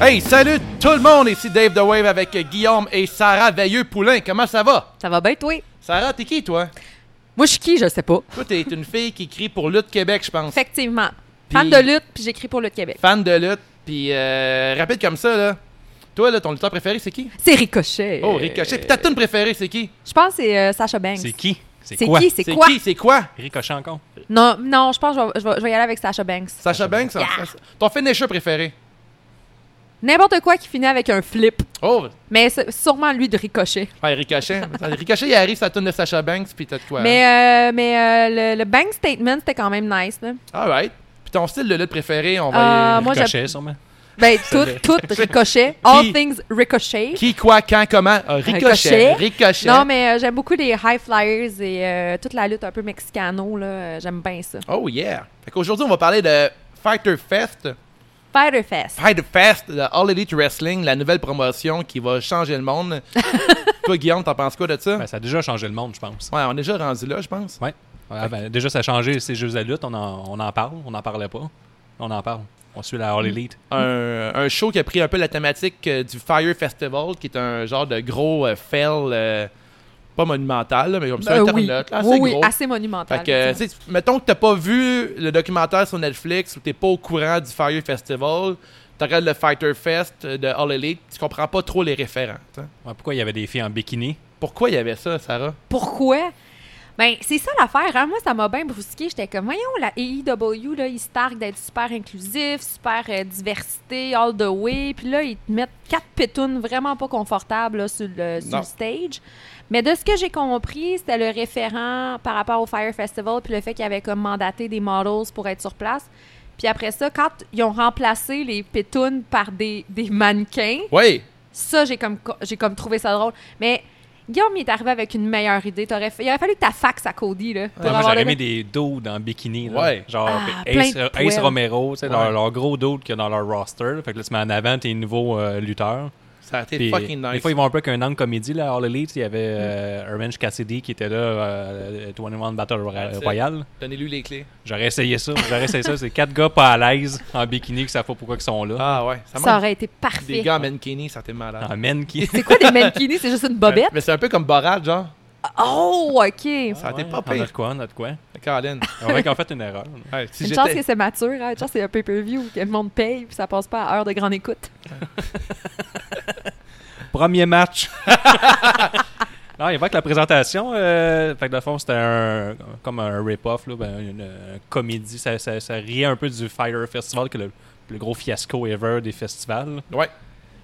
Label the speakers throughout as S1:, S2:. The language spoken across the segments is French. S1: Hey, salut tout le monde, ici Dave The Wave avec Guillaume et Sarah Veilleux-Poulain. Comment ça va?
S2: Ça va bien, toi?
S1: Sarah, t'es qui, toi?
S2: Moi, je suis qui? Je sais pas.
S1: Toi, t'es une fille qui crie pour Lutte Québec, je pense.
S2: Effectivement.
S1: Puis-
S2: Fan de lutte, puis j'écris pour Lutte Québec.
S1: Fan de lutte, puis euh, rapide comme ça, là. Toi, là, ton lutteur préféré, c'est qui?
S2: C'est Ricochet.
S1: Oh, Ricochet. Puis ta tune préférée, c'est qui?
S2: Je pense que c'est euh, Sasha Banks.
S3: C'est qui? C'est
S2: C'est
S3: quoi?
S2: qui? C'est quoi?
S1: qui? C'est quoi?
S3: Ricochet encore?
S2: Non, non, je pense que je vais- je vais, je vais y aller avec Sasha Banks.
S1: Sacha Banks? Ton finisher préféré?
S2: N'importe quoi qui finit avec un flip.
S1: Oh,
S2: Mais c'est sûrement lui de Ricochet.
S1: ouais, Ricochet. Ricochet, il arrive sa tune de Sacha Banks, puis t'as de quoi? hein?
S2: Mais, euh, mais euh, le, le Bank Statement, c'était quand même nice. Là.
S1: All right. Puis ton style de lutte préféré, on va...
S2: Euh, moi, j'ai-
S3: Ricochet, sûrement.
S2: Ben, tout, tout Ricochet. All
S1: Qui-
S2: things Ricochet.
S1: Qui, quoi, quand, comment? Ah, Ricochet.
S2: Ricochet.
S1: Ricochet.
S2: Non, mais euh, j'aime beaucoup les High Flyers et euh, toute la lutte un peu mexicano. là, euh, J'aime bien ça.
S1: Oh yeah! Fait qu'aujourd'hui, on va parler de Fighter Fest.
S2: Fighter Fest.
S1: Fighter Fest, le All Elite Wrestling, la nouvelle promotion qui va changer le monde. Toi, Guillaume, t'en penses quoi de ça?
S3: Ben, ça a déjà changé le monde, je pense.
S1: Ouais, on est déjà rendu là, je pense.
S3: Ouais. Ouais, ben, déjà, ça a changé ces jeux de lutte. On en, on en parle. On n'en parlait pas. On en parle. On suit la All Elite.
S1: Un, un show qui a pris un peu la thématique euh, du Fire Festival, qui est un genre de gros euh, fell, euh, pas monumental, là, mais comme ça,
S2: Ben
S1: internet,
S2: oui,
S1: là, assez
S2: oui, oui,
S1: gros.
S2: assez monumental.
S1: Fait que, euh, tu sais, mettons que t'as pas vu le documentaire sur Netflix ou t'es pas au courant du Fire Festival, tu regardes le Fighter Fest euh, de All Elite, tu comprends pas trop les hein. référents. t'sais.
S3: Ouais, pourquoi il y avait des filles en bikini?
S1: Pourquoi il y avait ça, Sarah?
S2: Pourquoi? Ben, c'est ça l'affaire. hein. Moi, ça m'a bien brousqué. J'étais comme, voyons, la AEW, là, ils se targuent d'être super inclusif, super euh, diversité, all the way. Puis là, ils te mettent quatre pétounes vraiment pas confortables là, sur, le, sur
S1: Non.
S2: le stage. Mais de ce que j'ai compris, c'était le référent par rapport au Fire Festival puis le fait qu'ils avaient comme mandaté des models pour être sur place. Puis après ça, quand ils ont remplacé les pétounes par des, des mannequins,
S1: Oui!
S2: Ça, j'ai comme, j'ai comme trouvé ça drôle. Mais Guillaume, il est arrivé avec une meilleure idée. T'aurais fait- il aurait fallu que tu fax à Cody. Là, pour
S3: Ouais, moi,
S2: avoir
S3: j'aurais
S2: le-
S3: mis des dudes en bikini. là.
S1: Ouais.
S3: Genre
S2: Ah, plein
S3: Ace,
S2: de
S3: euh,
S2: poils.
S3: Ace Romero, tu sais,
S1: Ouais.
S3: leur, leur gros dude qu'il y a dans leur roster. Fait que là, tu mets en avant tes nouveaux euh, lutteurs.
S1: Ça a été
S3: Puis,
S1: fucking nice. Mm.
S3: Des fois, ils vont un peu qu'un angle comédie, là, All Elite. Il y avait euh, Orange Cassidy qui était là, euh, 21 Battle Roya-
S1: That's it.
S3: Royale.
S1: Donnez-lui les clés.
S3: J'aurais essayé ça. J'aurais essayé ça. C'est quatre gars pas à l'aise en bikini qui savent pas pourquoi ils sont là.
S1: Ah ouais, ça Ah.
S2: Ça
S1: manque.
S2: aurait été parfait.
S1: Des gars en mankini, ça t'est malade.
S3: En men qui.
S2: C'est quoi des mankinis? C'est juste une bobette?
S1: Mais c'est un peu comme Borat, genre.
S2: Oh, OK.
S1: Ça a été pas
S3: Ah,
S1: pire.
S3: Notre quoi, notre quoi.
S1: Colin.
S3: On dirait qu'ils ont fait une erreur. là.
S1: Ouais, si
S2: une chance
S1: j'étais.
S2: que c'est mature. Hein? Une chance que c'est un pay-per-view que le monde paye puis ça passe pas à heure de grande écoute.
S3: Premier match. Non, il voit que la présentation, euh, fait que dans le fond, c'était un, comme un rip-off, là, ben, une, euh, comédie. Ça, ça, ça riait un peu du Fire Festival, que le plus gros fiasco ever des festivals.
S1: Ouais.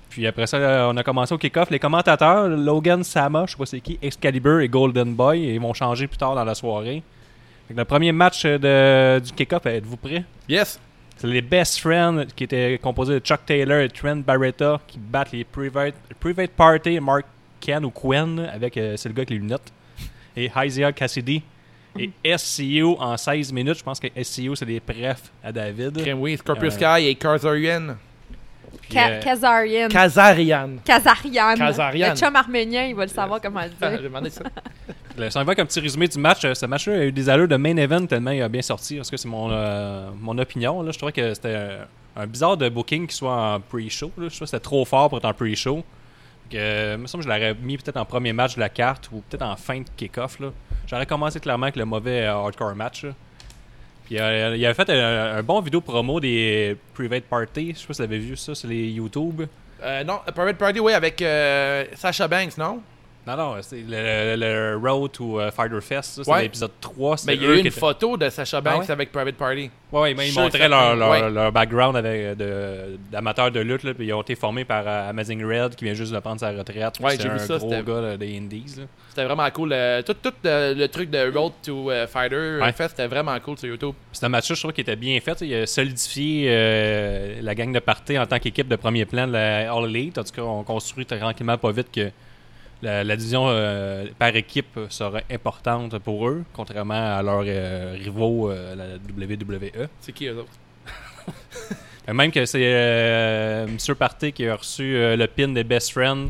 S3: Puis après ça, euh, on a commencé au kick-off. Les commentateurs, Logan Sama, je sais pas c'est qui, Excalibur et Golden Boy, et ils vont changer plus tard dans la soirée. Fait que le premier match euh, de- du kick-off, euh, êtes-vous prêts?
S1: Yes.
S3: C'est les Best Friends qui étaient composés de Chuck Taylor et Trent Barretta qui battent les Private, Private Party et Mark Ken ou Quen avec euh, c'est le gars avec les lunettes et Isaiah Cassidy et SCU en 16 minutes. Je pense que SCU c'est des prefs à David.
S1: Crème, oui, Scorpio
S3: Euh,
S1: Sky et Kazarian.
S3: Puis,
S2: Ka-
S3: euh,
S2: Kazarian.
S1: Kazarian.
S2: Kazarian.
S1: Kazarian.
S2: Le chum arménien, il va le savoir comment le
S1: Ah, J'ai
S2: dire.
S1: demandé ça.
S3: Le- Si on y va comme petit résumé du match, euh, ce match-là a eu des allures de main event tellement il a bien sorti. Parce que c'est mon, euh, mon opinion. Là. Je trouvais que c'était euh, un bizarre de booking qui soit en pre-show. là. Je trouvais que c'était trop fort pour être en pre-show. Que, euh, il me semble que je l'aurais mis peut-être en premier match de la carte ou peut-être en fin de kick-off. là. J'aurais commencé clairement avec le mauvais euh, hardcore match. là. Puis euh, il avait fait un, un bon vidéo promo des Private Party. Je sais pas si vous avez vu ça sur les YouTube.
S1: Euh, non, Private Party, oui, avec euh, Sacha Banks, non?
S3: Non, non, c'est le, le Road to euh, Fighter Fest. ça, C'était
S1: Ouais.
S3: l'épisode 3.
S1: Mais
S3: c'était
S1: il y a
S3: eux
S1: eu
S3: qui
S1: une
S3: étaient-
S1: photo de Sacha Banks
S3: ouais?
S1: avec Private Party.
S3: Ouais, ouais, mais ils
S1: Sûr et
S3: montraient leur, leur,
S1: certain, ouais.
S3: leur background avec euh, de- d'amateurs de lutte, là, puis ils ont été formés par euh, Amazing Red qui vient juste de prendre sa retraite. puis
S1: Ouais,
S3: c'est
S1: j'ai vu
S3: un
S1: ça,
S3: gros
S1: c'était-
S3: gars là, des Indies. là.
S1: C'était vraiment cool. euh, tout tout euh, le truc de Road to euh, Fighter
S3: Ouais.
S1: Fest, c'était vraiment cool sur YouTube.
S3: C'est un match-là, je trouve, qui était bien fait. Il a solidifié euh, la gang de party en tant qu'équipe de premier plan de la All Elite. En tout cas, on construit tranquillement pas vite que la, la division euh, par équipe sera importante pour eux, contrairement à leurs euh, rivaux, euh, la E. WWE.
S1: C'est qui, eux autres?
S3: Euh, Même que c'est euh, M. Parté qui a reçu euh, le pin des Best Friends.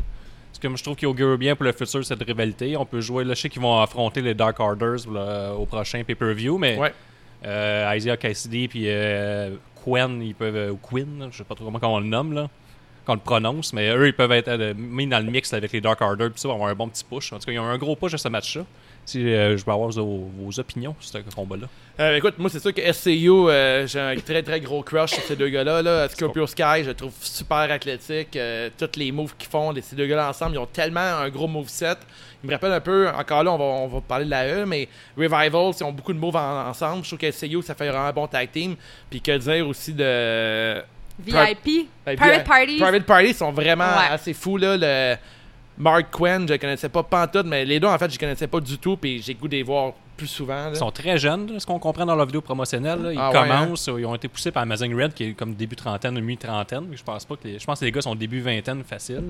S3: Parce que moi, je trouve qu'il augure bien pour le futur cette rivalité. On peut jouer, là, je sais qu'ils vont affronter les Dark Orders pour le- au prochain pay-per-view, mais
S1: Ouais.
S3: euh, Isaiah Cassidy puis euh, Quen, ils peuvent, euh, ou Quinn, là, je sais pas trop comment on le nomme, là. qu'on le prononce, mais eux, ils peuvent être euh, mis dans le mix avec les Dark Order, puis ça, on va avoir un bon petit push. En tout cas, ils ont un gros push à ce match-là. Si euh, je peux avoir vos, vos opinions sur ce combat-là.
S1: Euh, écoute, moi, c'est sûr que SCU, euh, j'ai un très très gros crush sur ces deux gars-là. Là. Scorpio Sky, je le trouve super athlétique. euh, tous les moves qu'ils font, les- ces deux gars-là ensemble, ils ont tellement un gros moveset. Ils me rappellent un peu, encore là, on va, on va parler de la E, mais Revival, ils ont beaucoup de moves en- ensemble. Je trouve que SCU, ça fait vraiment un bon tag team. Puis que dire aussi de.
S2: VIP,
S1: Ben,
S2: Private
S1: puis,
S2: Parties.
S1: Private Parties sont vraiment
S2: Ouais.
S1: assez fous, là. Le Mark Quinn, je connaissais pas pantoute, mais les deux, en fait, je connaissais pas du tout, puis j'ai le goût de les voir plus souvent. là.
S3: Ils sont très jeunes, là, ce qu'on comprend dans leur vidéo promotionnelle. là. Ils
S1: Ah ouais,
S3: commencent, euh, ils ont été poussés par Amazing Red, qui est comme début trentaine ou mi-trentaine. Je pense pas que les, je pense que les gars sont début vingtaine facile.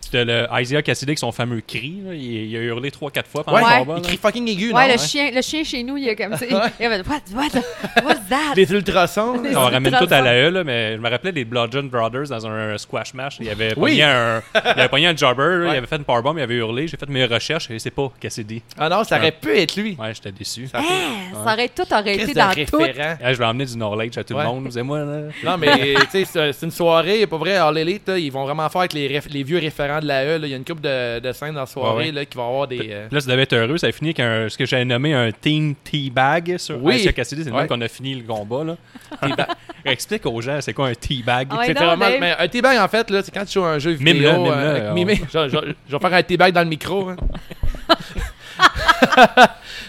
S3: C'était le Isaiah Cassidy avec son fameux cri. là. Il, il a hurlé 3-4 fois pendant
S1: Ouais,
S3: le
S2: Ouais.
S3: combat.
S1: ils
S3: là.
S1: crient fucking aigu,
S2: Ouais,
S1: non?
S2: le,
S1: Ouais.
S2: Chien, le chien chez nous, il est comme ça. Il il fait What, what, what's that?
S1: Des ultrasons. là.
S2: Des-
S3: On ramène
S2: Très
S3: tout à
S2: fort.
S3: la E, là, mais je me rappelais des Bludgeon Brothers dans un squash match. Il avait
S1: Oui.
S3: pogné un, il avait pogné un jobber, là,
S1: Ouais.
S3: il avait fait une powerbomb, il avait hurlé. J'ai fait mes recherches et c'est pas Cassidy.
S1: Ah non, ça aurait pu être lui.
S3: Ouais, j'étais déçu.
S1: Ça fait
S2: Hein, ça aurait tout aurait
S1: Christ
S2: été
S1: de
S2: dans tout.
S1: référent.
S3: Ah, je vais emmener du knowledge à tout
S1: Ouais.
S3: le monde. Vous savez, moi, là,
S1: Non, mais tu sais, c'est c'est une soirée, pas vrai, All Elite, là, ils vont vraiment faire avec les, réf- les vieux référents de la E. là. Il y a une coupe de, de scènes dans la soirée
S3: Ouais, ouais.
S1: là, qui va avoir des. euh,
S3: Là, ça devait être heureux. Ça a fini avec un- ce que j'avais nommé un Team Teabag sur
S1: Oui.
S3: Isaiah Cassidy. C'est le
S1: Ouais.
S3: même qu'on a fini le combat. Là. Teabag. Explique aux gens, c'est quoi un Teabag?
S2: Ah Ouais,
S1: C'est
S2: non,
S1: vraiment.
S2: Dave.
S1: Mais un T-Bag, en fait, là, c'est quand tu joues à un jeu vidéo.
S3: Mime-le, mime-le,
S1: euh, avec
S3: on-
S1: mimé. Je, je- je vais faire un T-Bag dans le micro. hein.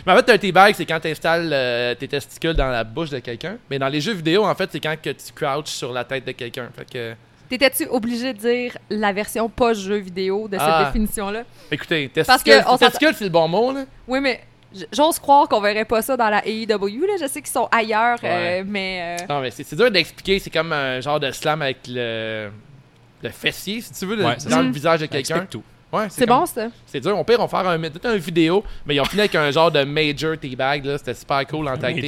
S1: mais en fait, un T-Bag, c'est quand tu installes tes testicules dans la bouche de quelqu'un. Mais dans les jeux vidéo, en fait, c'est quand que tu crouches sur la tête de quelqu'un. Fait que.
S2: T'étais-tu obligé de dire la version pas jeu vidéo de cette
S1: Ah.
S2: définition-là?
S1: Écoutez,
S2: Parce que
S1: testicule,
S2: on s'entend-
S1: testicule, c'est le bon mot, là.
S2: Oui, mais j- j'ose croire qu'on verrait pas ça dans la AEW. Là. Je sais qu'ils sont ailleurs,
S1: Ouais.
S2: euh, mais... euh,
S1: Non, mais c'est c'est dur d'expliquer. C'est comme un genre de slam avec le, le fessier, si tu veux, le-
S3: Ouais, c'est
S1: dans
S2: ça.
S1: le
S2: Mm.
S1: visage de quelqu'un.
S3: Explique tout.
S1: Ouais,
S2: C'est
S1: comme-
S2: bon, ça?
S1: C'est dur. On pire, on va faire un, peut-être un vidéo, mais ils ont fini avec un genre de major teabag. là. C'était super cool en tag team.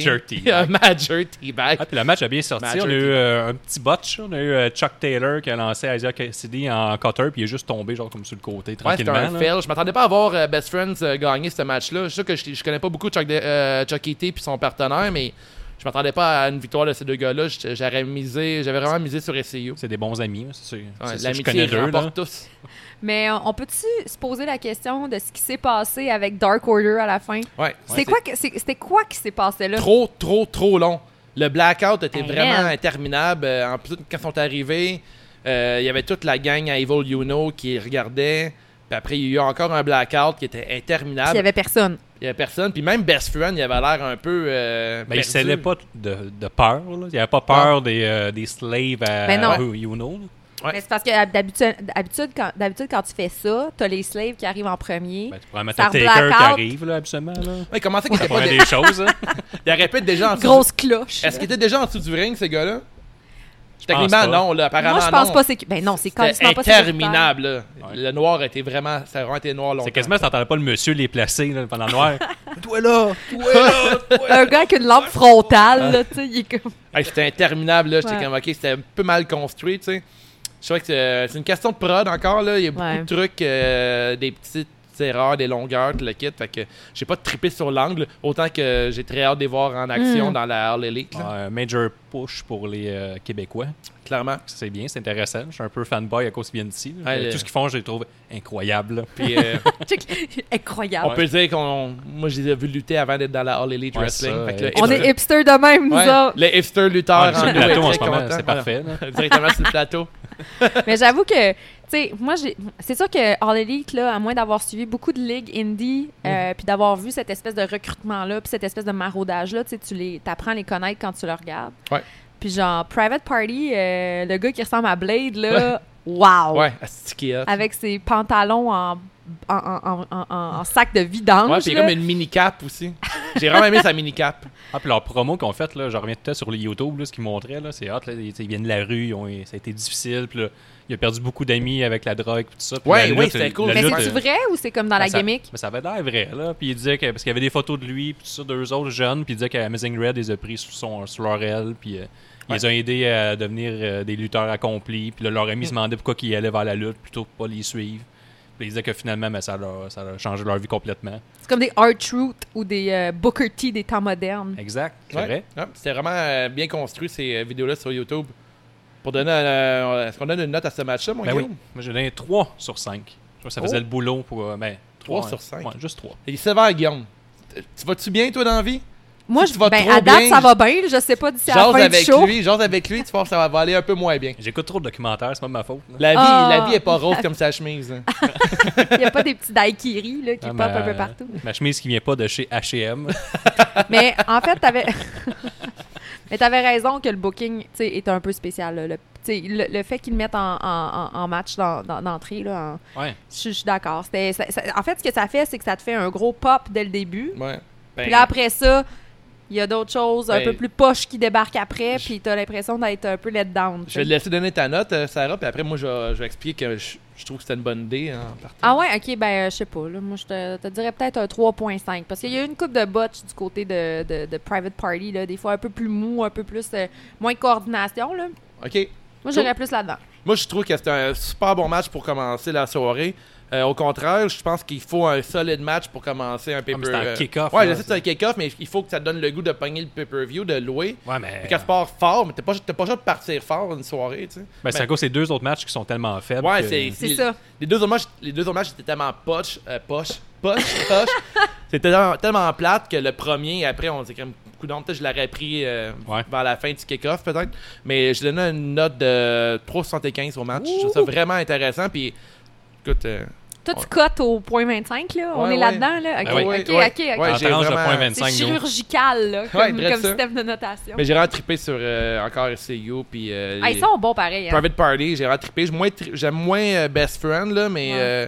S3: major teabag.
S1: un major teabag.
S3: Ah, puis le match a bien sorti.
S1: Match,
S3: on a
S1: ok.
S3: eu euh, un petit botch. On a eu euh, Chuck Taylor qui a lancé Isaiah Cassidy en cutter, puis il est juste tombé, genre comme sur le côté,
S1: Ouais, c'était
S3: tranquillement.
S1: un
S3: là.
S1: fail. Je m'attendais pas à voir euh, Best Friends euh, gagner ce match-là. Je sais que je, je connais pas beaucoup Chuck, de, euh, Chuck E.T. puis son partenaire, mais je m'attendais pas à une victoire de ces deux gars-là. J- J'aurais misé, j'avais vraiment misé sur SEO.
S3: c'est des bons amis. là, c'est- c'est-
S1: Ouais,
S3: c'est- je
S1: L'amitié
S3: connais deux. là.
S1: remporte tous.
S2: Mais euh, on peut-tu se poser la question de ce qui s'est passé avec Dark Order à la fin?
S1: Ouais.
S2: C'est quoi que- c'est- C'était quoi qui s'est passé là?
S1: trop, trop, trop long. Le blackout était
S2: Hey,
S1: vraiment
S2: man.
S1: interminable. Euh, En plus, quand ils sont arrivés, euh, il y avait toute la gang à Evil Uno qui regardait. Puis après, il y a eu encore un blackout qui était interminable.
S2: Puis il y avait personne.
S1: personne. Puis même Best Friend, il avait l'air un peu. Euh,
S3: Ben, il
S1: perdu.
S3: scellait pas de, de peur. là. Il n'y avait pas peur des, euh, des slaves à
S2: Ben non.
S3: à Who You Know. là.
S1: Ouais.
S2: Mais c'est parce que hab- d'habitude, d'habitude, quand, d'habitude, quand tu fais ça, t'as les slaves qui arrivent en premier.
S3: Ben, tu pourrais mettre
S2: Ça
S3: un Taker
S2: blackout.
S3: qui arrive, là, absolument. Là.
S1: Ouais, comment ça qu'il
S3: Ça
S1: était pas.
S3: pourrait
S1: dé-
S3: des choses. hein.
S1: Il aurait pu être déjà en dessous.
S2: Grosse cloche.
S1: Est-ce qu'il était déjà en dessous du ring, ces gars-là
S3: pense
S1: Techniquement,
S3: pas.
S1: non. Là, apparemment,
S2: Moi, je pense
S1: non.
S2: pas. C'est... Ben non, c'est
S1: C'était
S2: complètement pas sécuritaire.
S1: interminable. là.
S3: Ouais.
S1: Le noir était vraiment. Ça a vraiment été noir longtemps.
S3: C'est quasiment, tu n'entendais pas le monsieur les placer là, pendant le noir.
S1: Toi là
S2: Un gars avec une lampe frontale, là, tu sais, il est comme.
S1: Hey, c'était interminable, là. J'étais
S2: Ouais.
S1: comme, ok, c'était un peu mal construit, tu sais. Je crois que c'est c'est une question de prod encore, là. Il y a beaucoup
S2: Ouais.
S1: de trucs, euh, des petites erreurs, des longueurs, tout le kit. Fait que j'ai pas trippé sur l'angle, autant que j'ai très hâte de les voir en action
S2: Mm.
S1: dans la All Elite, là,
S3: Un major push pour les euh, Québécois.
S1: clairement.
S3: C'est bien, c'est intéressant. Je suis un peu fanboy à cause qu'ils viennent d'ici. là.
S1: Ouais,
S3: Mais
S1: le-
S3: Tout ce qu'ils font, je les trouve incroyables. là.
S1: Puis euh,
S2: Check. Incroyable.
S1: on peut dire qu'on. Moi, je les ai vus lutter avant d'être dans la All Elite
S3: Ouais,
S1: Wrestling.
S3: ça,
S1: fait que le
S3: euh,
S2: On
S1: hipster-
S2: est hipster de même, nous
S1: Ouais,
S2: autres.
S1: le hipster
S3: Ah,
S1: lutteur
S3: sur
S1: en
S3: le
S1: nous est
S3: plateau en
S1: très
S3: ce moment,
S1: content.
S3: c'est parfait. là.
S1: Voilà. Directement sur le plateau.
S2: Mais j'avoue que, tu sais, moi, j'ai- c'est sûr que All Elite, là, à moins d'avoir suivi beaucoup de ligues indie,
S1: Mm.
S2: euh, puis d'avoir vu cette espèce de recrutement-là, puis cette espèce de maraudage-là, tu sais, tu les, apprends à les connaître quand tu le regardes.
S1: Ouais.
S2: Puis genre, Private Party, euh, le gars qui ressemble à Blade, là, wow!
S1: Ouais, asti qui est hot.
S2: Ah Avec ses pantalons en, en, en- en- en- en sac de vidange.
S1: Ouais, puis il y a
S2: là.
S1: comme une mini cap aussi. J'ai vraiment aimé sa mini cap.
S3: Ah, puis leur promo qu'on fait, là, je reviens tout à sur les YouTube, là, ce qu'ils montraient, là, c'est hot. Là, ils, ils viennent de la rue, ils ont- ça a été difficile. Puis là, il a perdu beaucoup d'amis avec la drogue puis tout ça. Puis
S1: Ouais,
S3: la
S1: ouais,
S3: lutte,
S1: c'était
S3: la
S1: cool.
S3: lutte,
S2: Mais
S1: Là,
S2: c'est-tu
S3: euh,
S2: vrai ou c'est comme dans la
S1: Ah,
S3: Ben, ça-
S2: gimmick?
S3: Mais ça avait l'air vrai, là. Puis il disait que. Parce qu'il y avait des photos de lui, puis tout ça, deux autres jeunes, puis il disait qu'Amazing Red les a pris sous, son, sous leur aile, puis euh, ils les ont aidés à devenir euh, des lutteurs accomplis. Puis là, leur ami se
S2: Mm.
S3: demandait pourquoi ils allaient vers la lutte plutôt que pas les suivre. Puis il disait que finalement, mais ça, leur, ça leur a changé leur vie complètement.
S2: C'est comme des Art Truth ou des euh, Booker T des temps modernes.
S3: Exact, c'est
S1: Ouais.
S3: vrai.
S1: Ouais, C'était vraiment euh, bien construit ces euh, vidéos-là sur YouTube. Pour donner, euh, est-ce qu'on donne une note à ce match-là, mon
S3: Ben
S1: gars?
S3: oui. Moi, j'ai donné 3 sur 5. Je crois que ça faisait
S1: Oh.
S3: le boulot pour. euh, Ben,
S1: Trois
S3: trois,
S1: sur
S3: hein.
S1: cinq.
S3: Ouais, juste 3.
S1: Il est sévère, Guillaume. T- Tu vas-tu bien, toi, dans la vie?
S2: Moi,
S1: tu
S2: je,
S1: vas
S2: ben,
S1: trop
S2: à date,
S1: bien,
S2: ça va bien. Je sais pas d'ici à la
S1: J'ose
S2: fin du
S1: avec
S2: show.
S1: lui, j'ose avec lui, tu vois, ça va aller un peu moins bien.
S3: J'écoute trop de documentaires, c'est pas de ma faute. là.
S1: La vie,
S2: Ah.
S1: la vie est pas rose comme sa chemise. hein.
S2: Il n'y a pas des petits daiquiris là, qui
S3: Ah,
S2: popent
S3: ma-
S2: un
S1: ben, euh,
S2: peu partout.
S3: Ma chemise qui vient pas de chez HM.
S2: Mais en fait, t'avais. Mais t'avais raison que le booking tu sais, est un peu spécial. là. Le, tu sais, le, le fait qu'ils le mettent en, en- en- en match dans- dans- d'entrée, là, en-
S3: ouais.
S2: je je suis d'accord. C'était- ça- ça- en fait, ce que ça fait, c'est que ça te fait un gros pop dès le début.
S1: Ouais.
S2: Puis là, après ça, il y a d'autres choses un
S1: Ben,
S2: peu plus poches qui débarquent après,
S1: je-
S2: puis t'as l'impression d'être un peu let down. tu
S1: Je vais
S2: sais.
S1: te laisser donner ta note, euh, Sarah, puis après, moi, je vais, je vais expliquer que je, je trouve que c'était une bonne idée. hein, en partant.
S2: Ah ouais, ok, ben euh, je sais pas. Là, moi, je te, te dirais peut-être un 3.5. Parce qu'il y a eu une coupe de botch du côté de, de, de Private Party, là, des fois un peu plus mou, un peu plus euh, moins de coordination. Là.
S1: OK.
S2: Moi, j'aurais plus là-dedans.
S1: Moi, je trouve que c'était un super bon match pour commencer la soirée. Euh, au contraire, je pense qu'il faut un solide match pour commencer un
S3: Ah, mais
S1: pay-per-view.
S3: c'est un kick-off,
S1: Ouais,
S3: là,
S1: je sais que c'est un kick-off, mais il faut que ça te donne le goût de pogner le pay-per-view, de louer.
S3: Ouais, mais.
S1: Puis Quand tu pars fort, mais t'as pas, t'as pas juste de partir fort une soirée, tu sais.
S3: Ben, c'est à cause des deux autres matchs qui sont tellement faibles.
S1: Ouais,
S3: que-
S1: c'est
S2: C'est
S1: les-
S2: ça.
S1: Les deux autres matchs, les deux autres matchs étaient tellement poche, euh, poche, poche, poche. C'était tellement, tellement plate que le premier, après, on s'est comme coup d'onde. Peut-être que je l'aurais pris euh,
S3: Ouais.
S1: vers la fin du kick-off, peut-être. Mais je donnais une note de 3,75 au match. Je trouve ça vraiment intéressant. Puis, écoute, euh,
S2: Toi, tu cotes au point 25, là. On
S1: Ouais,
S2: est
S1: ouais.
S2: là-dedans, là. Ok,
S1: Ah ouais.
S2: ok,
S1: Ouais,
S2: ok. ok.
S1: ouais,
S3: En
S1: j'ai
S3: tranche de
S1: vraiment-
S3: point
S2: C'est
S3: 25, nous.
S2: chirurgical, là, comme,
S1: Ouais, dresse
S2: comme
S1: ça.
S2: système de notation.
S1: mais j'ai vraiment trippé sur euh, encore SCU. Puis, euh,
S2: Ah,
S1: les-
S2: ils sont bons pareil. Hein.
S1: Private Party, j'ai vraiment trippé. J'aime moins, tri- j'aime moins euh, Best Friend, là, mais
S2: Ouais.
S1: euh,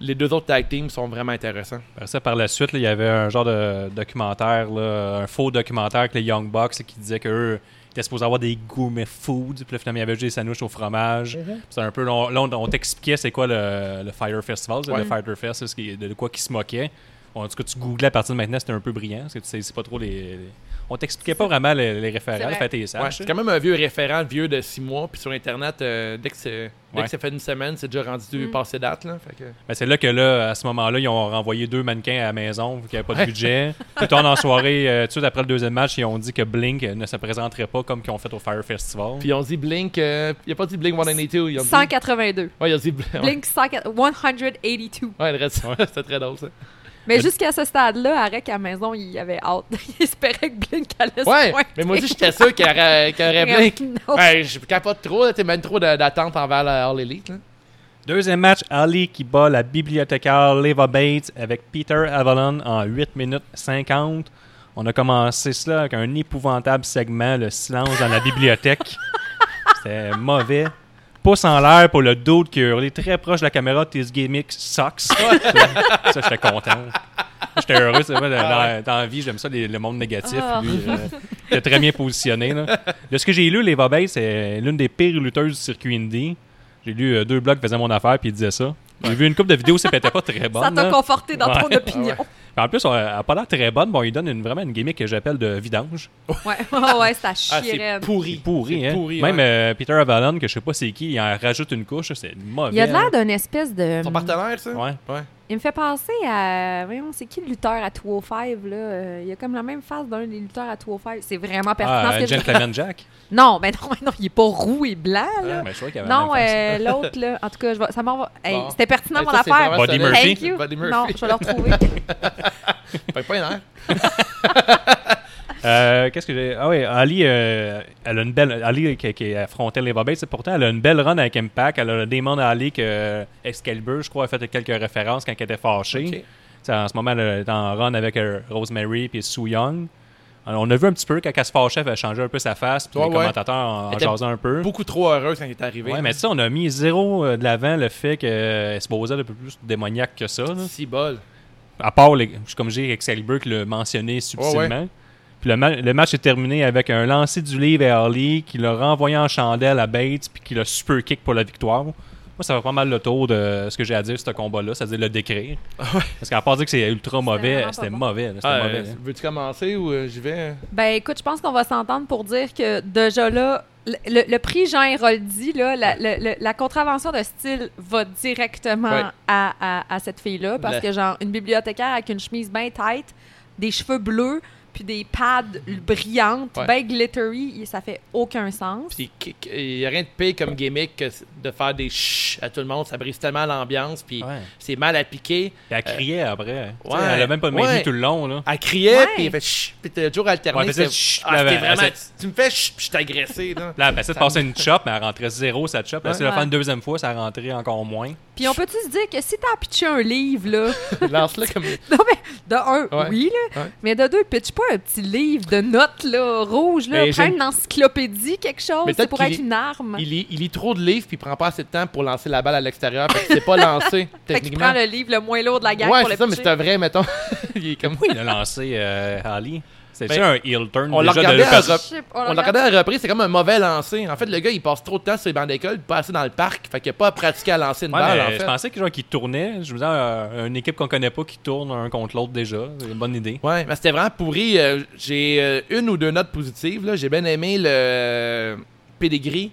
S1: les deux autres tag teams sont vraiment intéressants.
S3: Après ça, par la suite, là, il y avait un genre de documentaire, là, un faux documentaire avec les Young Bucks qui disait qu'eux étaient supposés avoir des gourmet food. Puis là, finalement, il y avait juste des sandwichs au
S1: Mhm.
S3: fromage. C'est un peu. long- Là, on, on t'expliquait c'est quoi le, le Fire Festival. c'est
S1: Ouais.
S3: Le Fire Fest, c'est ce qui- de quoi qui se moquait. Bon, en tout cas, tu googlais à partir de maintenant, c'était un peu brillant. Parce que tu sais c'est pas trop les. les- On t'expliquait pas vraiment les, les références.
S2: vrai.
S3: Fait tes
S1: Ouais,
S3: sages.
S1: c'est quand même un vieux référent, vieux de 6 mois. Puis sur Internet, euh, dès que c'est dès
S3: Ouais.
S1: que ça fait une semaine, c'est déjà
S2: Mm.
S1: rendu passé date. Là, fait que-
S3: Ben, c'est là que là, à ce moment-là, ils ont renvoyé deux mannequins à la maison vu qu'il n'y avait pas de budget. Plus tard dans la soirée, euh, tout de suite après le deuxième match, ils ont dit que Blink euh, ne se présenterait pas comme qu'ils ont fait au Fire Festival.
S1: Puis ils ont dit Blink. euh, il a pas dit Blink 182. Ils ont dit,
S2: 182.
S1: ouais, ils ont dit Blink.
S2: Blink 182.
S1: Ouais, le reste, c'était très drôle ça.
S2: Mais
S3: Le-
S2: jusqu'à ce stade-là, à Rec, à la maison, il avait hâte. Il espérait que Blink allait se
S1: Ouais,
S2: pointer.
S1: mais moi aussi, j'étais sûr qu'il y aurait, qu'il y aurait Blink.
S2: Non.
S1: Ouais, je capote trop, là, t'es même trop de- d'attente envers la All Elite. là.
S3: Deuxième match, Ali qui bat la bibliothécaire Leva Bates avec Peter Avalon en 8 minutes 50. On a commencé cela avec un épouvantable segment, le silence dans la bibliothèque. C'était mauvais. Pouce en l'air pour le dude qui a hurlé très proche de la caméra, tes gimmicks sucks. ça, ça, j'étais content. J'étais heureux. c'est vrai, dans, dans la vie, j'aime ça, les- le monde négatif.
S2: Ah.
S3: Lui, euh, il était très bien positionné. Là. De ce que j'ai lu, Leva Bates c'est euh, l'une des pires lutteuses du circuit indie. J'ai lu euh, deux blogs qui faisaient mon affaire, puis ils disaient ça. J'ai vu une couple de vidéos, c'était pas très bonne.
S2: Ça t'a
S3: là.
S2: conforté dans ton
S3: Ouais. Ah
S2: opinion.
S3: Puis En plus, on- elle a pas l'air très bonne. Bon, il donne une, vraiment une gimmick que j'appelle de vidange.
S2: Ouais, ouais, ouais, ça
S1: Ah,
S2: chie
S1: c'est
S2: raide.
S1: pourri.
S3: Pourri,
S1: C'est
S3: hein?
S1: pourri,
S3: Même
S1: ouais.
S3: euh, Peter Avalon, que je sais pas c'est qui, il en rajoute une couche. C'est mauvais.
S2: Il a de
S3: là.
S2: l'air d'une espèce de. hum,
S1: Son partenaire, ça?
S3: Ouais.
S1: Ouais.
S2: Il me fait penser à. Voyons, c'est qui le lutteur à 205 là Euh, Il a comme la même face d'un des lutteurs à 205. C'est vraiment pertinent
S3: Ah,
S2: ce
S3: euh,
S2: que je dis.
S3: Gentleman Jack.
S2: Non, mais non, mais non, il est pas roux et blanc, là.
S3: Ah, mais je crois qu'il avait
S2: non,
S3: la même face. Ben,
S2: euh, l'autre, là. En tout cas, je vais- ça m'en va. Hey,
S1: Bon.
S2: C'était pertinent,
S1: Hey,
S2: mon
S1: ça, c'est
S2: affaire.
S1: vraiment
S3: Body
S1: solide.
S3: Murphy.
S2: Thank you.
S1: Buddy Murphy.
S2: Non, je vais le retrouver.
S1: Fait que pas une heure.
S3: Euh, Qu'est-ce que j'ai. Ah oui, Ali, euh, elle a une belle. Ali qui, qui affrontait les Bates, c'est pourtant, elle a une belle run avec Impact. Elle a le démon d'Ali que Excalibur, je crois, a fait quelques références quand elle était fâchée.
S1: Ok.
S3: Tu sais, En ce moment, elle est en run avec euh, Rosemary et Sue Young. Alors, on a vu un petit peu quand elle se fâchait, elle changeait un peu sa face, puis
S1: Ouais,
S3: les
S1: ouais.
S3: commentateurs en, en
S1: Elle était
S3: jasant un peu.
S1: Beaucoup trop heureux quand il est arrivé.
S3: Ouais, mais tu sais, on a mis zéro euh, de l'avant le fait qu'elle se posait un peu plus démoniaque que ça. là.
S1: Si bol.
S3: À part, les, comme j'ai Excalibur qui l'a mentionné subtilement.
S1: Ouais, ouais.
S3: Puis le, ma- le match est terminé avec un lancer du livre à Harley qui l'a renvoyé en chandelle à Bates puis qui l'a super kick pour la victoire. Moi, ça fait pas mal le tour de ce que j'ai à dire sur ce combat-là, c'est-à-dire le décrire. Parce qu'à part dire que c'est ultra mauvais,
S2: vraiment pas
S3: c'était
S2: bon.
S3: mauvais. là, C'était
S1: Ah,
S3: mauvais.
S1: euh,
S3: hein.
S1: Veux-tu commencer ou euh, j'y vais?
S2: Ben écoute, je pense qu'on va s'entendre pour dire que déjà là, le, le- le prix Jean Héroldi, là, la, le- le- la contravention de style va directement
S1: Ouais.
S2: à, à- à cette fille-là. Parce
S1: Le-
S2: que genre, une bibliothécaire avec une chemise bien tight, des cheveux bleus, puis des pads brillantes,
S1: Ouais.
S2: ben glittery, ça fait aucun sens.
S1: Puis kick- il n'y a rien de pire comme gimmick que de faire des chut à tout le monde. Ça brise tellement l'ambiance, puis
S3: Ouais.
S1: c'est mal appliqué.
S3: Puis elle criait après. Tu sais,
S1: Euh, ouais,
S3: elle a même pas de main
S1: ouais.
S3: tout le long. Là.
S1: Elle criait,
S2: Ouais.
S1: puis elle fait chut, puis t'as toujours alterné.
S3: Ouais, elle faisait
S1: c'était-
S3: chut,
S1: Ah, c'était
S3: là, ben,
S1: vraiment-
S3: elle s'est-
S1: Tu me fais chut, puis je t'agressais. là.
S3: Là, elle essaie de passer une chop, mais elle rentrait zéro sa chop. Elle essaie de le
S2: Ouais.
S3: faire une deuxième fois, ça rentrait encore moins.
S2: Puis on peut-tu se dire que si t'as pitché un livre, là,
S1: Lance-le comme.
S2: non mais de un,
S1: Ouais.
S2: oui, là,
S1: Ouais.
S2: mais de deux, pitch pas un petit livre de notes, là, rouge, là,
S1: Mais
S2: prends
S1: j'aime-
S2: une encyclopédie, quelque chose,
S1: Ben, Mais
S2: c'est
S1: peut-être
S2: pour
S1: qu'il
S2: être
S1: est-
S2: une arme.
S1: Il lit, il lit trop de livres, puis il prend pas assez de temps pour lancer la balle à l'extérieur. Fait que c'est pas lancé,
S2: Fait qu'il
S1: techniquement.
S2: prend le livre le moins lourd de la gang
S1: ouais,
S2: pour le
S1: c'est ça, mais
S2: pitcher.
S1: c'est un vrai, mettons. il est comme.
S3: Il a lancé euh, Ali. C'était
S1: Ben,
S3: un heel turn.
S1: on l'a
S3: déjà
S1: regardé
S3: de
S1: à
S3: parce-
S1: rep-
S2: Je sais pas,
S1: On l'a regardé à la reprise, c'est comme un mauvais lancer. En fait, le gars, il passe trop de temps sur les bancs d'école, pas assez dans le parc. Fait qu'il a pas pratiqué à lancer une
S3: Ouais,
S1: balle,
S3: mais
S1: en
S3: Je
S1: fait.
S3: pensais que genre qui tournait, je me disais euh, une équipe qu'on connaît pas qui tourne un contre l'autre déjà, c'est une bonne idée.
S1: Ouais, mais c'était vraiment pourri. Euh, J'ai euh, une ou deux notes positives. là. J'ai bien aimé le euh, Pédégris,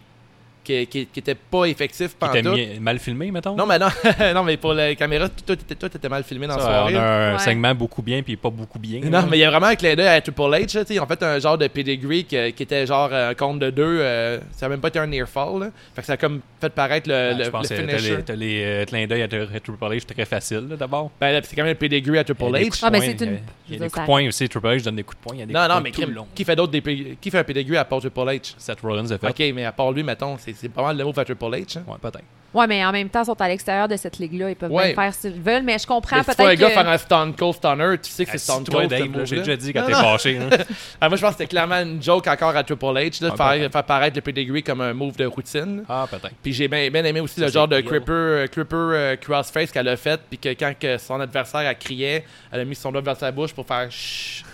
S1: qui, qui, qui était pas effectif
S3: Qui était
S1: pendant.
S3: mi- mal filmé mettons.
S1: Non, mais non, non, mais pour la caméra, tout, tout était, tout était mal filmé dans
S3: Ça,
S1: la soirée.
S3: on a un
S2: Ouais.
S3: segment beaucoup bien puis pas beaucoup bien.
S1: Non, mais il y a vraiment un clin d'œil à Triple H. Là, t'sais. ils ont fait un genre de pedigree qui, qui était genre euh, un compte de deux. euh, ça n'a même pas été un near fall. là. Fait que ça a comme fait paraître le,
S3: Ah,
S1: le-
S3: je
S1: le
S3: pense que t'as
S1: finisher.
S3: les, t'as les euh, clins d'œil à Triple H très facile là, d'abord.
S1: Ben, là, c'est quand même le pedigree à Triple
S3: Il y a des
S1: H.
S3: Eh, coups de
S2: Ah, ben,
S3: poing, euh,
S2: c'est une-
S3: il y a- Il y
S2: je
S3: a des
S2: veux dire, ça-
S3: coups de poing aussi, Triple H donne des coups de poing. il y a des
S1: Non,
S3: coups de
S1: non,
S3: poing
S1: mais
S3: tout
S1: crime,
S3: le long.
S1: qui fait d'autres des pé- qui fait un pedigree à part Triple H
S3: Seth Rollins a fait.
S1: Ok, mais à part lui, mettons, c'est c'est pas mal le move à Triple H. hein.
S3: Ouais, peut-être.
S2: Ouais, mais en même temps, ils sont à l'extérieur de cette ligue-là. Ils peuvent
S1: Ouais.
S2: même faire s'ils veulent, mais je comprends
S1: Mais si tu vois un
S2: peut-être
S1: gars faire
S2: que...
S1: un Stone Cold Stunner, tu sais que c'est Stone
S3: Assis-toi,
S1: Cold. ce
S3: Ah, Dave, là, J'ai
S1: move-là.
S3: déjà dit quand
S1: Non,
S3: t'es
S1: non.
S3: fâché. hein.
S1: Ah, moi, je pense que c'était clairement une joke encore à Triple H, là, de
S3: Ah,
S1: faire,
S3: peut-être.
S1: faire paraître le pedigree comme un move de routine.
S3: Ah, peut-être.
S1: Puis j'ai bien bien aimé aussi le
S3: c'est
S1: genre de
S3: heel.
S1: creeper, euh, creeper euh, crossface qu'elle a fait, puis que quand que son adversaire a crié, elle a mis son doigt vers sa bouche pour faire chut.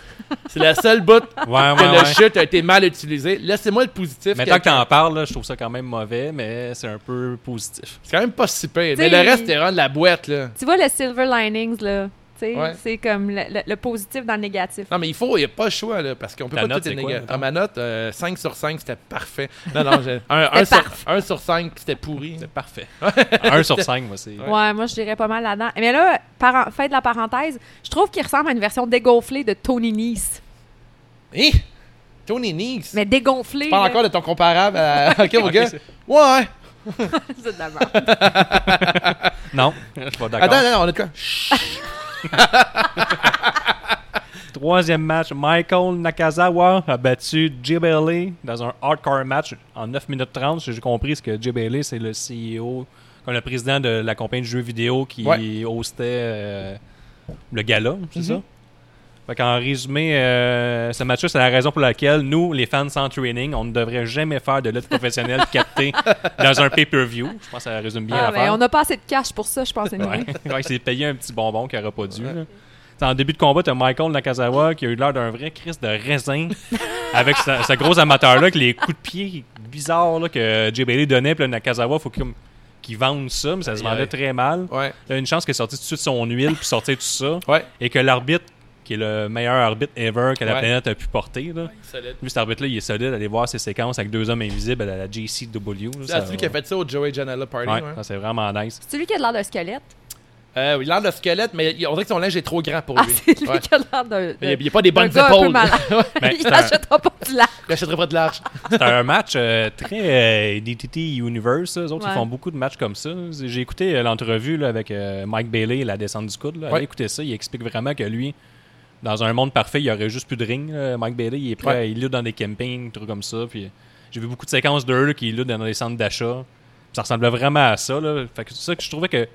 S1: C'est la seule bout que
S3: Ouais, ouais,
S1: le
S3: ouais.
S1: chute a été mal utilisé. Laissez-moi le positif.
S3: Mais tant
S1: quelqu'un.
S3: que t'en parles, là, je trouve ça quand même mauvais, mais c'est un peu positif.
S1: C'est quand même pas si pire. Mais
S2: T'sais-
S1: le reste, c'est vraiment de la boîte, là.
S2: Tu vois le silver linings, là, tu sais,
S1: Ouais.
S2: c'est comme le, le- le positif dans le négatif.
S1: Non, mais il faut, il n'y a pas le choix, là, parce qu'on peut
S3: Ta
S1: pas
S3: note,
S1: tout
S3: c'est
S1: être
S3: quoi,
S1: négatif.
S3: mettons?
S1: Ah, ma note, euh, 5 sur 5, c'était parfait. Non, non, j'ai- un, un
S2: C'était
S1: sur,
S2: parfait.
S1: un sur 5, c'était pourri.
S3: C'est parfait. Un sur cinq, moi, c'est.
S2: Ouais, moi, je dirais pas mal là-dedans. Mais là, par... fait de la parenthèse, je trouve qu'il ressemble à une version dégonflée de Tony Nice.
S1: Hé! Tony Nix!
S2: Hein? Mais dégonflée,
S1: Tu parles
S2: là,
S1: encore de ton comparable à... Ok, mon gars.
S3: c'est-
S1: Ouais!
S2: c'est de la merde.
S3: Non, je suis pas d'accord.
S1: Attends, non, non, on a de quoi?
S3: Troisième match, Michael Nakazawa a battu Jay Bailey dans un hardcore match en 9 minutes 30. J'ai compris ce que Jay Bailey, c'est le CEO, comme le président de la compagnie de jeux vidéo qui
S1: Ouais.
S3: hostait euh, le gala, c'est
S1: Mhm.
S3: ça? Fait qu'en résumé, euh, ce match-là, c'est la raison pour laquelle nous, les fans sans training, on ne devrait jamais faire de lutte professionnelle captée dans un pay-per-view. Je pense que ça résume bien
S2: Ah,
S3: l'affaire.
S2: ben, on a pas assez de cash pour ça, je pense, Émilie.
S3: Ouais. ouais, il s'est payé un petit bonbon qu'il n'aurait pas dû. là. T'sais, En début de combat, t'as Michael Nakazawa qui a eu l'air d'un vrai Chris de raisin avec ce, ce gros amateur-là, avec les coups de pied bizarres là, que Jay Bailey donnait. Puis là, Nakazawa, faut qu'il qu'il vende ça, mais ça se
S1: Aïe,
S3: vendait
S1: aïe.
S3: très mal.
S1: Ouais.
S3: Il a une chance qu'il sortit tout de suite son huile puis sortir tout ça.
S1: Ouais.
S3: Et que l'arbitre, qui est le meilleur arbitre ever que la
S1: Ouais.
S3: planète a pu porter, là,
S1: Solide.
S3: lui, cet arbitre-là, il est solide. Allez voir ses séquences avec deux hommes invisibles à la JCW. là,
S1: C'est celui qui a fait ça au Joey Janela Party.
S3: Ouais,
S1: ouais.
S3: ça, c'est vraiment nice.
S2: C'est lui qui a de l'air d'un squelette.
S1: Euh, il a l'air de squelette, mais il- on dirait que son linge est trop grand pour
S2: Ah,
S1: lui.
S2: c'est lui
S1: Ouais.
S2: qui a de l'air d'un...
S1: Il n'y a pas des bonnes
S2: gars un peu
S1: épaules.
S2: malade.
S3: Ben,
S2: il
S3: c'est un-
S2: n'achètera pas du lard.
S1: Il achèterait pas de large.
S3: C'est un match euh, très euh, DTT Universe. Les autres,
S2: Ouais.
S3: ils font beaucoup de matchs comme ça. J'ai écouté euh, l'entrevue là, avec euh, Mike Bailey, la descente du coude. Là. Allez
S1: Ouais.
S3: écouter ça. Il explique vraiment que lui, dans un monde parfait, il n'y aurait juste plus de ring. là. Mike Bailey, il est prêt.
S1: Ouais.
S3: à- Il lutte dans des campings, des trucs comme ça. Puis j'ai vu beaucoup de séquences d'eux là, qui luttent dans des centres d'achat. Puis Ça ressemblait vraiment à ça. là. Fait que c'est ça que je trouvais que.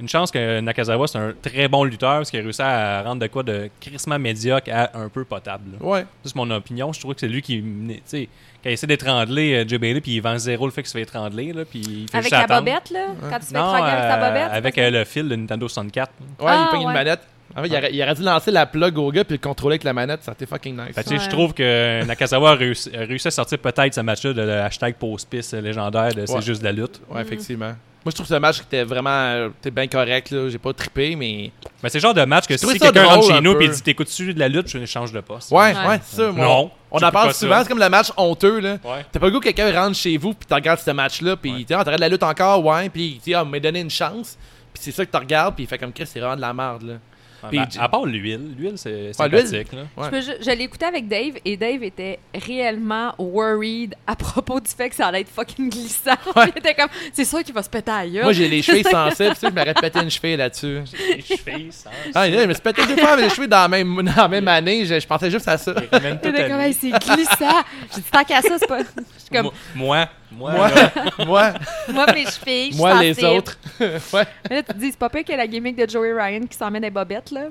S3: Une chance que Nakazawa, c'est un très bon lutteur parce qu'il a réussi à rendre de quoi de crissement médiocre à un peu potable. là.
S1: Ouais.
S3: Ça, C'est mon opinion. Je trouve que c'est lui qui. Tu sais, quand il essaie d'étrangler euh, Jay Bailey, puis il vend zéro le fait qu'il se fait étrangler, là, puis il fait
S2: Avec
S3: juste
S2: la
S3: attendre.
S2: bobette, là, quand tu fais
S3: Non,
S2: fringuer avec ta
S3: euh,
S2: bobette.
S3: avec euh, le fil de Nintendo 64.
S1: Ouais,
S2: Ah,
S1: il pogne
S2: ouais.
S1: une manette. En fait, il, aurait, il aurait dû lancer la plug au gars puis le contrôler avec la manette. Ça a été fucking nice.
S3: Fait que, tu sais,
S2: Ouais.
S3: Je trouve que Nakazawa a réussi, a réussi à sortir peut-être ce match-là de le hashtag pause piste légendaire de c'est
S1: Ouais.
S3: juste de la lutte.
S1: Ouais,
S2: Mm.
S1: effectivement. Moi, je trouve que ce match était vraiment euh, t'es bien correct. là. J'ai pas trippé, mais.
S3: Mais c'est le genre de match que
S1: trouvé
S3: si
S1: ça
S3: quelqu'un rentre
S1: drôle,
S3: chez
S1: un
S3: nous
S1: peu.
S3: et dit T'écoutes-tu de la lutte, je change de poste.
S1: Ouais,
S2: Ouais.
S1: ouais, c'est sûr. moi.
S3: Non.
S1: On
S3: tu
S1: en
S3: peux pas
S1: parle
S3: ça.
S1: souvent, c'est comme le match honteux. là.
S3: Ouais.
S1: T'as pas le goût que quelqu'un rentre chez vous, puis tu regardes ce match-là, puis
S3: Ouais.
S1: il dit Ah, t'aurais de la lutte encore, ouais, puis il dit Ah, m'a donné une chance. Puis c'est ça que tu regardes, puis il fait comme Chris, c'est vraiment de la merde. Là. Puis,
S3: Ben, à part l'huile, l'huile c'est
S1: Ouais, Ah, l'huile.
S3: sympathique. là.
S1: Ouais.
S2: Je, peux ju- je l'ai écouté avec Dave et Dave était réellement worried à propos du fait que ça allait être fucking glissant.
S1: Ouais.
S2: Il était comme, c'est sûr qu'il va se péter ailleurs.
S1: Moi, j'ai les cheveux sensibles, tu sais, je m'aurais pété une cheville là-dessus.
S3: Les chevilles, ça. hein.
S1: Ah, là, je me suis pété deux fois avec les cheveux dans la même, dans la même année, je, je pensais juste à ça.
S3: Même
S2: Il
S3: tout
S2: était
S3: à
S2: comme,
S3: lui.
S2: Hey, c'est glissant. j'ai dit, tant qu'à ça, c'est pas. Je suis comme,
S3: Moi, moi, moi,
S1: Moi,
S3: là,
S1: moi,
S2: moi, mes chevilles, je suis
S1: moi les
S2: sensible.
S1: autres. ouais.
S2: Mais là, tu te dis, c'est pas pire que la gimmick de Joey Ryan qui s'en met des bobettes, là.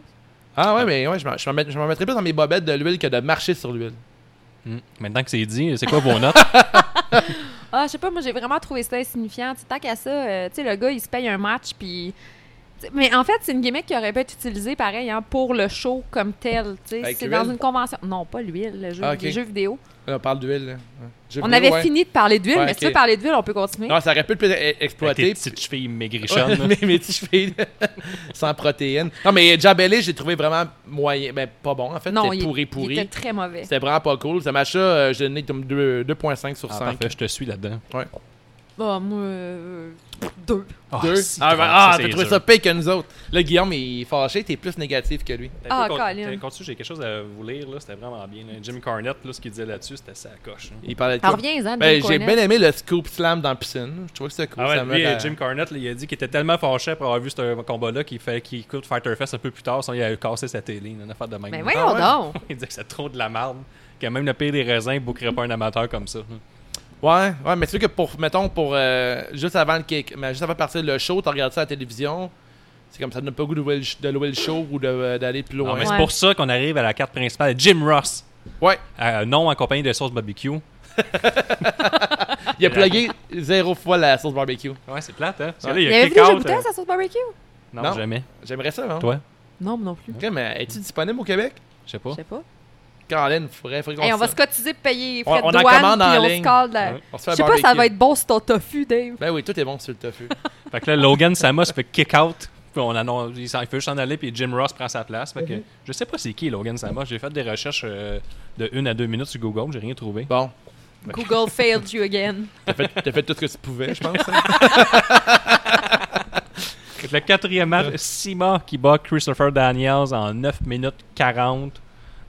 S1: Ah ouais, mais ouais, je m'en- je m'en met- je m'en mettrais plus dans mes bobettes de l'huile que de marcher sur l'huile.
S3: Hmm. Maintenant que c'est dit, c'est quoi vos notes?
S2: Ah, je sais pas, moi, j'ai vraiment trouvé ça insignifiant. Tu sais, tant qu'à ça, euh, tu sais, le gars, il se paye un match, puis. tu sais, Mais en fait, c'est une gimmick qui aurait pu être utilisée pareil hein, pour le show comme tel. tu sais.
S1: Avec
S2: C'est
S1: l'huile?
S2: dans une convention. Non, pas l'huile, le jeu,
S1: Ah, ok.
S2: les jeux vidéo.
S1: Là, on parle d'huile. là. Ouais. Jeux
S2: On
S1: vidéo,
S2: avait
S1: ouais.
S2: fini de parler d'huile,
S1: Ouais,
S2: mais
S1: ok.
S2: si tu veux parler d'huile, on peut continuer.
S1: Non, ça aurait pu être plus e-
S3: Avec tes
S1: exploité.
S3: petites chevilles
S1: Ouais,
S3: maigrichonnes. là.
S1: mes, mes petits chevilles sans protéines. Non, mais Jabelé, j'ai trouvé vraiment moyen. Ben, pas bon, en fait.
S2: non,
S1: C'était
S2: il,
S1: pourri,
S2: il
S1: pourri.
S2: était très mauvais.
S1: C'était vraiment pas cool. Ce match-là, euh, j'ai donné comme deux- 2.5 sur
S3: Ah,
S1: 5.
S3: parfait, je te suis là-dedans.
S2: Bah, moi, euh, deux.
S1: Deux. Ah, ben, ah, t'as trouvé ça pire que nous autres. Là, Guillaume, il est fâché, t'es plus négatif que lui.
S2: Ah, Colin.
S3: Continue, j'ai quelque chose à vous lire, là, c'était vraiment bien. là. Jim Carnett, là, ce qu'il disait là-dessus, c'était sa coche. hein.
S1: Il parlait de
S2: Alors,
S1: quoi?
S2: reviens-en,
S1: Ben,
S2: Jim
S1: j'ai
S2: Cornette.
S1: bien aimé le scoop slam dans la piscine. Je trouve que c'est cool.
S3: Ah ouais,
S1: ça me
S3: lui,
S1: rend-
S3: Jim Carnett, là, il a dit qu'il était tellement fâché pour avoir vu ce combat-là qu'il fallait qu'il écoute Fighter Fest un peu plus tard, sinon il a cassé sa télé. Il en a fait de même.
S2: Mais
S3: là.
S2: voyons
S1: Ah, ouais.
S2: donc.
S3: Il disait que c'est trop de la merde. Que même le pire des raisins ne bouquerait pas un amateur comme ça. hein.
S1: Ouais, ouais, mais tu sais que pour, mettons, pour euh, juste avant le kick, mais juste avant de partir le show, t'as regardé ça à la télévision. C'est comme ça, t'as pas le goût de louer le sh- de louer le show ou de, euh, d'aller plus
S3: Non,
S1: loin.
S3: mais
S2: Ouais.
S3: c'est pour ça qu'on arrive à la carte principale. Jim Ross,
S1: Ouais,
S3: euh, non accompagné de sauce barbecue.
S1: il a plugué zéro fois la sauce barbecue.
S3: Ouais, c'est plate, hein? Parce que
S1: Ouais.
S3: là, il
S2: Il
S3: y a
S2: avait vu
S3: kick
S2: les jeux
S3: out.
S2: bouteilles,
S3: euh,
S2: ça sauce barbecue?
S3: Non,
S1: Non.
S3: jamais.
S1: J'aimerais ça, non?
S3: Toi,
S2: Non, mais non plus.
S1: Ok, mais es-tu disponible au Québec?
S3: je sais pas.
S2: Je sais pas.
S1: Caroline, faudrait, faudrait qu'on
S2: Hey, on
S1: se-
S2: va se cotiser pour payer les
S1: On-
S2: frais
S1: on en
S2: de douane,
S1: commande en
S2: puis on se
S1: ligne.
S2: colle la-
S1: on se fait
S2: Je sais pas, ça
S1: barbecue.
S2: va être bon sur ton tofu, Dave.
S1: Ben oui, tout est bon sur le tofu.
S3: Fait que là, Logan Sama se fait kick out. Puis on annonce, il s'en- il fait juste s'en aller, puis Jim Ross prend sa place. Fait que
S1: Mm-hmm.
S3: je sais pas c'est qui Logan Sama. J'ai fait des recherches euh, de une à deux minutes sur Google, j'ai rien trouvé.
S1: bon,
S2: Google failed you again.
S1: t'as fait, t'as fait tout ce que tu pouvais, je pense. hein.
S3: Fait que le quatrième
S1: Euh.
S3: match, Sima qui bat Christopher Daniels en 9 minutes 40.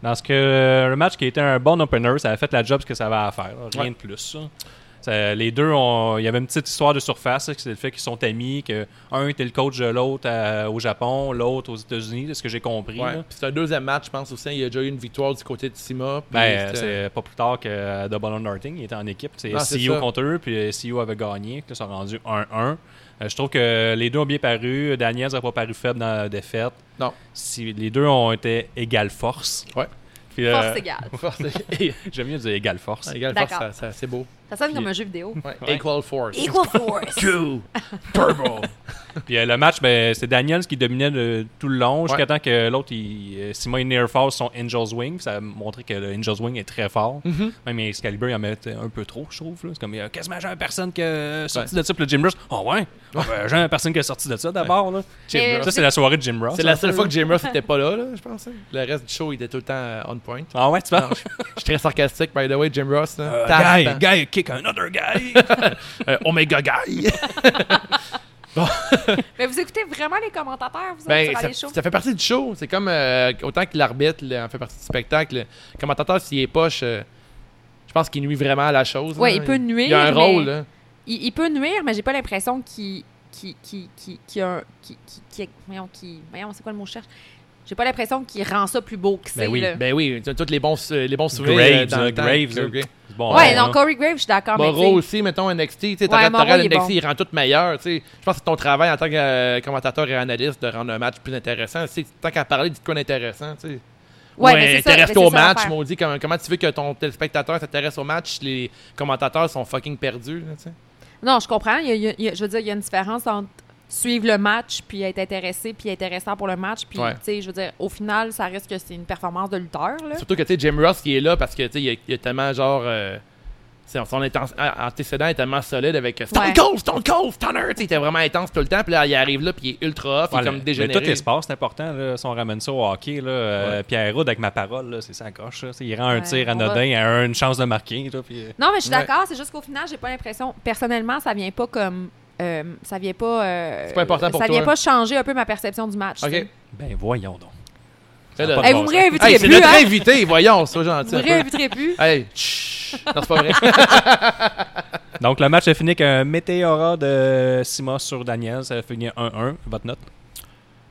S3: Dans ce que euh, le match qui était un bon opener, ça a fait la job ce que ça avait à faire. là. Rien
S1: Ouais.
S3: de plus. là. Ça- les deux, ont- il y avait une petite histoire de surface, là, que c'est le fait qu'ils sont amis, que un était le coach de l'autre à- au Japon, l'autre aux États-Unis, de ce que j'ai compris.
S1: Ouais.
S3: là.
S1: Puis c'est un deuxième match, je pense aussi. hein. Il y a déjà eu une victoire du côté de Sima. puis
S3: Ben,
S1: c'était-
S3: c'est pas plus tard que euh, Double or Nothing, il était en équipe. C'est
S1: Ah, c'est
S3: CEO
S1: ça.
S3: contre eux, puis euh, CEO avait gagné. Ils sont rendus 1-1. Euh, je trouve que les deux ont bien paru. Daniels n'a pas paru faible dans la défaite.
S1: Non.
S3: Si, les deux ont été égale force.
S1: Ouais.
S3: Puis, euh,
S2: Force égale.
S1: Force-
S3: J'aime mieux dire égale force.
S1: Ah, égal,
S2: D'accord.
S1: force, ça- ça- c'est beau.
S2: Ça sonne
S3: Puis-
S2: comme un jeu vidéo.
S1: Ouais.
S3: Ouais.
S1: Equal force.
S2: Equal force.
S1: Purple.
S3: Puis euh, le match, ben, c'est Daniels qui dominait de- tout le long jusqu'à
S1: Ouais.
S3: temps que l'autre, il- euh, Simon et Near Falls sont Angel's Wing. Ça a montré que le Angel's Wing est très fort.
S1: Mm-hmm.
S3: Même Excalibur, il en mettait un peu trop, je trouve. là. C'est comme, il y a quasiment jamais personne qui est sorti de ça. Puis le Jim Ross, oh ouais, Ah, ben, jamais personne qui est sorti de ça d'abord. là.
S1: Jim
S2: Mais-
S1: Ross.
S3: Ça, c'est la soirée de Jim Ross.
S1: C'est la
S3: hein.
S1: seule fois que Jim Ross n'était Ah, pas là, là, je pense. hein. Le reste du show, il était tout le temps euh, on point.
S3: Ah ouais, tu
S1: Non,
S3: parles?
S1: je je suis très sarcastique, by the way, Jim Ross. là.
S3: Euh,
S1: Tabarnak.
S3: guy, guy kick another guy.
S1: Euh, Omega Guy.
S2: Mais vous écoutez vraiment les commentateurs, vous
S1: Ben,
S2: autres, sur les
S1: ça,
S2: shows?
S1: ça fait partie du show. C'est comme euh, autant que l'arbitre là, en fait partie du spectacle. Le commentateur, s'il est poche, euh, je pense qu'il nuit vraiment à la chose.
S2: Ouais,
S1: là.
S2: il peut nuire,
S1: Il a un
S2: mais-
S1: rôle. là.
S2: Il, il peut nuire, mais j'ai pas l'impression qu'il qu'il- qu'il- qu'il- qu'il a un- qu'il- qu'il- qu'il- voyons, qu'il- voyons, c'est quoi le mot que je cherche? J'ai pas l'impression qu'il rend ça plus beau que c'est.
S3: oui,
S2: là.
S1: Ben oui, tu as tous les bons, sou- les bons souvenirs. euh,
S3: Graves,
S1: dans
S3: là,
S1: le temps.
S3: Graves. là.
S1: Graves.
S3: C'est bon,
S2: ouais,
S3: hein,
S2: non,
S3: là.
S2: Corey Graves, je suis d'accord, Ah, mais
S1: Moreau
S2: tu sais,
S1: aussi, mettons NXT. Tu sais,
S2: Ouais,
S1: t'arrêtes-
S2: Moreau,
S1: t'arrêtes
S2: il est
S1: NXT,
S2: bon.
S1: il rend tout meilleur. tu sais. Je pense que c'est ton travail en tant que euh, commentateur et analyste de rendre un match plus intéressant. Tu sais, tant qu'à parler, dites quoi d'intéressant. tu sais.
S2: Ouais, mais c'est ça, mais
S1: intéresse-toi
S2: c'est
S1: au
S2: ça
S1: match,
S2: l'affaire.
S1: maudit. Comment, comment tu veux que ton téléspectateur s'intéresse au match? si Les commentateurs sont fucking perdus. là, tu sais.
S2: Non, je comprends. Il y a- il y a- il y a- je veux dire, il y a une différence entre suivre le match, puis être intéressé, puis intéressant pour le match. Puis,
S1: Ouais.
S2: tu sais, je veux dire, au final, ça reste que c'est une performance de lutteur. Là.
S1: Surtout que tu sais, Jim Ross qui est là parce que tu sais, il y a- il y a tellement genre. euh, son son inten- a- antécédent est tellement solide avec euh, Stone
S2: Ouais.
S1: Cold, Stone Cold, Stunner. Tu sais, Il était vraiment intense tout le temps. Puis là, il arrive là, puis il est ultra off, il
S3: Ouais,
S1: est comme
S3: mais-
S1: dégénéré.
S3: Mais tout l'espace, c'est important. Là, si on ramène ça au hockey, là, euh,
S1: Ouais.
S3: Pierre Roud, avec ma parole, là, c'est ça coche. là. Il rend un
S2: Ouais,
S3: tir
S2: on
S3: anodin, il a une chance de marquer. là, puis, euh,
S2: Non, mais je suis
S1: Ouais.
S2: d'accord. C'est juste qu'au final, j'ai pas l'impression. Personnellement, ça vient pas comme euh, ça vient pas. euh,
S1: C'est pas important pour
S2: Ça vient
S1: toi.
S2: pas changer un peu ma perception du match. tu
S1: OK.
S2: sais.
S3: Ben voyons donc. Ça
S1: Fais-le.
S3: a pas de
S2: Hey,
S3: bon
S2: vous me
S3: sens.
S2: réinviterez
S1: Hey, c'est
S2: plus,
S1: notre
S2: hein?
S1: invité, voyons, sois gentil.
S2: Vous me
S1: un peu.
S2: réinviterez plus.
S1: Hey, chut. Non, c'est pas vrai.
S3: Donc, le match a fini avec un météora de Sima sur Daniel. Ça a fini 1-1. Votre note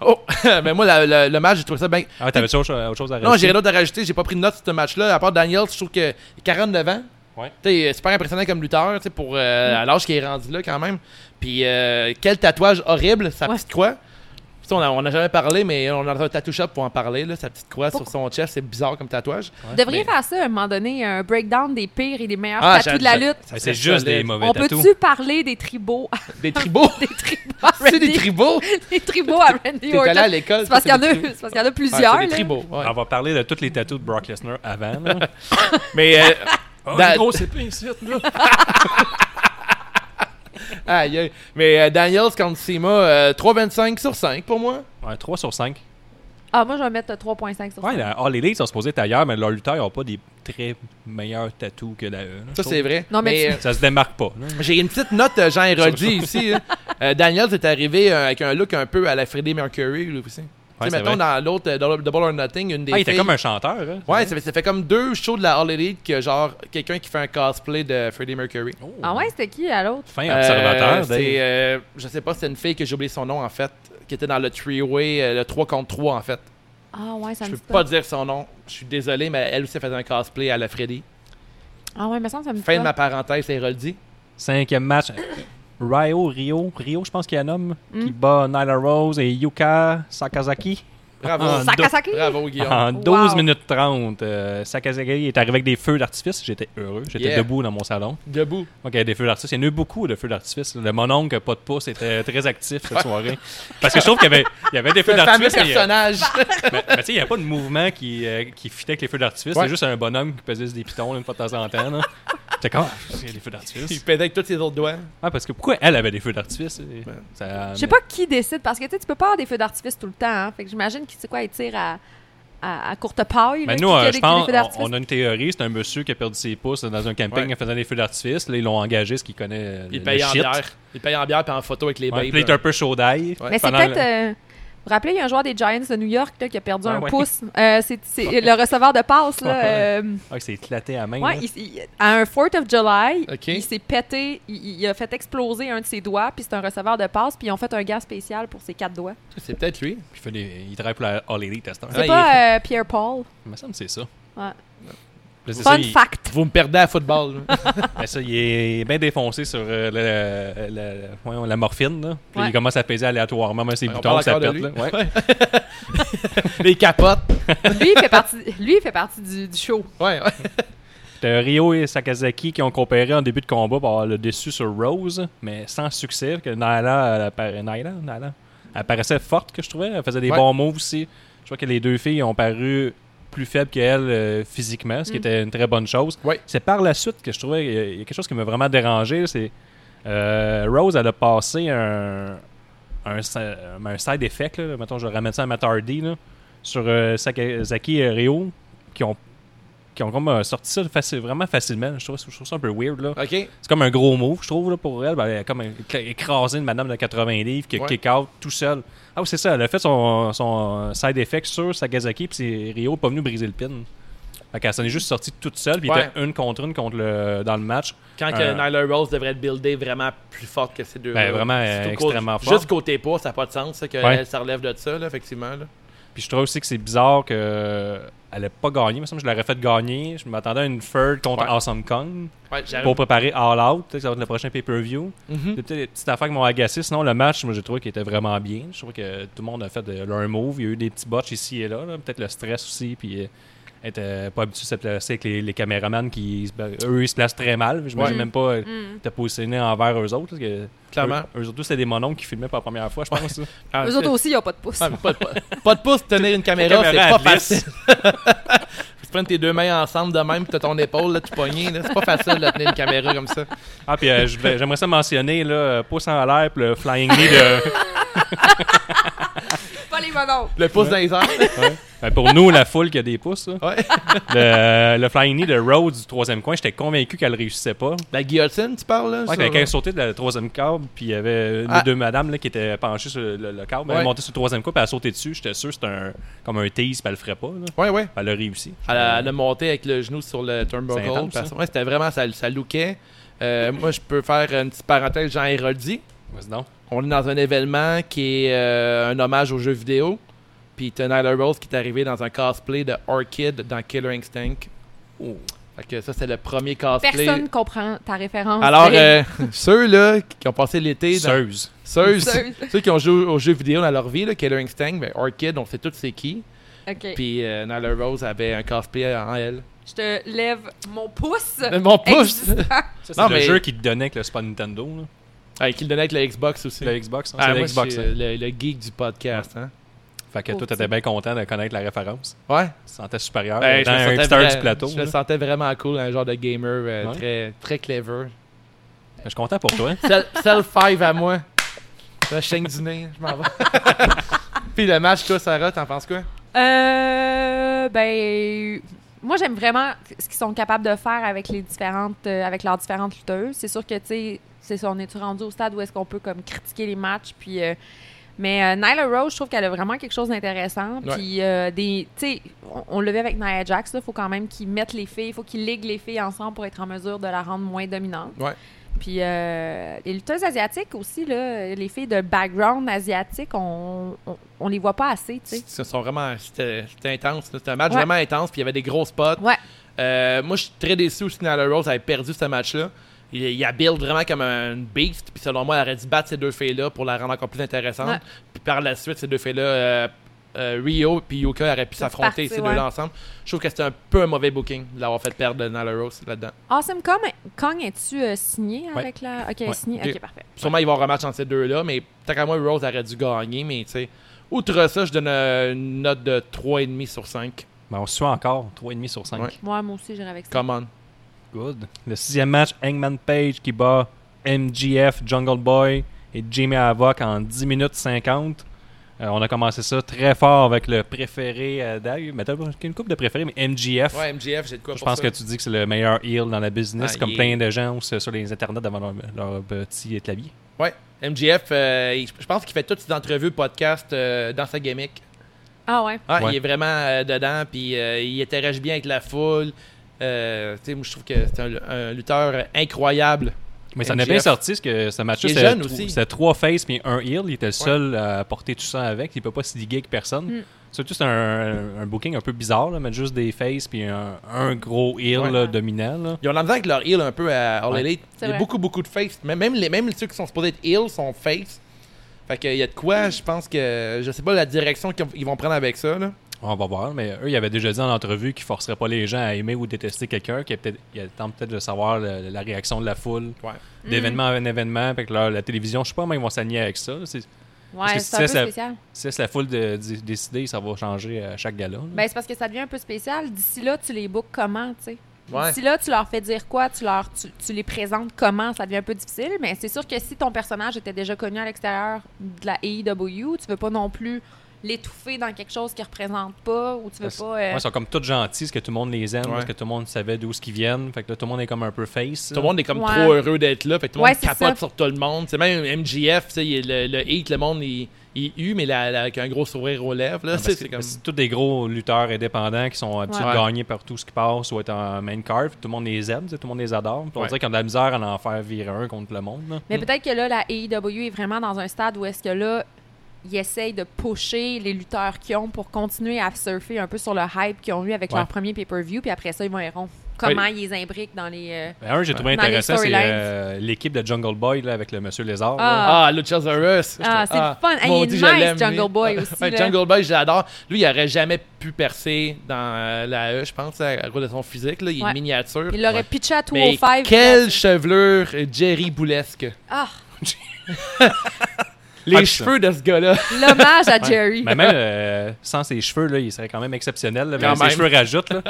S1: Oh, mais moi, la- la- le match, j'ai trouvé ça bien.
S3: Ah, t'avais autre, chose- autre chose à rajouter
S1: Non, j'ai rien d'autre à rajouter. J'ai pas pris de note sur ce match-là. À part Daniel, je trouve que 49 ans.
S3: Ouais.
S1: Tu sais, super impressionnant comme lutteur, tu sais, pour euh, à l'âge qu'il est rendu là quand même. Puis euh, quel tatouage horrible, sa
S2: Ouais.
S1: petite croix. Tu sais, on a, on a jamais parlé, mais on a un tatou shop pour en parler, là, sa petite croix sur son chest. C'est bizarre comme tatouage.
S2: Vous devriez
S1: mais-
S2: faire ça à un moment donné, un breakdown des pires et des meilleurs
S1: Ah,
S2: tatous de la
S1: j'ai-
S2: lutte.
S3: Ça, C'est juste des mauvais
S2: On
S3: tatous.
S2: peut-tu parler des tribaux?
S1: Des tribaux.
S2: des tribaux à
S1: c'est des
S2: Randy-
S1: tribaux.
S2: des tribaux à Randy
S1: T'es allé à
S2: Orton.
S1: l'école.
S2: C'est parce qu'il
S1: toi,
S2: y en a
S1: c'est des
S2: c'est parce qu'il y en a
S1: tribaux. Ouais,
S2: plusieurs.
S1: c'est des
S2: là.
S1: tribaux. ouais.
S3: On va parler de toutes les tatous de Brock Lesnar avant. là.
S1: Mais euh,
S3: Ah,
S1: Da-
S3: une grosse épée ici, là.
S1: aïe, aïe. Mais euh, Daniels contre Sima, euh, 3,25 sur 5 pour moi.
S3: Ouais, 3 sur 5.
S2: Ah, moi, je vais mettre 3.5 sur ça.
S3: Ouais, la All Elite sont supposés être ailleurs, mais leurs lutteurs n'ont pas des très meilleurs tatous que la E. là,
S1: Ça,
S3: je
S1: c'est vrai.
S2: Non, mais tu-
S1: euh,
S3: trouve. Ça se démarque pas. là.
S1: J'ai une petite note euh, Jean Héroldi ici. hein. Euh, Daniels est arrivé euh, avec un look un peu à la Freddie Mercury lui aussi.
S3: Ouais,
S1: tu sais,
S3: c'est
S1: mettons
S3: vrai.
S1: dans l'autre euh, Double Double or Nothing, une des
S3: Ah, il était
S1: filles-
S3: comme un chanteur. hein.
S1: Ouais, ça fait, ça fait comme deux shows de la All Elite que genre quelqu'un qui fait un cosplay de Freddie Mercury.
S3: Oh.
S2: Ah ouais, c'était qui à l'autre?
S3: Fin
S1: Euh,
S3: observateur.
S1: c'est,
S3: Dave.
S1: euh, je sais pas, c'est une fille que j'ai oublié son nom en fait, qui était dans le three-way, euh, le 3 contre 3 en fait.
S2: Ah ouais, ça
S1: Je
S2: me
S1: peux
S2: dit
S1: pas
S2: pas.
S1: dire son nom, je suis désolé, mais elle aussi faisait un cosplay à la Freddy.
S2: Ah ouais, me semble que ça me dit
S1: Fin
S2: pas.
S1: de ma parenthèse, c'est Héroldi.
S3: Cinquième match. Ryo, Rio, Rio, je pense qu'il y a un homme
S2: Hmm.
S3: qui bat Nyla Rose et Yuka Sakazaki.
S1: Bravo.
S3: Ah, Sac-
S2: Sakasaki?
S1: Bravo Guillaume.
S3: En 12
S2: Wow.
S3: minutes 30, euh, Sakazaki est arrivé avec des feux d'artifice. J'étais heureux. J'étais
S1: Yeah.
S3: debout dans mon salon.
S1: Debout.
S3: Donc, il y a des feux d'artifice. Il y en a eu beaucoup de feux d'artifice. Le mononcle, pas de pouce, était très actif cette soirée. Parce que je trouve qu'il y avait, il y avait des feux
S1: Le fameux
S3: d'artifice. mais il y a-
S1: personnage.
S3: Mais, mais tu sais, il n'y a pas de mouvement qui, euh, qui fitait avec les feux d'artifice.
S1: Ouais.
S3: C'est juste un bonhomme qui pesait des pitons une fois de temps en temps. là. J'étais comme, Ah, il y a des feux
S1: Il
S3: d'artifice.
S1: pédait avec tous ses autres doigts.
S3: Ah, parce que pourquoi elle avait des feux d'artifice? euh,
S1: Ben.
S3: ça-
S2: Je sais pas qui décide, parce que tu sais, tu peux pas avoir des feux d'artifice tout le temps. hein. Fait que j'imagine qu'ils, tu sais quoi, ils tirent à, à, à courte paille.
S3: Mais
S2: là,
S3: nous,
S2: qui- qui a
S3: euh,
S2: des-
S3: je
S2: des
S3: pense,
S2: feux
S3: on,
S2: d'artifice.
S3: on a une théorie. C'est un monsieur qui a perdu ses pouces dans un camping
S1: Ouais.
S3: en faisant des feux d'artifice. Là, ils l'ont engagé, ce qu'il connaît. euh,
S1: Il
S3: le
S1: paye en
S3: shit.
S1: bière. Il paye en bière puis en photo avec les
S3: Ouais, puis
S1: babes.
S3: là, il est un peu chaud d'ail.
S1: Ouais.
S2: Mais c'est
S3: Pendant
S2: peut-être.
S3: le-
S2: euh, vous vous rappelez, il y a un joueur des Giants de New York là, qui a perdu
S3: Ah
S2: un
S3: ouais.
S2: pouce. Euh, c'est, c'est le receveur de passe. Là,
S3: Ouais.
S2: euh,
S3: Ah, c'est éclaté à main.
S2: ouais,
S3: là.
S2: il- il- à un 4th of July,
S1: Ok.
S2: il s'est pété, il, il a fait exploser un de ses doigts, puis c'est un receveur de passe, puis ils ont fait un gars spécial pour ses quatre doigts.
S1: C'est peut-être lui.
S3: Puis il, fait des- il travaille pour la All Elite à cette heure.
S1: Ouais,
S2: C'est
S1: il-
S2: pas euh, Pierre Paul.
S3: Il me semble que c'est ça.
S2: Ouais.
S3: Là, c'est ça,
S2: Fun
S3: il-
S2: fact.
S1: Vous me perdez à football. là.
S3: Ben ça, il est, il est bien défoncé sur euh, le- le- le- voyons, la morphine. Là. Puis
S2: Ouais.
S3: Il commence à peser aléatoirement, même ses
S1: On
S3: boutons,
S1: parle
S3: ça
S1: encore
S3: pète.
S1: de
S3: Là.
S1: lui.
S3: Ouais.
S1: les capotes.
S2: Lui, il fait partie, lui, il fait partie du, du show.
S1: Ouais, ouais.
S3: T'as Rio et Sakazaki qui ont coopéré en début de combat pour avoir le dessus sur Rose, mais sans succès. Que euh, Naila, elle appara- Naila, Naila, elle paraissait forte, que je trouvais. Elle faisait des
S1: Ouais.
S3: bons moves aussi. Je crois que les deux filles ont paru plus faibles qu'elle euh, physiquement, ce qui était une très bonne chose.
S1: Mm. Ouais.
S3: C'est par la suite que je trouvais il y a- il y, a quelque chose qui m'a vraiment dérangé. C'est euh, Rose, elle a passé un, un, si- un side effect. Là, mettons, je ramène ça à Matt Hardy là, sur euh, Sakazaki et Rio qui ont qui ont comme euh, sorti ça faci- vraiment facilement. Je trouve, je trouve ça un peu weird. là.
S1: OK.
S3: C'est comme un gros move, je trouve, là, pour elle. Ben, elle a comme écla- écrasé une madame de 80 livres qui a
S1: Ouais.
S3: kick out tout seul. Ah oui, c'est ça. Elle a fait son, son side effect sur Sakazaki, puis c'est Rio pas venu briser le pin. Fait qu'elle s'en est juste sortie toute seule, puis il
S1: Ouais.
S3: était une contre une contre le, dans le match.
S1: Quand
S3: Euh,
S1: que Nyla Rose devrait être buildée vraiment plus forte que ces deux
S3: Ben, vraiment, euh, extrêmement forte.
S1: Juste côté poids, ça n'a pas de sens ça, que
S3: Ouais.
S1: elle, ça relève de ça, là, effectivement. là.
S3: Puis je trouve aussi que c'est bizarre que euh, elle ait pas gagné. Il me semble que je l'aurais fait gagner. Je m'attendais à une third contre
S1: Ouais.
S3: Awesome Kong
S1: Ouais, j'arrive.
S3: pour préparer All Out. Peut-être que ça va être le prochain pay-per-view.
S1: Mhm.
S3: C'est peut-être des petites affaires qui m'ont agacé. Sinon, le match, moi, j'ai trouvé qu'il était vraiment bien. Je trouve que tout le monde a fait de leur move. Il y a eu des petits botches ici et là. là. Peut-être le stress aussi. Puis, euh, être euh, pas habitué de se placer avec les, les caméramans qui, se ba- eux, ils se placent très mal. Je
S1: Ouais.
S3: même pas
S2: Mm.
S3: euh, te positionner envers eux autres. parce que
S1: Clairement.
S3: Eux, eux autres, tous, c'était des mononcles qui filmaient pour la première fois, je pense. ça.
S1: Ah,
S2: Eux
S1: c'est-
S2: autres aussi, ils n'ont pas de pouce.
S1: Ah, mais pas, de, pas- pas de pouce, tenir une caméra, c'est
S3: caméra
S1: pas
S3: à glisse.
S1: facile. Tu prends tes deux mains ensemble de même, puis t'as ton épaule, là, tu pognes, là. C'est pas facile de tenir une caméra comme ça.
S3: Ah, puis euh, je voulais- j'aimerais ça mentionner, là, euh, pouce en l'air, puis le flying knee de.
S2: Pas les mon oncle.
S1: Le pouce dans les airs.
S3: Ouais. Ben, pour nous, la foule qui a des pouces, là.
S1: Ouais.
S3: le, le Flying Knee de Rhodes du troisième coin, j'étais convaincu qu'elle réussissait pas.
S1: La guillotine, tu parles, là?
S3: Ouais,
S1: sur-
S3: quand elle sautait de la troisième câble, puis il y avait les
S1: Ah.
S3: deux madames là, qui étaient penchées sur le, le câble.
S1: Ouais.
S3: Elle montait sur le troisième câble, puis elle sautait dessus. J'étais sûr que c'était un, comme un tease, puis elle le ferait pas. là.
S1: ouais, ouais.
S3: Elle a réussi.
S1: Elle a, elle a monté avec le genou sur le turnbuckle.
S3: C'est intense,
S1: parce-
S3: ça.
S1: ouais, c'était vraiment, ça, ça lookait. Euh, moi, je peux faire une petite parenthèse, Jean Héroldi.
S3: Vas-y donc.
S1: On est dans un événement qui est euh, un hommage aux jeux vidéo. Puis t'as Nyla Rose qui est arrivée dans un cosplay de Orchid dans Killer Instinct. Oh. Fait que ça, c'est le premier cosplay.
S2: Personne comprend ta référence.
S1: Alors,
S2: Hey.
S1: euh, ceux-là qui ont passé l'été dans
S3: Seuse.
S1: Seuse.
S2: Seuse.
S1: ceux qui ont joué aux jeux vidéo dans leur vie, là, Killer Instinct, ben, Orchid, on sait tous c'est qui.
S2: OK.
S1: Puis euh, Nyla Rose avait un cosplay en elle.
S2: Je te lève mon pouce.
S1: Mon pouce!
S2: Existant.
S3: Ça, c'est
S1: Non,
S3: le
S1: mais-
S3: jeu qui te donnait avec le Super Nintendo. Là.
S1: Avec qui le donnait avec la Xbox aussi.
S3: Le Xbox. hein,
S1: Ah,
S3: c'est
S1: moi,
S3: le Xbox.
S1: je suis,
S3: hein.
S1: euh, le, le geek du podcast, hein?
S3: Fait que
S2: Oh,
S3: toi,
S2: petit.
S3: t'étais bien content de connaître la référence.
S1: Ouais.
S3: Tu te sentais supérieur
S1: Ben,
S3: euh, dans un hipster
S1: vra-
S3: du plateau.
S1: je
S3: là.
S1: me sentais vraiment cool, un genre de gamer euh,
S3: Ouais.
S1: très, très clever.
S3: Ben, Je suis content pour toi.
S1: Cell- Cell 5 à moi. La chaîne du nez, je m'en vais. Puis le match, toi, Sarah, t'en penses quoi?
S2: Euh, ben, moi j'aime vraiment ce qu'ils sont capables de faire avec les différentes, euh, avec leurs différentes lutteuses. C'est sûr que tu sais, c'est ça, on est rendu au stade où est-ce qu'on peut comme critiquer les matchs, puis. euh, mais euh, Nyla Rose, je trouve qu'elle a vraiment quelque chose d'intéressant.
S1: Ouais.
S2: Puis, euh, des, tu sais, on, on le vit avec Nia Jax, il faut quand même qu'ils mettent les filles, il faut qu'ils liguent les filles ensemble pour être en mesure de la rendre moins dominante.
S1: Ouais.
S2: Puis euh, les lutteuses asiatiques aussi, là, les filles de background asiatique, on, on, on les voit pas assez, tu sais.
S1: Ce sont vraiment. C'était c'était intense. là. C'était un match
S2: Ouais.
S1: vraiment intense, puis il y avait des gros spots.
S2: Ouais.
S1: Euh, moi, je suis très déçu aussi que Nyla Rose avait perdu ce match-là. Il, il la build vraiment comme une beast, puis selon moi, elle aurait dû battre ces deux filles-là pour la rendre encore plus intéressante.
S2: Ouais.
S1: Puis par la suite, ces deux filles-là, euh, euh, Rio puis Yuka auraient pu s'affronter,
S2: parti,
S1: ces
S2: ouais.
S1: deux-là ensemble. Je trouve que c'était un peu un mauvais booking de l'avoir fait perdre Nyla Rose là-dedans.
S2: Awesome Ah, Kong, Kong es-tu euh, signé avec la. Ok,
S3: Ouais.
S2: signé.
S1: Ok.
S2: Ok, parfait.
S1: Sûrement, ils vont rematch entre ces deux-là, mais tant qu'à moi, Rose aurait dû gagner, mais tu sais. Outre ça, je donne euh, une note de 3,5 sur 5.
S3: Ben, on se suit encore. 3,5 sur 5.
S1: Ouais.
S2: Moi, moi aussi, j'irai avec ça.
S1: Come on.
S3: Good. Le sixième match, Hangman Page qui bat MGF, Jungle Boy et Jimmy Havoc en 10 minutes 50. Euh, on a commencé ça très fort avec le préféré à Dave. Mais t'as pas- une coupe de préférés, mais MGF.
S1: Ouais, MGF, j'ai de quoi
S3: Je
S1: pour
S3: pense
S1: ça.
S3: que tu dis que c'est le meilleur heel dans la business,
S1: Ah,
S3: comme
S1: il
S3: plein de gens sur sur les internets devant leur, leur petit clavier.
S1: Ouais. MGF, euh, il- je pense qu'il fait toutes ses entrevues podcast euh, dans sa gimmick.
S2: Ah ouais.
S1: Ah,
S3: Ouais.
S1: Il est vraiment euh, dedans, puis euh, il interagit bien avec la foule. Euh, tu sais, moi, je trouve que c'est un, un lutteur euh, incroyable.
S3: Mais ça en
S1: MJF.
S3: est bien sorti, parce que ce match-là,
S1: Il est
S3: c'était
S1: jeune
S3: tro-
S1: aussi.
S3: c'était trois faces puis un heel. Il était le seul à porter tout ça avec. Il peut pas se liguer avec personne.
S2: Mm.
S3: Surtout, c'est un, un booking un peu bizarre, là, mettre juste des faces puis un, un gros heel
S1: Ouais.
S3: là, dominant. là.
S1: Ils ont l'impression que leur heel un peu à All
S3: Ouais.
S1: Elite. Il y
S2: C'est
S1: a
S2: vrai.
S1: beaucoup, beaucoup de face. Même, même, les, même ceux qui sont supposés être heel sont face. Fait qu'il y a de quoi, je pense que. Je sais pas la direction qu'ils ils vont prendre avec ça. Là.
S3: On va voir. Mais eux, ils avaient déjà dit en entrevue qu'ils forceraient pas les gens à aimer ou détester quelqu'un. qu'ils peut tentent peut-être de savoir le- la réaction de la foule
S1: Ouais.
S3: d'événement en événement. Fait que là, la télévision, je sais pas, mais ils vont s'aligner avec ça. là. C'est- Parce
S2: Ouais,
S3: que
S2: c'est un
S3: si
S2: peu
S3: ça-
S2: spécial.
S3: Si c'est la foule de, d- décider, ça va changer à chaque gala. là.
S2: Ben, c'est parce que ça devient un peu spécial. D'ici là, tu les bookes comment, tu sais?
S1: Ouais.
S2: D'ici là, tu leur fais dire quoi? Tu, leur, tu, tu les présentes comment? Ça devient un peu difficile, mais c'est sûr que si ton personnage était déjà connu à l'extérieur de la AEW, tu veux pas non plus l'étouffer dans quelque chose qui représente pas ou tu veux
S3: Parce-
S2: pas. euh,
S3: Ouais, ils sont comme tous gentils, parce que tout le monde les aime,
S1: Ouais.
S3: parce que tout le monde savait d'où ce qu'ils viennent. Fait que là, tout le monde est comme un peu face.
S1: Tout le monde est comme
S2: Ouais.
S1: trop heureux d'être là. Fait que tout le
S2: Ouais,
S1: monde
S2: c'est
S1: capote
S2: ça.
S1: sur tout le monde. C'est même MGF, tu sais, il est le, le hate, le monde, il, il hue, mais la- la- avec un gros sourire aux lèvres. Là,
S3: Ah,
S1: tu sais,
S3: parce que-
S1: c'est comme...
S3: parce que C'est tous des gros lutteurs indépendants qui sont habitués
S1: Ouais.
S3: de gagner par tout ce qui passe ou être en main card. Puis Tout le monde les aime, tu sais, tout le monde les adore. Puis On
S1: Ouais.
S3: dirait qu'ils ont de la misère à en faire virer un contre le monde. là.
S1: Mm.
S2: Mais peut-être que là, la AEW est vraiment dans un stade où est-ce que là, ils essayent de pusher les lutteurs qu'ils ont pour continuer à surfer un peu sur le hype qu'ils ont eu avec
S3: Ouais.
S2: leur premier pay-per-view, puis après ça, ils vont iront. Comment ils les imbriquent dans les. euh,
S3: Ben, un, j'ai trouvé
S2: Dans les
S3: intéressant, c'est
S2: storylines.
S3: euh, l'équipe de Jungle Boy là, avec le Monsieur Lézard. là.
S1: Ah, Luchasaurus!
S2: Ah, c'est le fun. Hey, il est
S1: Maudit, je
S2: nice,
S1: l'aime, lui.
S2: Jungle Boy aussi,
S1: Ouais,
S2: là.
S1: Jungle Boy, je l'adore. Lui, il aurait jamais pu percer dans euh, la E, je pense, à à cause de son physique. Là. Il est
S2: Ouais.
S1: miniature.
S2: Ils l'auraient pitché à
S1: Mais
S2: 205.
S1: quelle chevelure euh, Jerry Boulesque!
S2: Ah!
S1: Les
S3: Ah, puis
S1: cheveux de ce gars-là.
S2: L'hommage à
S3: Ouais.
S2: Jerry.
S3: Mais même euh, sans ses cheveux, là, il serait quand même exceptionnel. là, mais
S1: Quand
S3: ses
S1: même.
S3: cheveux rajoutent. Là.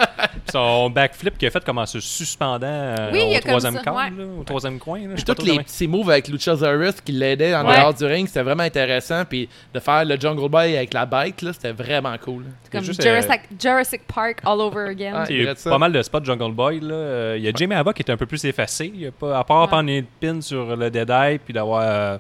S3: Son backflip qu'il a fait comme en se suspendant euh,
S2: Oui, il y
S3: au,
S2: a comme
S3: troisième
S2: ça,
S3: cadre,
S2: ouais.
S3: là, au troisième coin. là, je sais pas
S1: Tous
S3: trop
S1: les
S3: comment-
S1: petits moves avec Luchasaurus qui l'aidait en
S2: Ouais.
S1: dehors du ring, c'était vraiment intéressant. Puis de faire le Jungle Boy avec la bike, là, c'était vraiment cool.
S2: C'est comme
S3: juste,
S2: Jurassic, Jurassic Park all over again.
S1: euh, Ouais.
S3: Il y a eu
S1: Regarde Ah, ça.
S3: pas mal de spots Jungle Boy. Là. Euh, Il y a Jamie Abba qui était un peu plus effacé. Il y a pas, à part
S2: Ouais.
S3: prendre une pin sur le Deadeye puis d'avoir euh,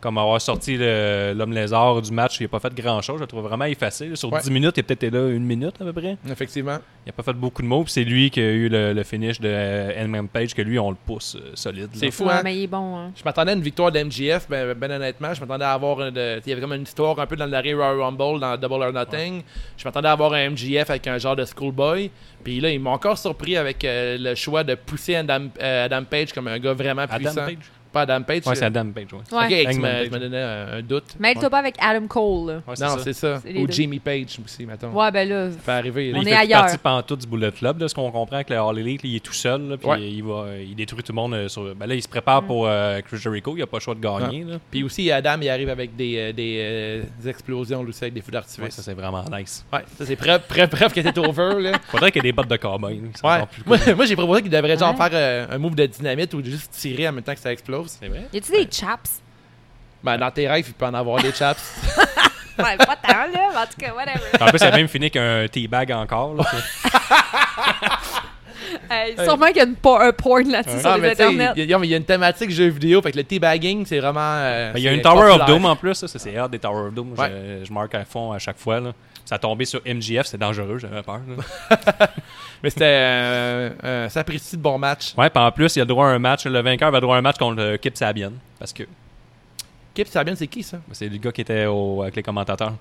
S3: comme avoir sorti le- l'homme lézard du match, il n'a pas fait grand-chose. Je le trouve vraiment effacé. là. Sur
S1: Ouais.
S3: 10 minutes, il a peut-être été là une minute à peu près.
S1: Effectivement.
S3: Il n'a pas fait beaucoup de mots. puis C'est lui qui a eu le, le finish de euh, NMM Page que lui, on le pousse euh, solide. là.
S1: C'est fou,
S2: Ouais,
S1: hein?
S2: mais il est bon. hein.
S1: Je m'attendais à une victoire d'MGF, ben, ben honnêtement, je m'attendais à avoir une de- il y avait comme une histoire un peu dans l'arrêt Royal Rumble dans Double or Nothing. Je m'attendais à avoir un MGF avec un genre de schoolboy. Puis là, ils m'ont encore surpris avec euh, le choix de pousser Adam, euh, Adam Page comme un gars vraiment
S3: Adam
S1: puissant.
S3: Page?
S1: Pas Adam Page.
S3: Ouais, c'est
S1: euh,
S3: Adam Page. Ouais.
S2: Ouais.
S1: Ok, je
S3: Hangman
S1: me,
S3: Page.
S1: je me donnais un, un doute.
S2: Mais il
S3: Ouais.
S2: pas avec Adam Cole. là.
S3: Ouais, c'est
S1: non,
S3: ça.
S1: c'est ça.
S2: C'est les
S1: Ou
S2: deux.
S1: Jamie Page aussi, mettons.
S2: Ouais, ben là.
S1: Ça fait arriver.
S3: Là,
S1: là.
S2: On
S3: il
S2: est
S3: fait plus
S2: ailleurs.
S3: partie pantoute du Bullet Club. Là, ce qu'on comprend avec le All Elite, là, il est tout seul. là, puis
S1: Ouais.
S3: il, va, il détruit tout le monde. euh, sur, ben là, il se prépare pour euh, Chris Jericho. Il n'a pas le choix de gagner. là.
S1: Puis aussi, Adam, il arrive avec des, euh, des, euh, des explosions, lui aussi, avec des feux d'artifice.
S3: Ouais, ça, c'est vraiment nice.
S1: Ouais, ça, c'est preuve, preuve, preuve que t'es over, là.
S3: Faudrait qu'il y ait des bottes de cowboy. là, c'est
S1: Ouais.
S3: encore plus cool.
S1: Moi, moi, j'ai proposé qu'il devrait genre
S2: Ouais.
S1: faire euh, un move de dynamite ou juste tirer en même temps que ça explose.
S3: C'est vrai.
S2: Y a-tu des chaps?
S1: Ben, dans tes rêves, il peut en avoir des chaps.
S2: Ouais, pas tant, là. mais En tout cas, whatever.
S3: En plus, ça a même fini qu'un teabag encore. là, ça.
S2: Hey, sûrement qu'il y a une por- un porn là-dessus sur
S1: Ah,
S2: les
S1: mais tu sais,
S2: internets.
S1: il y, a- il y a une thématique jeu vidéo, fait que le teabagging, c'est vraiment. euh,
S3: Ben, Il y a une
S1: c'est
S3: Tower of
S1: populaire.
S3: Doom en plus. ça, ça, c'est hard des Tower of Doom. Je, je marque à fond à chaque fois. là. Ça a tombé sur MGF. C'est dangereux. J'avais peur. là.
S1: Mais c'était. Euh, euh, ça apprécie de bons matchs.
S3: Ouais, puis en plus, il a droit à un match. Le vainqueur va droit à un match contre euh, Kip Sabian. Parce que
S1: Kip Sabian, c'est qui ça
S3: ben, c'est le gars qui était au- avec les commentateurs.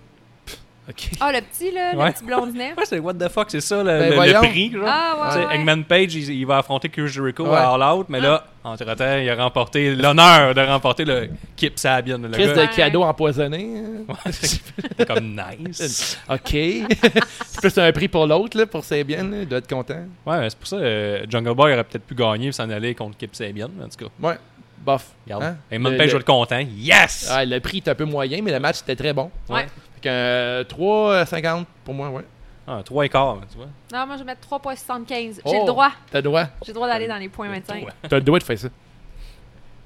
S1: Ok.
S2: Ah, le petit, là,
S3: Ouais.
S2: le petit blondinet.
S3: Ouais, c'est what the fuck, c'est ça le,
S1: Ben
S3: le- le
S1: voyons.
S3: prix. Genre.
S2: Ah,
S3: Tu
S2: ouais.
S3: sais,
S2: ouais.
S3: Eggman Page, il, il va affronter Chris Jericho
S1: Ouais. Ah.
S3: à All Out, mais là, en temps, il a remporté l'honneur de remporter le Kip Sabian. Le
S1: Chris
S3: gars,
S1: de cadeau empoisonné. hein?
S3: c'est comme nice.
S1: Ok. c'est plus un prix pour l'autre, là, pour Sabian, là. il doit être content.
S3: Ouais, mais c'est pour ça euh, Jungle Boy aurait peut-être pu gagner et s'en aller contre Kip Sabian, en tout cas.
S1: Ouais. Bof.
S3: Regarde.
S1: Hein?
S3: Eggman
S1: Le-
S3: Page
S1: le-
S3: va le content. Yes!
S1: Ah, le prix est un peu moyen, mais le match était très bon.
S2: Ouais.
S1: Fait que euh, 3,50 pour moi, ouais.
S3: Ah, trois écarts, tu vois.
S2: Non, moi, je vais mettre 3,75. J'ai
S1: Oh,
S2: le droit.
S1: T'as le droit.
S2: J'ai le droit d'aller dans les points 25.
S3: Ouais.
S1: T'as le droit de faire ça.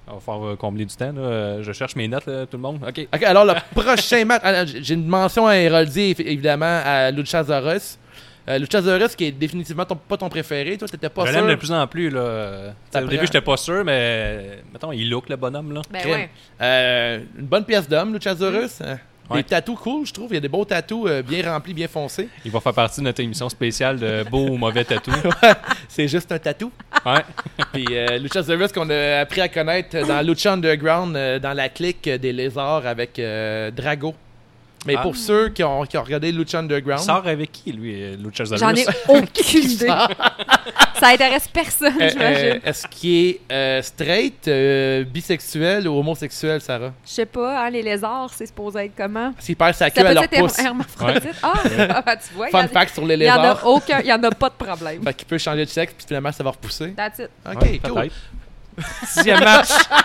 S3: On va faire euh, combler du temps. Là. Euh, Je cherche mes notes, là, tout le monde. OK.
S1: OK, alors le prochain match, ah, j'ai j'ai une mention à hérolder évi- évidemment à Luchasaurus. Euh, Luchasaurus qui est définitivement ton- pas ton préféré, toi t'étais pas
S3: je
S1: sûr.
S3: l'aime de plus en plus. Là. Tu sais, Au
S1: T'apprends.
S3: début, j'étais pas sûr, mais mettons, il look le bonhomme. là.
S2: Ben
S1: Crème.
S2: ouais.
S1: Euh, une bonne pièce d'homme Luchasaurus. Hein.
S3: Ouais.
S1: Des tatous cool, je trouve, il y a des beaux tatous euh, bien remplis, bien foncés.
S3: Il va faire partie de notre émission spéciale de beau ou mauvais tatou.
S1: C'est juste un tatou.
S3: Ouais.
S1: Puis euh, Luchasaurus qu'on a appris à connaître dans Lucha Underground euh, dans la clique euh, des lézards avec euh, Drago. Mais
S3: Ah.
S1: pour ceux qui ont, qui ont regardé Lucha Underground,
S3: Il sort avec qui, lui, euh, Luchasaurus?
S2: J'en ai aucune idée. Ça intéresse personne,
S3: Eh,
S1: euh, euh,
S2: j'imagine.
S1: est-ce qu'il est euh, straight, euh, bisexuel ou homosexuel, Sarah?
S2: Je sais pas, hein, les lézards, c'est supposé être comment?
S1: S'ils perdent sa
S2: Ça
S1: queue à
S2: peut
S1: leur
S2: être her-
S1: pouce.
S2: hermaphrodite. Ah, ben, tu vois, il y,
S1: Fun
S2: en a-
S1: fact sur les
S2: il y en a
S1: lézards.
S2: aucun, il y en a pas de problème.
S1: Fait qu'il peut changer de sexe, puis finalement, ça va repousser.
S2: That's it.
S1: Ok,
S3: Ouais,
S1: cool.
S3: peut-être. Sixième match.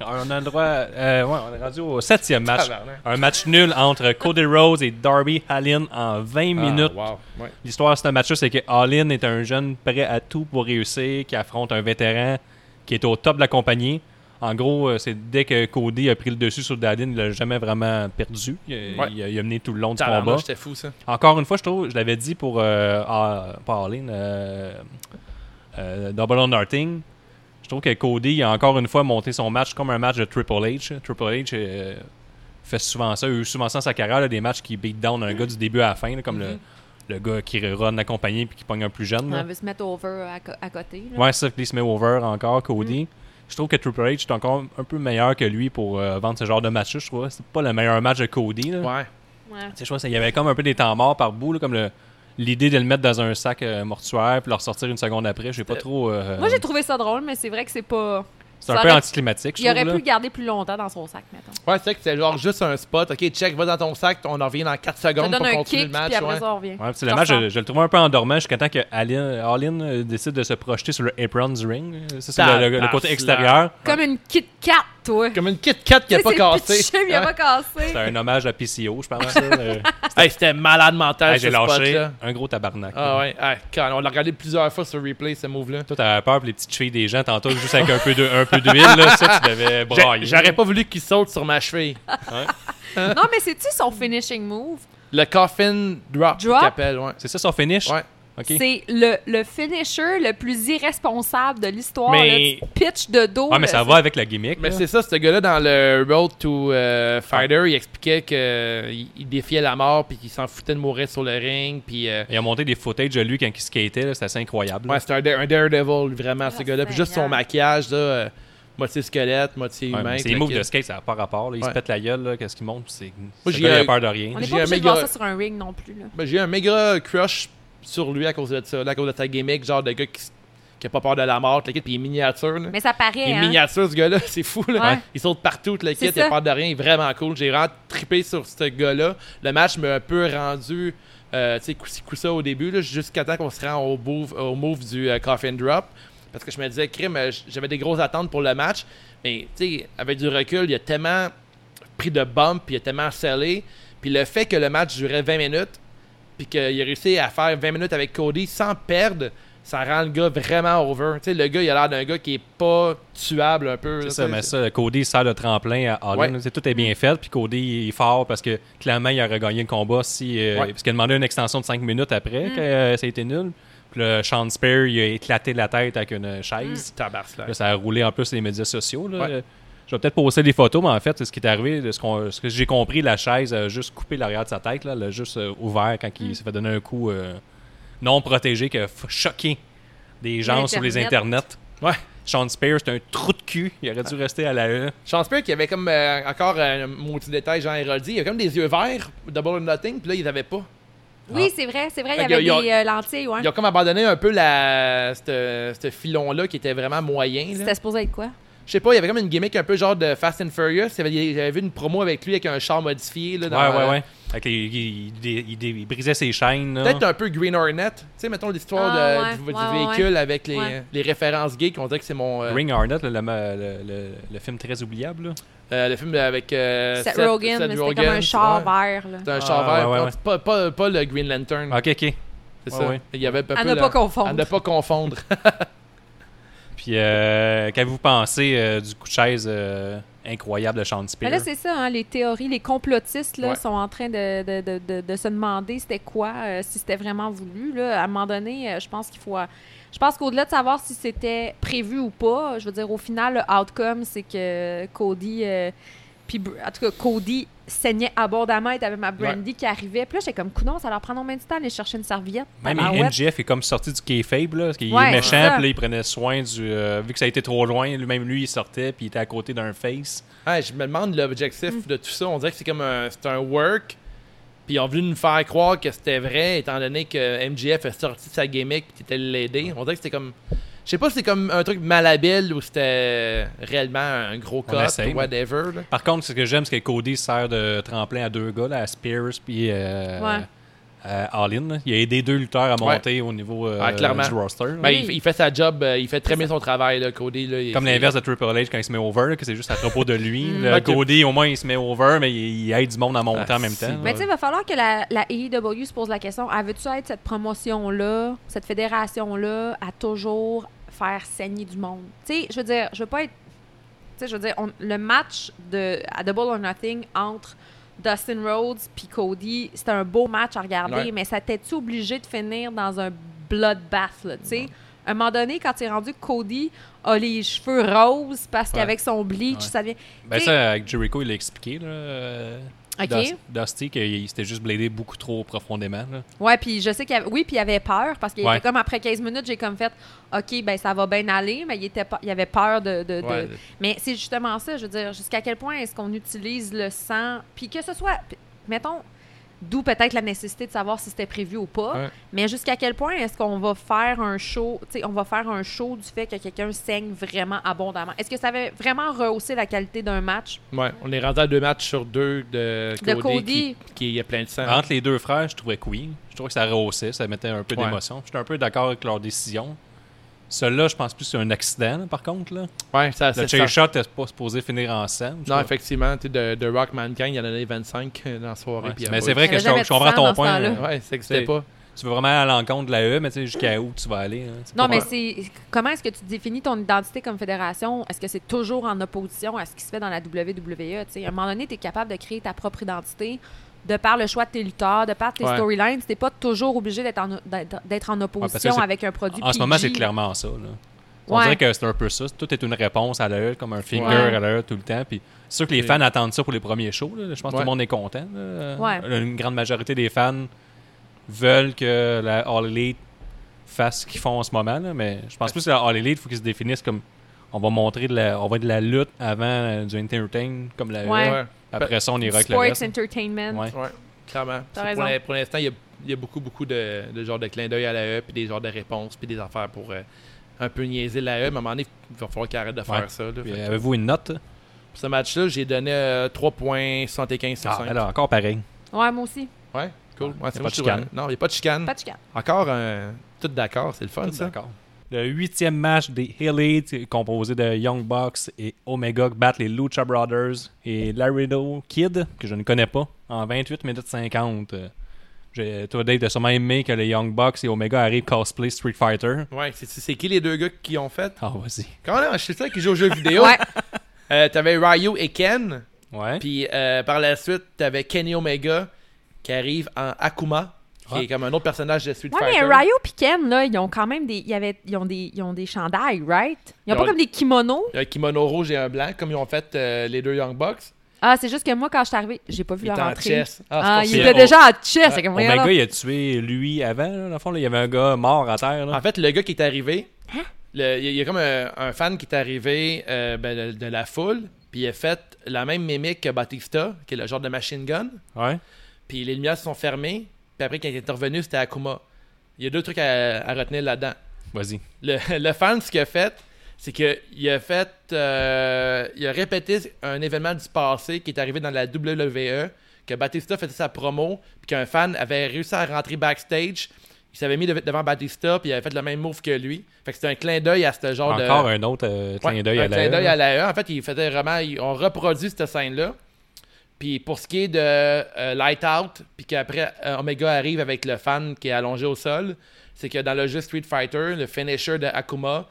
S3: Alors, on a le droit. euh, ouais, on est rendu au septième
S1: Ah,
S3: match.
S1: Tabarnak.
S3: Un match nul entre Cody Rhodes et Darby Allin en 20 minutes.
S1: Ah, wow. ouais.
S3: L'histoire de ce match-là, c'est que Allin est un jeune prêt à tout pour réussir, qui affronte un vétéran qui est au top de la compagnie. En gros, euh, c'est dès que Cody a pris le dessus sur Dallin, il l'a jamais vraiment perdu. Il, a-
S1: Ouais.
S3: il a, il a mené tout le long du combat.
S1: Tabarnak, J'étais fou, ça.
S3: Encore une fois, je trouve, je l'avais dit pour euh, ah, pas All In, euh, euh, Double or Nothing. Je trouve que Cody il a encore une fois monté son match comme un match de Triple H. Triple H euh, fait souvent ça, a eu souvent ça dans sa carrière, là, des matchs qui beat down un gars du début à la fin, là, comme le, le gars qui run accompagné puis qui pogne un plus jeune. là.
S2: On veut se mettre over à, co- à côté. là.
S3: Ouais, c'est ça, puis il se met over encore, Cody. Je trouve que Triple H est encore un peu meilleur que lui pour euh, vendre ce genre de match Je trouve c'est pas le meilleur match de Cody. là.
S1: Ouais.
S2: Ouais.
S3: Tu sais, je pense qu'il y avait comme un peu des temps morts par bout, là, comme le- l'idée de le mettre dans un sac euh, mortuaire puis le ressortir une seconde après. J'ai pas trop. euh,
S2: Moi, j'ai trouvé ça drôle, mais c'est vrai que c'est pas.
S3: c'est un
S2: ça
S3: peu
S2: aurait-
S3: anticlimatique, je
S2: Il aurait
S3: trouve, là.
S2: pu le garder plus longtemps dans son sac, mettons.
S1: Ouais, c'est vrai que c'est genre juste un spot. Ok, check, va dans ton sac, on en revient dans 4
S2: Ça
S1: secondes
S2: donne
S1: pour
S2: un
S1: continuer
S2: kick,
S1: le match.
S2: puis après
S1: ouais.
S2: ça, on revient.
S3: Ouais, puis le match,
S2: ressemble.
S3: je, je le trouvais un peu endormant jusqu'à temps que Allin, Allin, euh, décide de se projeter sur le apron du ring. Ça, c'est le, le- le côté
S1: Tabarnak.
S3: extérieur.
S2: Comme une Kit Kat. toi.
S1: Comme une Kit Kat qui a pas cassé.
S2: il a
S1: Ouais.
S2: pas cassé.
S3: C'était un hommage à PCO, je pense. ça, euh.
S1: Hey, c'était malade mental.
S3: Hey,
S1: ce
S3: J'ai lâché
S1: spot-là.
S3: un gros tabarnak.
S1: Ah ouais, hey, quand on l'a regardé plusieurs fois sur replay ce move-là.
S3: Toi, t'avais peur pour les petites chevilles des gens tantôt, juste avec un peu de- un peu d'huile, là, ça, tu devais
S1: J'ai-
S3: brailler.
S1: J'aurais pas voulu qu'il saute sur ma cheville.
S2: Non, mais c'est-tu son finishing move?
S1: Le coffin drop,
S2: Drop?
S1: qu'il appelle, ouais.
S3: C'est ça son finish?
S1: Ouais.
S3: Ok.
S2: C'est le, le finisher le plus irresponsable de l'histoire.
S3: Mais-
S2: là. Tu pitches de dos.
S3: Ah, mais
S2: là,
S3: ça va avec la gimmick.
S1: Mais
S3: là.
S1: c'est ça, ce gars-là, dans le Road to euh, Fighter, il expliquait qu'il défiait la mort, puis qu'il s'en foutait de mourir sur le ring, puis... euh,
S3: Ils ont monté des footages de lui quand il skatait, là, c'était assez incroyable.
S1: Ouais, c'était un, da- un Daredevil, vraiment, ce
S2: Ah,
S1: gars-là. Puis juste son
S2: Seigneur.
S1: maquillage, là, euh, moitié squelette, moitié
S3: Ouais,
S1: humain.
S3: mais c'est
S1: fait
S3: les moves
S1: que-
S3: de skate, ça n'a pas rapport. là. Il
S1: Ouais.
S3: se pète la gueule, là, qu'est-ce qu'il monte. C'est...
S1: j'ai
S3: Ce gars, il
S1: eu-
S3: a peur de rien.
S2: On n'est
S1: J'ai
S2: pas
S1: un
S2: obligé de voir
S1: méga-
S2: ça sur un ring non plus. Là.
S1: Ben, J'ai un méga crush sur lui à cause de ça, là, à cause de ta gimmick, genre de gars qui, s- qui a pas peur de la mort, tout le kit, puis il est miniature. Là.
S2: Mais ça
S1: Il
S2: paraît,
S1: est
S2: hein?
S1: miniature, ce gars-là, c'est fou. Là.
S2: Ouais.
S1: Il saute partout, tout le
S2: C'est
S1: kit, il a
S2: ça.
S1: peur de rien, il est vraiment cool. J'ai vraiment trippé sur ce gars-là. Le match m'a un peu rendu, euh, tu sais, coup-ci, coup-ça au début, là, jusqu'à temps qu'on se rend au move, au move du euh, coffin drop. Parce que je me disais, crime, euh, j'avais des grosses attentes pour le match. Mais, tu sais, avec du recul, il y a tellement pris de bump, puis il a tellement scellé. Puis le fait que le match durait 20 minutes, puis qu'il a réussi à faire 20 minutes avec Cody sans perdre, ça rend le gars vraiment over. Tu sais, le gars, il a l'air d'un gars qui est pas tuable un peu.
S3: C'est
S1: là,
S3: ça,
S1: tu sais.
S3: mais ça, Cody il sert de tremplin à Allen.
S1: Ouais.
S3: là. C'est- Tout est bien fait, puis Cody il est fort parce que clairement, il aurait gagné le combat si, euh,
S1: Ouais. Mm.
S3: parce qu'il a demandé une extension de 5 minutes après, que euh, ça a été nul. Puis le Sean Spear, il a éclaté la tête avec une
S1: Mm.
S3: chaise.
S1: Tabarnak.
S3: Là, ça a roulé en plus les médias sociaux. là.
S1: Ouais.
S3: Je vais peut-être poster des photos, mais en fait, ce qui est arrivé, de ce, qu'on- ce que j'ai compris, la chaise a juste coupé l'arrière de sa tête. Là, elle a juste euh, ouvert quand il s'est fait donner un coup euh, non protégé qui a f- choqué des gens sur les
S2: L'Internet.
S3: internets.
S1: Ouais.
S3: Sean Spears, c'est un trou de cul. Il aurait dû rester à la E.
S1: Chance peu qu'il y avait comme euh, encore euh, un petit détail, Jean Héroldi. Il y avait comme des yeux verts, Double or Nothing, puis là, ils avaient pas.
S2: Oui, c'est vrai, c'est vrai. Il y
S1: Fait
S2: avait
S1: qu'il y a-
S2: des euh, lentilles, ouais.
S1: Ils ont comme abandonné un peu la ce ce filon-là qui était vraiment moyen. là.
S2: C'était supposé être quoi?
S1: Je sais pas, il y avait comme une gimmick un peu genre de Fast and Furious. Il y avait- J'avais vu une promo avec lui avec un char modifié. Là, dans,
S3: Ouais, ouais,
S1: euh,
S3: ouais. Avec les- il, il dé- il dé- il brisait ses chaînes. là.
S1: Peut-être un peu Green Hornet. Tu sais, mettons l'histoire
S2: Ah,
S1: de- du,
S2: ouais,
S1: du
S2: ouais, ouais,
S1: véhicule avec les,
S2: Ouais.
S1: les références gays qu'on dirait que c'est mon. euh,
S3: Ring Arnett, le, le- le- le- le film très oubliable. là.
S1: euh, le film avec. Euh,
S2: Seth
S1: Seth-
S2: Rogen,
S1: Seth
S2: mais c'était
S1: Rogen,
S2: comme un char
S1: ouais.
S2: vert. Là.
S1: C'était un
S3: Ah,
S1: char vert.
S3: ouais, ouais,
S1: Non,
S3: ouais.
S1: c'est Pas, pas, pas le Green Lantern.
S3: Ok, ok.
S1: c'est
S3: ouais,
S1: ça.
S3: ouais.
S1: Il y avait un peu
S2: À ne
S1: la-
S2: pas confondre.
S1: À ne pas confondre.
S3: Puis, euh, qu'avez-vous pensé euh, du coup de chaise euh, incroyable de Sean
S2: Mais
S3: Spears?
S2: là, c'est ça, hein, les théories, les complotistes là,
S1: Ouais.
S2: sont en train de, de- de- de- de se demander c'était quoi, euh, si c'était vraiment voulu. Là. À un moment donné, euh, je pense qu'il faut. euh, je pense qu'au-delà de savoir si c'était prévu ou pas, je veux dire, au final, le outcome, c'est que Cody. euh, puis, Br- en tout cas, Cody saignait abondamment. Et t'avais ma Brandy qui arrivait. Puis là, j'étais comme, coudon, ça leur prend combien de temps aller chercher une serviette?
S3: Même
S2: Ah ouais.
S3: MJF est comme sorti du kayfabe, là, parce qu'il
S2: Ouais,
S3: est
S2: c'est ça.
S3: méchant, puis là, il prenait soin du... euh, vu que ça a été trop loin, lui- même lui, il sortait, puis il était à côté d'un face.
S1: Ouais, je me demande l'objectif
S2: Mm.
S1: de tout ça. On dirait que c'est comme un, c'est un work. Puis ils ont voulu nous faire croire que c'était vrai, étant donné que MGF a sorti sa gimmick qui était l'aider. On dirait que c'était comme. Je sais pas si c'est comme un truc malhabile ou c'était réellement un gros
S3: On
S1: cas
S3: essaye.
S1: ou whatever. là.
S3: Par contre, ce que j'aime, c'est que Cody sert de tremplin à deux gars, là, à Spears, puis euh,
S2: Ouais.
S3: à Allin. là. Il a aidé deux lutteurs à monter au niveau euh,
S1: Ah, clairement.
S3: du roster. là.
S1: Ben, il, il fait sa job, euh, il fait très bien son travail, là, Cody. Là, il-
S3: Comme
S1: c'est-
S3: l'inverse de Triple H quand il se met over, là, que c'est juste à propos de lui. Le
S1: Ok.
S3: Cody, au moins, il se met over, mais il, il aide du monde à monter
S1: Ah,
S3: en même
S1: si.
S3: temps.
S2: Mais Ben, tu sais, il va falloir que la, la AEW se pose la question ah, veux-tu être cette promotion-là, cette fédération-là, à toujours faire saigner du monde Tu sais, je veux dire, je veux pas être. Tu sais, je veux dire, on- le match de, à Double or Nothing entre Dustin Rhodes puis Cody, c'était un beau match à regarder,
S1: Ouais.
S2: mais ça t'es-tu obligé de finir dans un bloodbath, là, tu sais À un moment donné, quand t'es rendu que Cody a les cheveux roses parce
S3: Ouais.
S2: qu'avec son bleach,
S3: Ouais.
S2: ça vient.
S3: Ben
S2: Tu sais-
S3: ça, avec Jericho, il l'a expliqué, là, euh,
S2: Ok.
S3: Dust- Dusty, qu'il s'était juste blédé beaucoup trop profondément. là.
S2: Ouais, puis je sais qu'il y avait... Oui, puis il avait peur parce qu'il
S3: Ouais.
S2: était comme après 15 minutes, j'ai comme fait OK, ben ça va bien aller, mais il était pas- il avait peur de, de- de-
S1: Ouais.
S2: mais c'est justement ça, je veux dire, jusqu'à quel point est-ce qu'on utilise le sang puis que ce soit puis, mettons d'où peut-être la nécessité de savoir si c'était prévu ou pas,
S1: Ouais.
S2: mais jusqu'à quel point est-ce qu'on va faire un show, tu sais, on va faire un show du fait que quelqu'un saigne vraiment abondamment. Est-ce que ça avait vraiment rehaussé la qualité d'un match
S1: Ouais, on est rendu à deux matchs sur deux de Cody,
S2: De Cody.
S1: Qui, qui est plein de sang.
S3: Entre les deux frères, je trouvais que oui. Je trouvais que ça rehaussait, ça mettait un peu
S1: Ouais.
S3: d'émotion. J'étais un peu d'accord avec leur décision. Celui-là, je pense plus que c'est un accident, là, par contre. Là.
S1: Ouais, ça,
S3: Le
S1: c'est
S3: chair
S1: ça.
S3: shot n'est pas supposé finir en scène.
S1: Non, effectivement, tu sais, de, de Rock Mankind, il y en avait 25 dans la soirée.
S3: Ouais,
S1: puis euh, il y a
S3: mais
S1: pas
S3: c'est
S1: eu-
S3: vrai que
S2: Ça
S3: je,
S2: devait
S3: je comprends
S2: être
S3: ton
S2: sans dans ce
S3: point.
S2: temps-là.
S3: là.
S1: Ouais, c'est que c'était
S3: C'est-
S1: pas.
S3: Tu veux vraiment à l'encontre de la E, mais tu sais, jusqu'à où tu vas aller. là. C'est
S2: Non,
S3: pas
S2: mais
S3: vrai.
S2: c'est comment est-ce que tu définis ton identité comme fédération? Est-ce que c'est toujours en opposition à ce qui se fait dans la WWE? tu sais? À un moment donné, tu es capable de créer ta propre identité de par le choix de tes lutteurs, de par tes
S1: Ouais.
S2: storylines. Tu pas toujours obligé d'être en, d'être- d'être en opposition
S3: c'est-
S2: avec un produit
S3: En ce moment,
S2: PG.
S3: c'est clairement ça. là. On
S2: Ouais.
S3: dirait que c'est un peu ça. Tout est une réponse à l'œil, comme un finger
S2: Ouais.
S3: à l'œil tout le temps. Puis c'est sûr que les
S1: Ouais.
S3: fans attendent ça pour les premiers shows. là. Je pense que
S1: Ouais.
S3: tout le monde est content. là.
S2: Ouais.
S3: Euh, Une grande majorité des fans veulent que la All Elite fasse ce qu'ils font en ce moment. là. Mais je pense plus que la All Elite, il faut qu'ils se définissent comme on va montrer de la, on va être de la lutte avant euh, du entertain comme la E.
S2: Ouais.
S3: Après ça, on ira avec le
S2: Sports
S3: reste.
S2: Entertainment.
S3: Ouais.
S1: Ouais, clairement. C'est-
S2: T'as
S1: pour
S2: raison.
S1: l'in- Pour l'instant, il y a, il y a beaucoup, beaucoup de, de genres de clins d'œil à la E, puis des genres de réponses, puis des affaires pour euh, un peu niaiser la E. Mais à un moment donné, il va falloir qu'il arrête de faire
S3: Ouais.
S1: ça. là. Fait
S3: Puis,
S1: que
S3: euh, Avez-vous une note?
S1: Pour ce match-là, j'ai donné euh, 3,75 sur
S3: Ah,
S1: 5.
S3: alors, encore pareil.
S2: Ouais, moi aussi.
S1: Ouais, cool. Ouais, c'est
S3: pas
S1: moi
S3: de
S1: qui trouve,
S3: chicane.
S1: hein. Non, il n'y a pas de
S3: Hmm.
S1: chicane.
S2: Pas de chicane.
S1: Encore un. Tout d'accord, c'est le fun, ça.
S3: D'accord. Le huitième match des Hill Elite, composé de Young Bucks et Omega, qui battent les Lucha Brothers et Laredo Kid, que je ne connais pas, en 28 minutes 50. Euh, j'ai- Toi, Dave, t'as sûrement aimé que les Young Bucks et Omega arrivent cosplay Street Fighter.
S1: Ouais, c'est- c'est c'est qui les deux gars qui ont fait
S3: Ah, vas-y.
S1: Quand on est chez ça qui joue aux jeux vidéo,
S2: Ouais.
S1: euh, t'avais Ryu et Ken,
S3: Ouais.
S1: puis euh, par la suite, t'avais Kenny Omega qui arrive en Akuma, qui
S3: Ouais.
S1: est comme un autre personnage de Street
S2: Ouais,
S1: Fighter.
S2: mais Ryo et Ken, là, ils ont quand même des. Ils, avaient, ils, ont, des ils ont des chandails, right? Ils
S1: Ils
S2: ont pas
S1: ont-
S2: comme des kimonos.
S1: Il y a un kimono rouge et un blanc, comme ils ont fait euh, les deux Young Bucks.
S2: Ah, c'est juste que moi, quand je suis arrivée, j'ai pas vu
S1: Il
S2: leur
S1: était en
S2: entrée.
S1: chess.
S2: Ah,
S1: c'est
S2: il
S1: pour
S2: était
S1: ça.
S2: déjà en chess. c'est comme, voyons
S3: Omega,
S2: donc.
S3: il a tué lui avant, là, dans le fond. là. Il y avait un gars mort à terre.
S1: En
S3: Là.
S1: fait, le gars qui est arrivé,
S2: Hein?
S1: le- il y, a- il y a comme un, un fan qui est arrivé euh, ben, de, de la foule, puis il a fait la même mimique que Batista, qui est le genre de machine gun,
S3: Ouais.
S1: puis les lumières se sont fermées, puis après, quand il est revenu, c'était Akuma. Il y a deux trucs à, à retenir là-dedans.
S3: Vas-y.
S1: Le, le fan, ce qu'il a fait, c'est qu'il a fait. euh, il a répété un événement du passé qui est arrivé dans la WWE, que Batista faisait sa promo, puis qu'un fan avait réussi à rentrer backstage. Il s'avait mis de- devant Batista, puis il avait fait le même move que lui. Fait que c'était un clin d'œil à ce genre Oh, de.
S3: Encore un autre euh, clin
S1: Ouais,
S3: d'œil
S1: un
S3: à la
S1: clin
S3: E,
S1: d'œil
S3: là.
S1: à la E. En fait, il faisait vraiment. ils- On reproduit cette scène-là. Puis pour ce qui est de euh, Light Out, puis qu'après euh, Omega arrive avec le fan qui est allongé au sol, c'est que dans le jeu Street Fighter, le finisher de Akuma,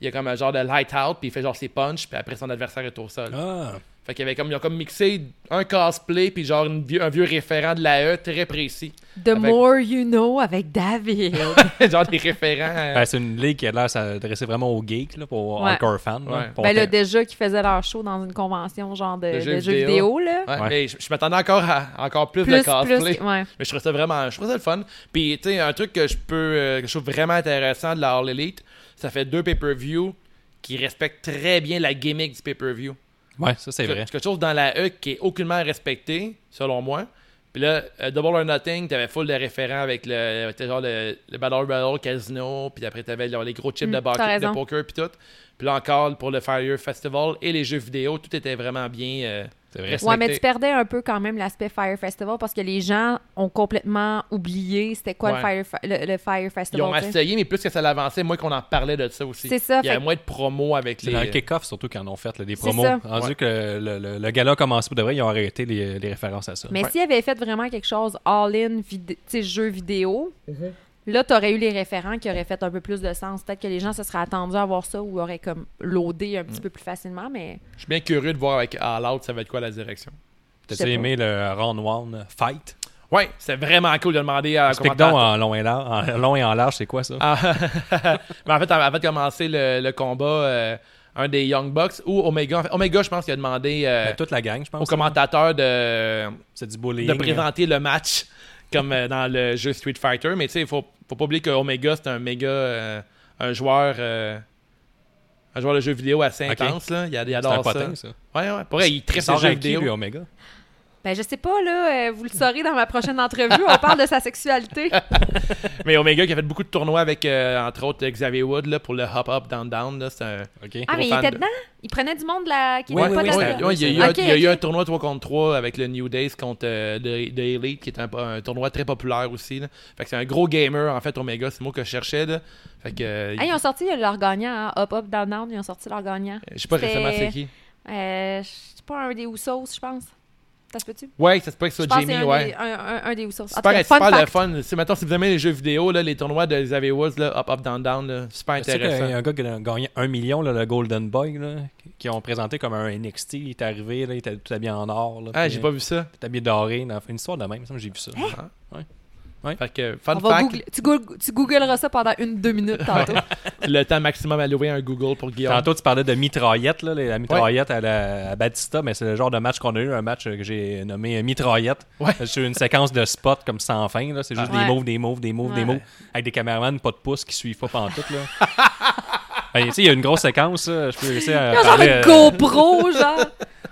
S1: il y a comme un genre de Light Out, puis il fait genre ses punches, puis après son adversaire est au sol.
S3: Ah.
S1: Fait qu'il y avait comme, ils ont comme mixé un cosplay, puis genre une vie- un vieux référent de la E très précis.
S2: The
S1: Avec-
S2: More You Know avec David.
S1: genre des référents. euh,
S3: Ben, c'est une ligue qui a l'air de s'adresser vraiment aux geeks, là, pour
S2: Ouais.
S3: hardcore fans. là,
S1: Ouais.
S3: pour
S2: ben là,
S3: faire-
S2: déjà, qu'ils faisaient leur show dans une convention genre de, de jeux, vidéo. là.
S1: ouais,
S3: Ah, Ouais.
S1: Mais je, je m'attendais encore à encore plus, de
S2: Plus,
S1: cosplay.
S2: plus. Ouais.
S1: Mais je trouve ça vraiment, je trouve ça le fun. Puis, tu sais, un truc que je peux, euh, que je trouve vraiment intéressant de la All Elite, ça fait deux pay-per-view qui respectent très bien la gimmick du pay-per-view.
S3: Ouais, ça, c'est vrai.
S1: Quelque quelque chose dans la E qui est aucunement respecté, selon moi. Puis là, euh, Double or Nothing, t'avais full de référents avec le, t'sais, genre le, le Battle Royale Casino, puis après t'avais genre, les gros chips
S2: Mm,
S1: de,
S2: t'as
S1: basket- de
S2: raison.
S1: poker, puis tout. Puis là encore, pour le Fire Festival et les jeux vidéo, tout était vraiment bien. euh,
S3: C'est vrai.
S1: respecté.
S2: Ouais, mais tu perdais un peu quand même l'aspect Fire Festival parce que les gens ont complètement oublié c'était quoi
S1: Ouais.
S2: le, Fire Fe- le, le Fire
S1: Ils ont
S2: Festival. tu sais.
S1: essayé, mais plus que ça l'avançait, moins qu'on en parlait de ça aussi.
S2: C'est ça,
S1: Il y avait
S2: fait-
S1: moins de promos avec
S3: C'est
S1: les. euh,
S3: dans le kick-off, surtout, qu'ils en ont fait là, des
S2: C'est
S3: promos.
S2: ça.
S3: Rendu
S1: Ouais.
S3: que le, le- le gala a commencé pour de vrai, ils ont arrêté les, les références à ça.
S2: Mais
S1: Ouais.
S2: s'ils avaient fait vraiment quelque chose all-in, vid- tu sais, jeu vidéo,
S1: Mm-hmm.
S2: là, t'aurais eu les référents qui auraient fait un peu plus de sens. Peut-être que les gens se seraient attendus à voir ça ou auraient comme loadé un
S1: Mm.
S2: petit peu plus facilement, mais
S1: Je suis bien curieux de voir avec All Out, ça va être quoi la direction.
S2: je
S3: T'as-tu
S2: sais
S3: aimé le round one fight?
S1: Ouais, c'est vraiment cool de demander à un
S3: Explique donc hein.
S1: commentateur-
S3: en long et large, en long et en large, c'est quoi ça?
S1: Ah, Mais en fait, avant de commencer le, le combat, euh, un des Young Bucks ou Omega. en fait, Omega, je pense qu'il a demandé euh,
S3: Euh, Toute la gang, je
S1: au
S3: pense.
S1: commentateur de,
S3: C'est du
S1: de
S3: bullying. euh,
S1: présenter le match comme euh, dans le jeu Street Fighter. Mais tu sais, il faut, faut pas oublier que Omega, c'est un méga. euh, un joueur. euh, un joueur de jeux vidéo assez
S3: Ok.
S1: intense. Là. Il, ad- il
S3: C'est un hein.
S1: adore ça.
S3: potin, ça.
S1: Ouais, ouais. Pour vrai, il tripe
S3: sort
S1: les jeux
S3: avec qui, hein?
S1: vidéo.
S3: lui, Omega?
S2: Ben, je sais pas, là, euh, vous le saurez dans ma prochaine entrevue, on parle de sa sexualité.
S1: Mais Omega qui a fait beaucoup de tournois avec, euh, entre autres, Xavier Wood là, pour le Hop Up Down Down. Là, c'est un...
S3: OK.
S2: Ah, mais il
S1: fan
S2: était
S1: de-
S2: dedans? Il prenait du monde là, qui
S3: Oui,
S2: était
S3: oui,
S2: pas
S3: oui,
S2: dedans?
S1: Ouais,
S3: c'est-
S1: ouais, il y a eu, un-
S2: Ok,
S1: il y a eu
S2: ok.
S1: un tournoi 3 contre 3 avec le New Days contre euh, The, The Elite, qui est un, un tournoi très populaire aussi. là. Fait que c'est un gros gamer, en fait, Omega, c'est le mot que je cherchais. Là. Fait que, euh,
S2: Ah, ils ont sorti leur gagnant, hein. Hop, hop, down, down, ils ont sorti leur gagnant.
S1: je sais pas récemment
S2: c'était-
S1: c'est qui.
S2: Euh, c'est pas un des Houssos, je pense. Ça se peut-tu?
S1: Ouais, ça se peut que ce
S2: Je
S1: soit
S2: pense que c'est
S1: Jamie,
S2: un,
S1: ouais.
S2: des, un, un- un des Houssos. En tout
S1: Super,
S2: cas, fun
S1: super le
S2: fact.
S1: fun. C'est maintenant si vous aimez les jeux vidéo, là, les tournois de Xavier Woods, là, up, up, down, down, là, super
S3: Tu sais qu'il y
S1: intéressant.
S3: a un gars qui a gagné un million, là, le Golden Boy, là, qui- qui ont présenté comme un NXT. Il est arrivé, là, il était tout habillé en or. Là,
S1: Ah,
S3: puis,
S1: j'ai pas vu ça. Ah.
S3: tout habillé doré. là. Une histoire de même, il me semble que j'ai vu ça.
S1: Fait que, fun
S2: Eh! On va
S1: fact,
S2: googler- tu, goog- tu googleras ça pendant une, deux minutes tantôt.
S1: le temps maximum alloué à un Google pour Guillaume.
S3: Tantôt, tu parlais de mitraillette, là, la mitraillette à, la, à Batista, mais c'est le genre de match qu'on a eu, un match euh, que j'ai nommé euh, mitraillette.
S1: Ouais.
S3: C'est une séquence de spots comme sans fin, là. c'est juste
S2: Ouais.
S3: des moves, des moves, des moves,
S2: Ouais.
S3: des moves, avec des caméramans pas de pouce qui suivent pas pantoute. Là. Ben, tu sais, il y a une grosse séquence, là. je peux essayer à
S2: Ils ont genre
S3: parler,
S2: une
S3: euh,
S2: GoPro, genre.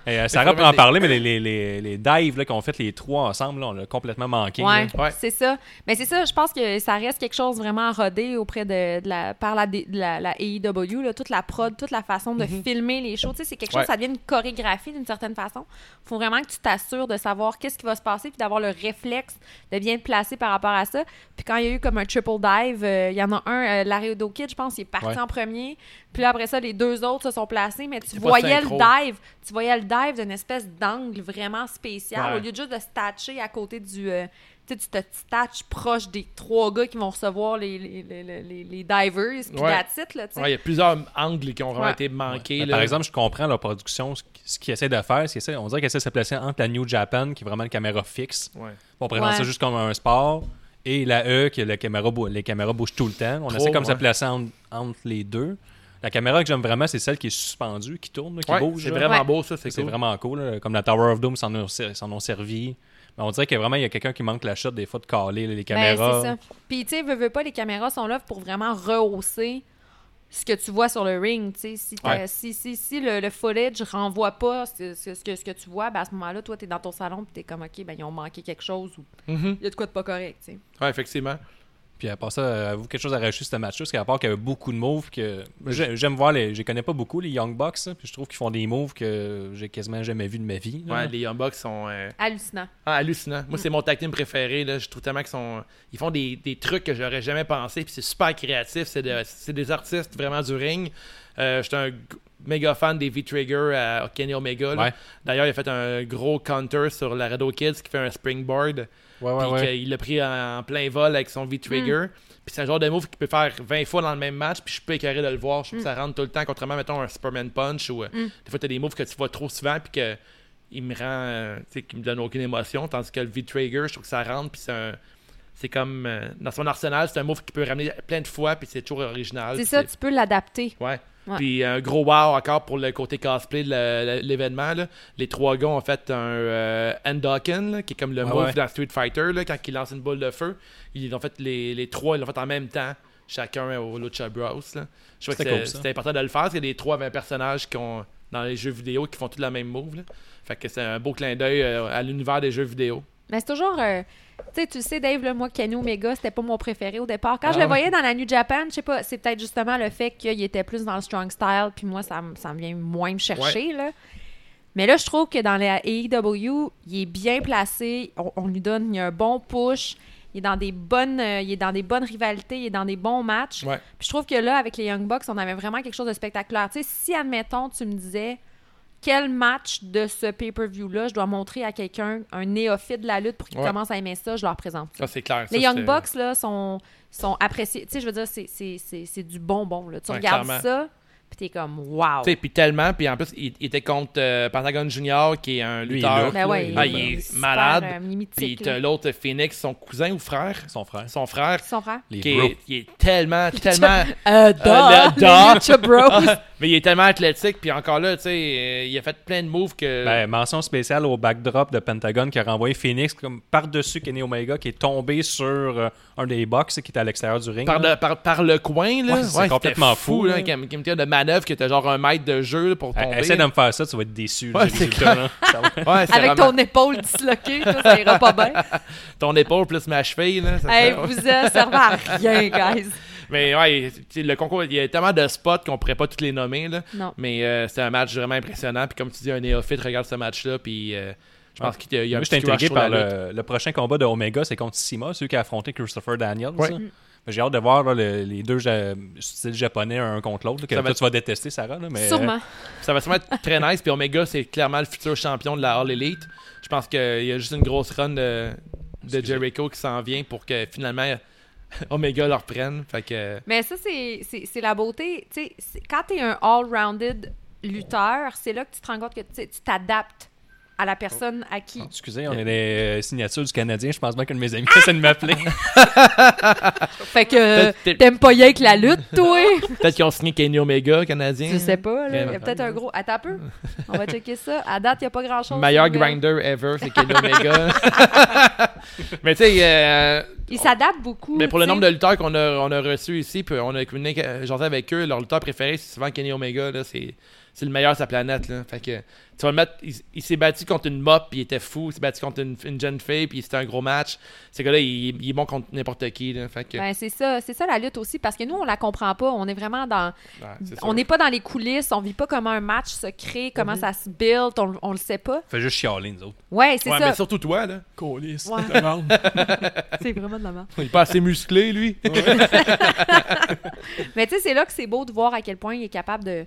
S3: et, euh, Sarah
S1: Il faut
S3: peut en
S1: mettre
S3: parler, mais les, les, les, les dives là, qu'on fait les trois ensemble, là, on l'a complètement manqué. là.
S2: Ouais,
S1: Ouais.
S2: c'est ça. Mais c'est ça, je pense que ça reste quelque chose vraiment rodé auprès de, de la, par la, D- de la, la AEW, là, toute la prod, toute la façon de filmer les shows. Tu sais, c'est quelque chose,
S1: Ouais.
S2: ça devient une chorégraphie d'une certaine façon. faut vraiment que tu t'assures de savoir qu'est-ce qui va se passer puis d'avoir le réflexe de bien te placer par rapport à ça. Puis quand il y a eu comme un triple dive, euh, il y en a un, euh, Larry Odo Kid, je pense, il est parti
S3: Ouais.
S2: en premier. Puis là, après ça, les deux autres se sont placés, mais tu
S1: pas
S2: voyais le
S1: synchro.
S2: dive. Tu voyais le dive d'une espèce d'angle vraiment spécial.
S1: Ouais.
S2: Au lieu de juste de se tatcher à côté du. euh, tu sais, tu te tatches proche des trois gars qui vont recevoir les, les, les, les- les- les divers. Puis
S1: Ouais.
S2: la titre, là, tu sais.
S1: Ouais, il y a plusieurs angles qui ont vraiment
S2: Ouais.
S1: été manqués.
S3: Mais
S1: là.
S3: Ben, Par exemple, je comprends la production, ce qu- ce qu'ils essaient de faire, c'est qu'ils essaient- on dirait qu'ils essaient de se placer entre la New Japan, qui est vraiment une caméra fixe,
S1: Ouais.
S3: On présente
S2: Ouais.
S3: ça juste comme un sport. Et la E, que la caméra bou- les caméras bougent tout le temps. On
S1: Trop,
S3: essaie comme ça
S1: ouais.
S3: de placer entre, entre les deux. La caméra que j'aime vraiment, c'est celle qui est suspendue, qui tourne, là, qui
S1: Ouais,
S3: bouge.
S1: c'est
S3: là.
S1: vraiment
S2: Ouais.
S1: beau, ça, c'est
S3: C'est
S1: cool.
S3: vraiment cool. là. Comme la Tower of Doom s'en ont, ser- s'en ont servi. Mais on dirait que vraiment, il y a quelqu'un qui manque la shot des fois de caler là, les
S2: Ben,
S3: caméras.
S2: c'est ça. Puis, tu sais, veux, veux pas, les caméras sont là pour vraiment rehausser ce que tu vois sur le ring. tu sais. Si, t'as-
S3: Ouais.
S2: si, si, si le, le footage renvoie pas ce, ce- ce que, ce que tu vois, ben, à ce moment-là, toi, t'es dans ton salon puis t'es comme, OK, ben, ils ont manqué quelque chose ou
S1: Mhm.
S2: il y a de quoi de pas correct, tu sais.
S1: Ouais, effectivement.
S3: Puis à part ça, euh, avez-vous quelque chose à rajouter sur ce match-là? Parce qu'à part qu'il y avait beaucoup de moves, que j'ai- j'aime voir, les, je les connais pas beaucoup, les Young Bucks. là, Puis je trouve qu'ils font des moves que j'ai quasiment jamais vu de ma
S2: Mhm.
S3: vie. là.
S1: Ouais, les Young Bucks sont euh,
S2: Hallucinant.
S1: ah, hallucinants. Moi, c'est mon tag team préféré. Là. Je trouve tellement qu'ils sont... ils font des, des trucs que j'aurais jamais pensé. Puis c'est super créatif. C'est de- c'est des artistes vraiment du ring. Euh, J'étais un g- méga fan des V-Trigger à Kenny Omega. là.
S3: Ouais.
S1: D'ailleurs, il a fait un gros counter sur la Rado Kids qui fait un springboard.
S3: Ouais, ouais,
S1: puis
S3: ouais.
S1: qu'il l'a pris en plein vol avec son V-Trigger.
S2: Hmm.
S1: Puis c'est un genre de move qu'il peut faire 20 fois dans le même match, puis je suis pas écœuré de le voir. Je trouve
S2: Hmm.
S1: que ça rentre tout le temps, contrairement, mettons, à un Superman Punch, où euh, des fois, t'as des moves que tu vois trop souvent, puis que il me rend, euh, tu sais, qui me donne aucune émotion, tandis que le V-Trigger, je trouve que ça rentre, puis c'est un- C'est comme euh, dans son arsenal, c'est un move qu'il peut ramener plein de fois, puis c'est toujours original.
S2: C'est
S1: puis
S2: ça, tu peux l'adapter.
S1: Ouais.
S2: Ouais.
S1: Puis un gros wow encore pour le côté cosplay de le- le- l'événement. là. Les trois gars ont fait un euh, Endoken, là, qui est comme le
S3: Ouais,
S1: move
S3: Ah ouais.
S1: dans Street Fighter, là, quand il lance une boule de feu. Ils ont fait les, les trois, ils l'ont fait en même temps, chacun au Lucha Bros. Là. Je trouve que
S3: C'était
S1: c'est-
S3: cool, ça.
S1: c'était important de le faire, parce qu'il y a des trois 20 personnages qui ont, dans les jeux vidéo qui font tous la même move. là. Fait que c'est un beau clin d'œil euh, à l'univers des jeux vidéo.
S2: Mais c'est toujours. euh, tu sais, tu le sais, Dave, là, moi, Kenny Omega, c'était pas mon préféré au départ. Quand
S1: Ah
S2: je le
S1: ouais.
S2: voyais dans la New Japan, je sais pas, c'est peut-être justement le fait qu'il était plus dans le strong style, puis moi, ça, me- ça me vient moins me chercher, là. Mais là, je trouve que dans la AEW, il est bien placé. On, on lui donne il a un bon push. Il est dans des bonnes, euh, il est dans des bonnes rivalités. Il est dans des bons matchs.
S1: Ouais.
S2: Puis je trouve que là, avec les Young Bucks, on avait vraiment quelque chose de spectaculaire. Tu sais, si admettons, tu me disais quel match de ce pay-per-view-là je dois montrer à quelqu'un, un néophyte de la lutte pour qu'il
S1: Ouais.
S2: commence à aimer ça, je leur présente. ça.
S1: Ça, c'est clair.
S2: Les
S1: Ça,
S2: Young
S1: c'est-
S2: Bucks, là, sont, sont appréciés. Tu sais, je veux dire, c'est- c'est- c'est c'est du bonbon, là. Tu
S1: Ouais,
S2: regardes
S1: clairement.
S2: ça, puis t'es comme, wow!
S1: Tu sais, puis tellement, puis en plus, il, il était contre euh, Pentagon Junior, qui est un
S3: Lui, il est
S1: lutteur.
S3: là.
S2: Ben ouais,
S1: Ah, il est
S2: super,
S1: malade.
S2: euh,
S1: Puis
S2: mimétique,
S1: t'as
S2: là.
S1: l'autre Phoenix, son cousin ou frère,
S3: Son frère.
S1: son frère,
S2: Son frère.
S3: Les
S1: qui
S3: bros.
S1: est, il est tellement, tellement.
S2: Euh,
S1: le- Ah,
S2: duh!
S1: duh.
S2: Les Lucha Bros!
S1: Mais il est tellement athlétique, puis encore là, tu sais, euh, il a fait plein de moves que.
S3: Ben, mention spéciale au backdrop de Pentagon qui a renvoyé Phoenix comme par-dessus Kenny Omega qui est tombé sur euh, un des box qui était à l'extérieur du ring.
S1: par,
S3: là.
S1: le, par, par le coin, là.
S3: Ouais, c'est
S1: c'était
S3: complètement fou,
S1: là.
S3: là.
S1: Comme, comme type de manœuvre qui était genre un mètre de jeu là, pour
S3: Eh,
S1: tomber.
S3: Essaie de me faire ça, tu vas être déçu.
S1: Ouais,
S3: du
S1: c'est
S3: résultat, là. Ça va-
S1: Ouais, c'est
S2: Avec
S1: vraiment-
S2: ton épaule disloquée, ça, ça ira pas bien.
S1: ton épaule plus ma cheville, là. ça
S2: hey,
S1: fait-
S2: vous euh, servez à rien, guys.
S1: Mais ouais, tu sais, le concours, il y a tellement de spots qu'on pourrait pas tous les nommer, là.
S2: Non.
S1: Mais euh, c'est un match vraiment impressionnant. Puis comme tu dis, un néophyte regarde ce match-là, puis euh, je pense qu'il y a- il y a un
S3: Moi,
S1: petit
S3: j'étais intrigué
S1: rush sur la
S3: par
S1: lutte.
S3: le, le prochain combat de Omega, c'est contre Sima, celui qui a affronté Christopher Daniels.
S1: Ouais.
S3: là. Mais J'ai hâte de voir là, le- les deux ja- styles japonais un contre l'autre, là, que
S1: Ça va
S3: toi, tu vas détester, Sarah. là, mais,
S2: Sûrement.
S1: Ça va sûrement être très nice. Puis Omega, c'est clairement le futur champion de la All Elite. Je pense qu'il y a juste une grosse run de, de Jericho qui s'en vient pour que finalement Omega leur prenne. Fait que.
S2: Mais ça, c'est- c'est c'est la beauté. Tu sais, c'est- quand tu es un all-rounded lutteur, c'est là que tu te rends compte que tu sais, tu t'adaptes à la personne à qui.
S1: Ah.
S3: Excusez, on est les euh, signatures du Canadien. Je pense bien que de mes amis essaie de m'appeler.
S2: Fait que
S1: Peut-être- peut-être-
S2: t'aimes pas rien que la lutte, toi.
S1: Peut-être qu'ils ont signé Kenny Omega, canadien.
S2: Je sais pas, là. Il y a
S1: Ah. Vraiment.
S2: peut-être un gros. Attends un peu. On va checker ça. À date, il n'y a pas grand-chose.
S1: Meilleur
S2: mais-
S1: grinder ever, c'est Kenny Omega. Mais tu sais, euh,
S2: Il s'adapte beaucoup.
S1: mais pour le
S2: tu sais.
S1: nombre de lutteurs qu'on a, on a reçus ici, puis on a communiqué j'entends avec eux, leur lutteur préféré, c'est souvent Kenny Omega. là, C'est c'est le meilleur de sa planète. Là. Fait que, tu vas le mettre, il, il s'est battu contre une mop, puis il était fou. Il s'est battu contre une, une jeune fille, puis c'était un gros match. C'est que là, il, il est bon contre n'importe qui. Là. Fait que,
S2: Ben, c'est ça, c'est ça la lutte aussi, parce que nous, on la comprend pas. On est vraiment dans.
S1: ouais, c'est
S2: On
S1: sûr. Mm-hmm.
S2: n'est pas dans les coulisses, on vit pas comment un match se crée, comment ça se build, on, on le sait pas.
S3: Fais juste chialer, nous autres.
S2: Ouais, c'est
S1: Ouais,
S2: ça.
S1: mais surtout toi, là.
S2: Ouais.
S3: Demande.
S2: C'est vraiment de la merde.
S1: Il est pas assez musclé, lui.
S2: Mais tu sais, c'est là que c'est beau de voir à quel point il est capable de.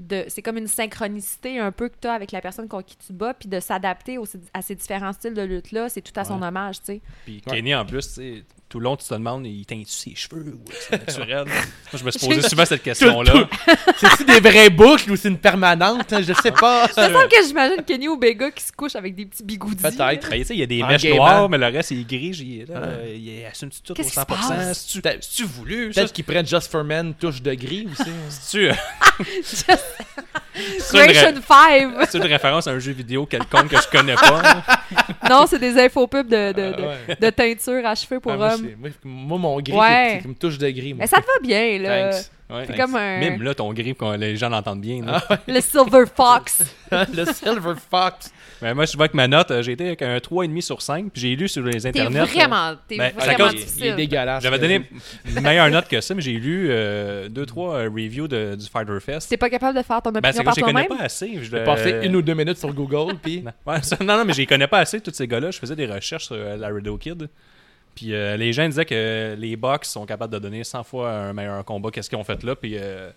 S2: de c'est comme une synchronicité un peu que tu as avec la personne contre qui tu bats, puis de s'adapter aux- à ces différents styles de lutte-là. C'est tout à son
S3: Ouais.
S2: hommage, tu sais.
S3: Puis
S1: Ouais.
S3: Kenny, en plus, tu sais, tout le long, tu te demandes, il teint-tu ses cheveux ou est-ce que c'est naturel? Moi, je me suis posé
S2: J'ai-
S3: souvent cette
S1: Tout-
S3: question-là.
S1: C'est-tu des vraies boucles ou c'est une permanente? hein? Je sais pas.
S2: C'est ça que j'imagine Kenny Omega qui se couche avec des petits bigoudis.
S1: Peut-être.
S3: Ben, tu sais, il y a des
S1: En
S3: mèches
S1: gaiement.
S3: noires, mais le reste, il est gris. j'y- là, euh, Il assume-tu tout au
S2: Qu'est-ce qui se
S3: 100%?
S2: passe? Ben,
S3: C'est-tu-
S1: Peut-être-
S3: C'est-tu voulu? ça?
S1: Peut-être qu'ils prennent Just for Men touche de gris aussi. hein.
S3: C'est-tu... euh, C'est une ré-
S2: Creation 5!
S3: C'est une référence à un jeu vidéo quelconque que je connais pas.
S2: Non, c'est des infos pubs de, de, de,
S1: Ah, Ouais.
S2: de teinture à cheveux pour
S1: Ah, moi,
S2: hommes.
S1: c'est- moi, moi, mon gris,
S2: Ouais.
S1: c'est comme touche de gris. Moi.
S2: Mais ça te va bien, là.
S1: Thanks. Ouais.
S2: C'est comme un- Ah.
S3: Mime là ton grip quand les gens l'entendent bien. là.
S2: Le Silver Fox.
S1: le Silver Fox.
S3: Mais moi je vois que ma note, euh, j'ai été avec un 3,5 sur 5, puis j'ai lu sur les
S2: T'es
S3: internets. euh,
S2: vraiment, t'es
S3: Ben, ça
S2: vraiment
S3: cause-
S1: Il est
S2: difficile.
S1: dégueulasse.
S3: J'avais donné une meilleure note que ça, mais j'ai lu euh, 2-3 reviews de- du Fighter Fest.
S2: T'es pas capable de faire ton
S3: Ben,
S2: opinion
S3: c'est que
S2: par
S3: je les connais
S2: toi-même?
S3: pas assez. Je
S1: J'ai
S3: le-
S1: passé une ou deux minutes sur Google, puis
S3: euh, non. Ouais, ça- non, non, mais je les connais pas assez, tous ces gars-là. Je faisais des recherches sur euh, la Rideau Kid. Puis euh, les gens disaient que les box sont capables de donner 100 fois un meilleur combat qu'est-ce qu'ils ont fait là. Puis euh,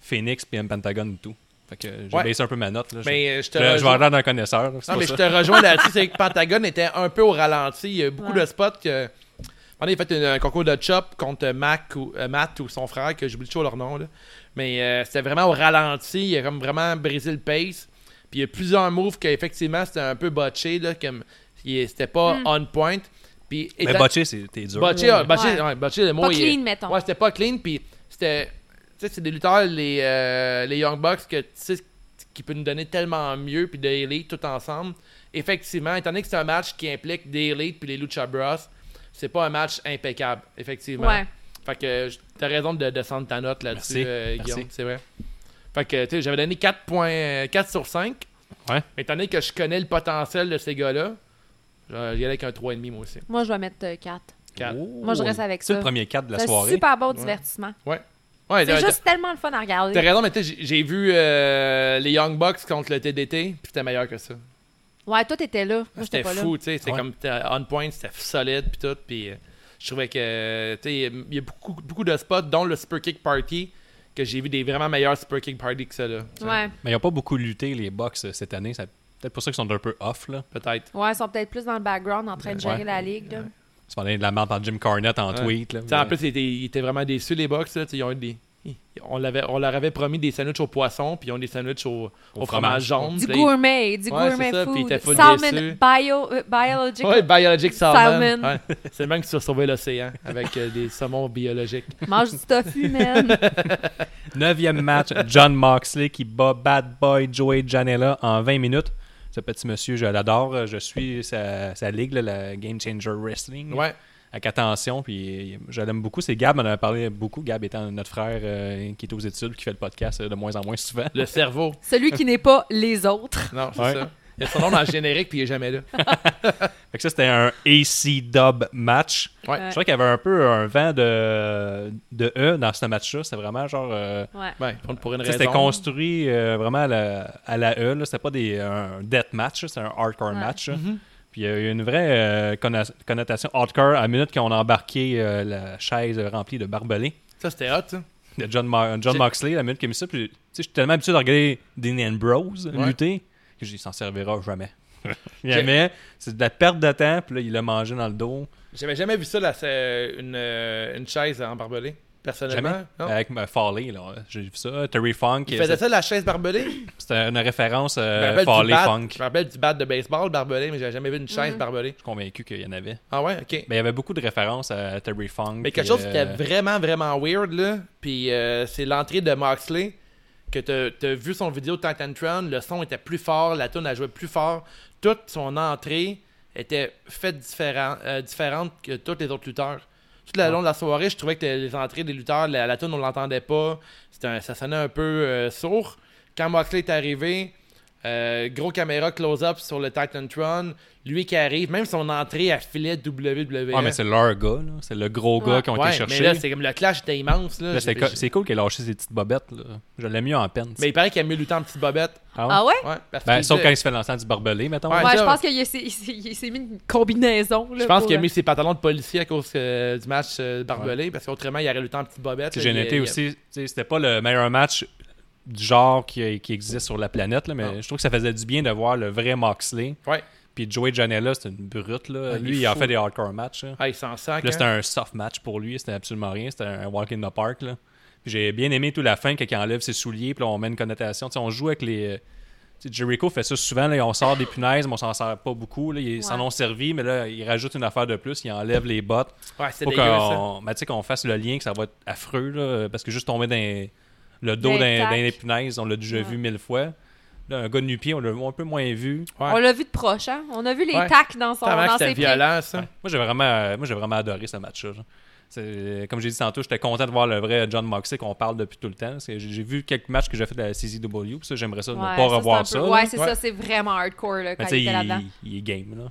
S3: Phoenix, puis M Pentagon et tout. Fait que j'ai
S1: Ouais.
S3: baissé un peu ma note. Là,
S1: Mais, euh, je te
S3: Là, je vais
S1: rejoins-
S3: avoir l'air d'un connaisseur. là, c'est
S1: Non,
S3: pas
S1: Ah, mais
S3: ça.
S1: je te rejoins là-dessus, c'est que Pentagon était un peu au ralenti. Il y a eu beaucoup
S2: Ouais.
S1: de spots que. On a fait une- un concours de chop contre Mac ou, euh, Matt ou son frère, que j'oublie toujours leur nom. Là. Mais euh, c'était vraiment au ralenti. Il a comme vraiment brisé le pace. Puis il y a plusieurs moves qu'effectivement c'était un peu botché. Là, comme, il- c'était pas
S2: Hmm.
S1: on point. Puis,
S3: Mais
S1: étant-
S3: botché, c'est t'es dur.
S1: Botché,
S3: là.
S1: ah, botché,
S2: Ouais.
S1: ouais, botché, le mot.
S2: Pas
S1: il
S2: clean,
S1: est-
S2: mettons.
S1: Ouais, c'était pas clean, puis c'était. Tu sais, c'est des lutteurs, les, euh, les Young Bucks, que tu sais, qui peut nous donner tellement mieux, puis de Elite tout ensemble. Effectivement, étant donné que c'est un match qui implique des Elite puis les Lucha Bros, c'est pas un match impeccable, effectivement.
S2: Ouais.
S1: Fait que je- t'as raison de descendre ta note là-dessus,
S3: Merci,
S1: euh,
S3: merci.
S1: Guillaume, c'est vrai. Fait que, tu sais, j'avais donné 4, points- 4 sur 5.
S3: Ouais.
S1: Étant donné que je connais le potentiel de ces gars-là, euh, j'y allais avec un 3,5 moi aussi.
S2: Moi, je vais mettre euh, 4.
S1: Quatre.
S3: Oh.
S2: Moi, je reste avec
S3: C'est
S2: ça.
S3: le premier 4 de la
S2: C'est un
S3: soirée.
S2: super bon divertissement.
S1: Ouais,
S2: C'est
S1: t'as-
S2: juste tellement le fun à
S1: T'as
S2: regarder.
S1: raison, mais tu sais, j'ai- j'ai vu euh, les Young Bucks contre le TDT, puis c'était meilleur que ça.
S2: Ouais, toi, t'étais là. Moi, j'étais
S1: Ah, C'était
S2: pas là.
S1: fou, tu sais. C'était
S3: Ouais.
S1: comme t'as- on point, c'était solide, puis tout. Puis euh, je trouvais que, tu sais, il y a beaucoup, beaucoup de spots, dont le Super Kick Party, que j'ai vu des vraiment meilleurs Super Kick Party que ça, là. Tu sais,
S2: Ouais.
S3: Mais ils n'ont pas beaucoup lutté, les box, euh, cette année. C'est peut-être pour ça qu'ils sont un peu off. là.
S1: Peut-être.
S2: Ouais, ils sont peut-être plus dans le background en train de gérer
S3: Ouais.
S2: la ligue. là.
S3: Ils se font donner de la merde par Jim Cornette en
S1: Ouais.
S3: tweet. Là,
S1: Tu sais, En plus, ils étaient, ils étaient vraiment déçus, les Bucks, là. tu sais, Ils ont eu des, On, l'avait, on leur avait promis des sandwichs au poisson, puis ils ont des sandwichs
S3: Au
S1: au, au fromage
S3: fromage.
S1: jaune.
S2: Du
S1: Puis là,
S2: gourmet, du
S1: Ouais, c'est
S2: gourmet
S1: ça, puis il
S2: food.
S1: était full déçu.
S2: Salmon bio, euh, biological.
S1: Ouais, biologique salmon.
S2: Salmon.
S1: Ouais. C'est le même qui se surveille l'océan avec euh, des saumons biologiques.
S2: Mange du tofu, man.
S3: Neuvième match, John Moxley qui bat Bad Boy Joey Janela en 20 minutes. Ce petit monsieur, je l'adore. Je suis sa, sa ligue, là, la Game Changer Wrestling.
S1: Ouais.
S3: Avec attention, puis euh, je l'aime beaucoup. C'est Gab, on en a parlé beaucoup. Gab étant notre frère euh, qui est aux études, qui fait le podcast euh, de moins en moins souvent.
S1: Le cerveau.
S2: Celui qui n'est pas les autres.
S1: Non, c'est
S3: Ouais.
S1: ça. Il y a son nom dans le générique, puis il est jamais là.
S3: Fait que ça, c'était un AC Dub match.
S1: Ouais.
S3: Je trouvais qu'il y avait un peu un vent de, de E dans ce match-là. C'était vraiment genre. euh,
S2: Ouais.
S1: Ouais, Ben, pour- pour une
S3: tu sais,
S1: raison.
S3: c'était construit euh, vraiment à la, à la E. là. C'était pas des, un death match, là. c'était un hardcore
S2: Ouais.
S3: match. là. Puis il y a eu une vraie euh, conna- connotation hardcore à la minute qu'on a embarqué euh, la chaise remplie de barbelés
S1: Ça, c'était hot, ça.
S3: de John, Mo- John
S1: J'ai-
S3: Moxley, la minute qu'il a mis ça. Puis, tu sais, je suis tellement habitué de regarder Dean Ambrose
S1: Ouais.
S3: lutter que j'ai dit, il s'en servira jamais.
S1: J'ai-
S3: jamais. C'est de la perte de temps. Puis là, il l'a mangé dans le dos.
S1: J'avais jamais vu ça, là, c'est une, euh, une chaise en barbelé. Personnellement.
S3: Jamais.
S1: Non.
S3: Avec euh, Farley, là. J'ai vu ça. Terry Funk.
S1: Oh. il
S3: euh,
S1: faisait ça, la chaise barbelée?
S3: C'était une référence
S1: Je me
S3: euh,
S1: rappelle du
S3: Farley
S1: bat-
S3: Funk.
S1: Je me rappelle du bat de baseball barbelé, mais j'avais jamais vu une chaise barbelée.
S3: Je suis convaincu qu'il y en avait.
S1: Ah ouais, ok.
S3: Mais il y avait beaucoup de références à Terry Funk.
S1: Mais quelque
S3: puis,
S1: chose qui
S3: euh,
S1: était vraiment, vraiment weird, là, puis euh, c'est l'entrée de Moxley, que t'as- t'as vu son vidéo de Titan Tron, le son était plus fort, la tune a joué plus fort, toute son entrée était faite différent, euh, différente que toutes les autres lutteurs. Tout le long de la soirée, je trouvais que les entrées des lutteurs, la, la tune, on l'entendait pas, C'était un- ça sonnait un peu euh, sourd. Quand Moxley est arrivé, euh, gros caméra close-up sur le Titan Tron, lui qui arrive, même son entrée à E. filet WWE.
S3: Ouais, mais c'est leur gars, là. C'est le gros
S2: Ouais.
S3: gars qui ont
S1: Ouais,
S3: été chercher.
S1: Mais là, c'est comme le clash était immense. Là.
S3: Là, c'est
S1: J'ai-
S3: co-
S1: j'ai-
S3: c'est cool qu'il ait lâché ses petites bobettes. Là. Je l'ai mis en peine.
S1: Mais il paraît qu'il a mieux lutté en petite bobette.
S3: Ah ouais?
S2: Ah ouais?
S1: Ouais, parce
S3: Ben,
S1: qu'il
S3: sauf
S1: dit-
S3: quand il se fait lancer du barbelé, mettons.
S1: Ouais.
S2: Ouais, je
S1: ça-
S2: pense qu'il s'est- il s'est il s'est mis une combinaison. là,
S1: Je pense
S2: pour,
S1: qu'il a
S2: euh,
S1: mis ses pantalons de policier à cause euh, du match euh, barbelé, parce qu'autrement, il aurait lutté en petite bobette.
S3: Tu sais,
S1: là,
S3: J'ai
S1: il-
S3: noté
S1: il-
S3: aussi, tu sais, c'était pas le meilleur match du genre qui, qui existe sur la planète, là, mais
S1: Non.
S3: je trouve que ça faisait du bien de voir le vrai Moxley.
S1: Ouais,
S3: Puis Joey Janela, c'est une brute. Là.
S1: Ah, il est
S3: lui, il a
S1: fou.
S3: fait des hardcore matchs. là.
S1: Ah, il s'en sent.
S3: Là, c'était un soft match pour lui. C'était absolument rien. C'était un walk in the park. Là. Puis j'ai bien aimé tout la fin, quand il enlève ses souliers. Puis là, on met une connotation. Tu sais, on joue avec les. euh, tu sais, Jericho fait ça souvent. Là, on sort des punaises, mais on s'en sert pas beaucoup. Là. Ils s'en ont servi, mais là, il rajoute une affaire de plus. Il enlève les bottes.
S1: Ouais, c'est
S3: Faut
S1: dégueu, ça.
S3: qu'on mais tu sais, qu'on fasse le lien, que ça va être affreux. Là, parce que juste tomber dans le dos
S2: Dans
S3: d'un
S2: les
S3: d'un
S2: tacs.
S3: des punaises, on l'a déjà
S2: Ouais.
S3: vu mille fois. Là, un gars de nu-pied, on l'a un peu moins vu.
S1: Ouais.
S2: On l'a vu de proche, hein? On a vu les
S1: Ouais.
S2: tacs dans, son,
S1: Tellement que
S2: dans
S1: c'était
S2: ses pieds.
S1: violent, ça.
S3: Moi, j'ai vraiment, euh, moi, j'ai vraiment adoré ce match-là. genre. C'est- Comme j'ai dit tantôt, j'étais content de voir le vrai John Moxley qu'on parle depuis tout le temps. C'est- J'ai j'ai vu quelques matchs que j'ai fait de la CZW, puis ça, j'aimerais ça ne
S2: Ouais,
S3: pas
S2: ça,
S3: revoir
S2: c'est
S3: ça.
S2: un peu-
S3: là.
S2: Ouais, c'est
S1: Ouais.
S2: ça, c'est vraiment hardcore là,
S3: Mais
S2: quand
S3: tu sais,
S2: il était là-dedans.
S3: il, il est game. Là.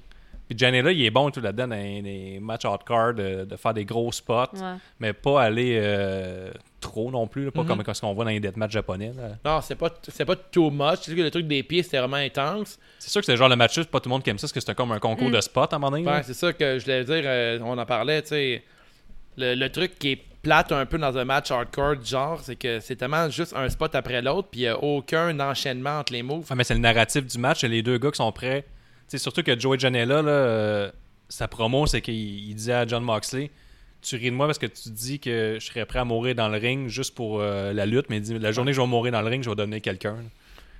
S3: Puis Janela, il est bon tout là-dedans dans les, les matchs hardcore, de, de faire des gros spots,
S2: Ouais.
S3: mais pas aller euh, trop non plus, là, pas
S1: Mhm.
S2: Mm-hmm.
S3: comme ce qu'on voit dans les deathmatchs japonais. là.
S1: Non, c'est pas, c'est pas too much. Tu sais que le truc des pieds, c'était vraiment intense.
S3: C'est sûr que c'est le genre de match, c'est pas tout le monde qui aime ça, parce que c'est comme un concours
S2: Mm.
S3: de spots à un moment donné.
S1: Ouais,
S3: là.
S1: c'est ça que je voulais dire. euh, on en parlait, tu sais. Le, le truc qui est plate un peu dans un match hardcore du genre, c'est que c'est tellement juste un spot après l'autre, puis il n'y a aucun enchaînement entre les moves.
S3: Ouais, mais c'est le narratif du match. et Les deux gars qui sont prêts. C'est surtout que Joey Janela, là, euh, sa promo, c'est qu'il il disait à John Moxley Tu ris de moi parce que tu dis que je serais prêt à mourir dans le ring juste pour euh, la lutte, mais il dit, la journée que je vais mourir dans le ring, je vais devenir quelqu'un.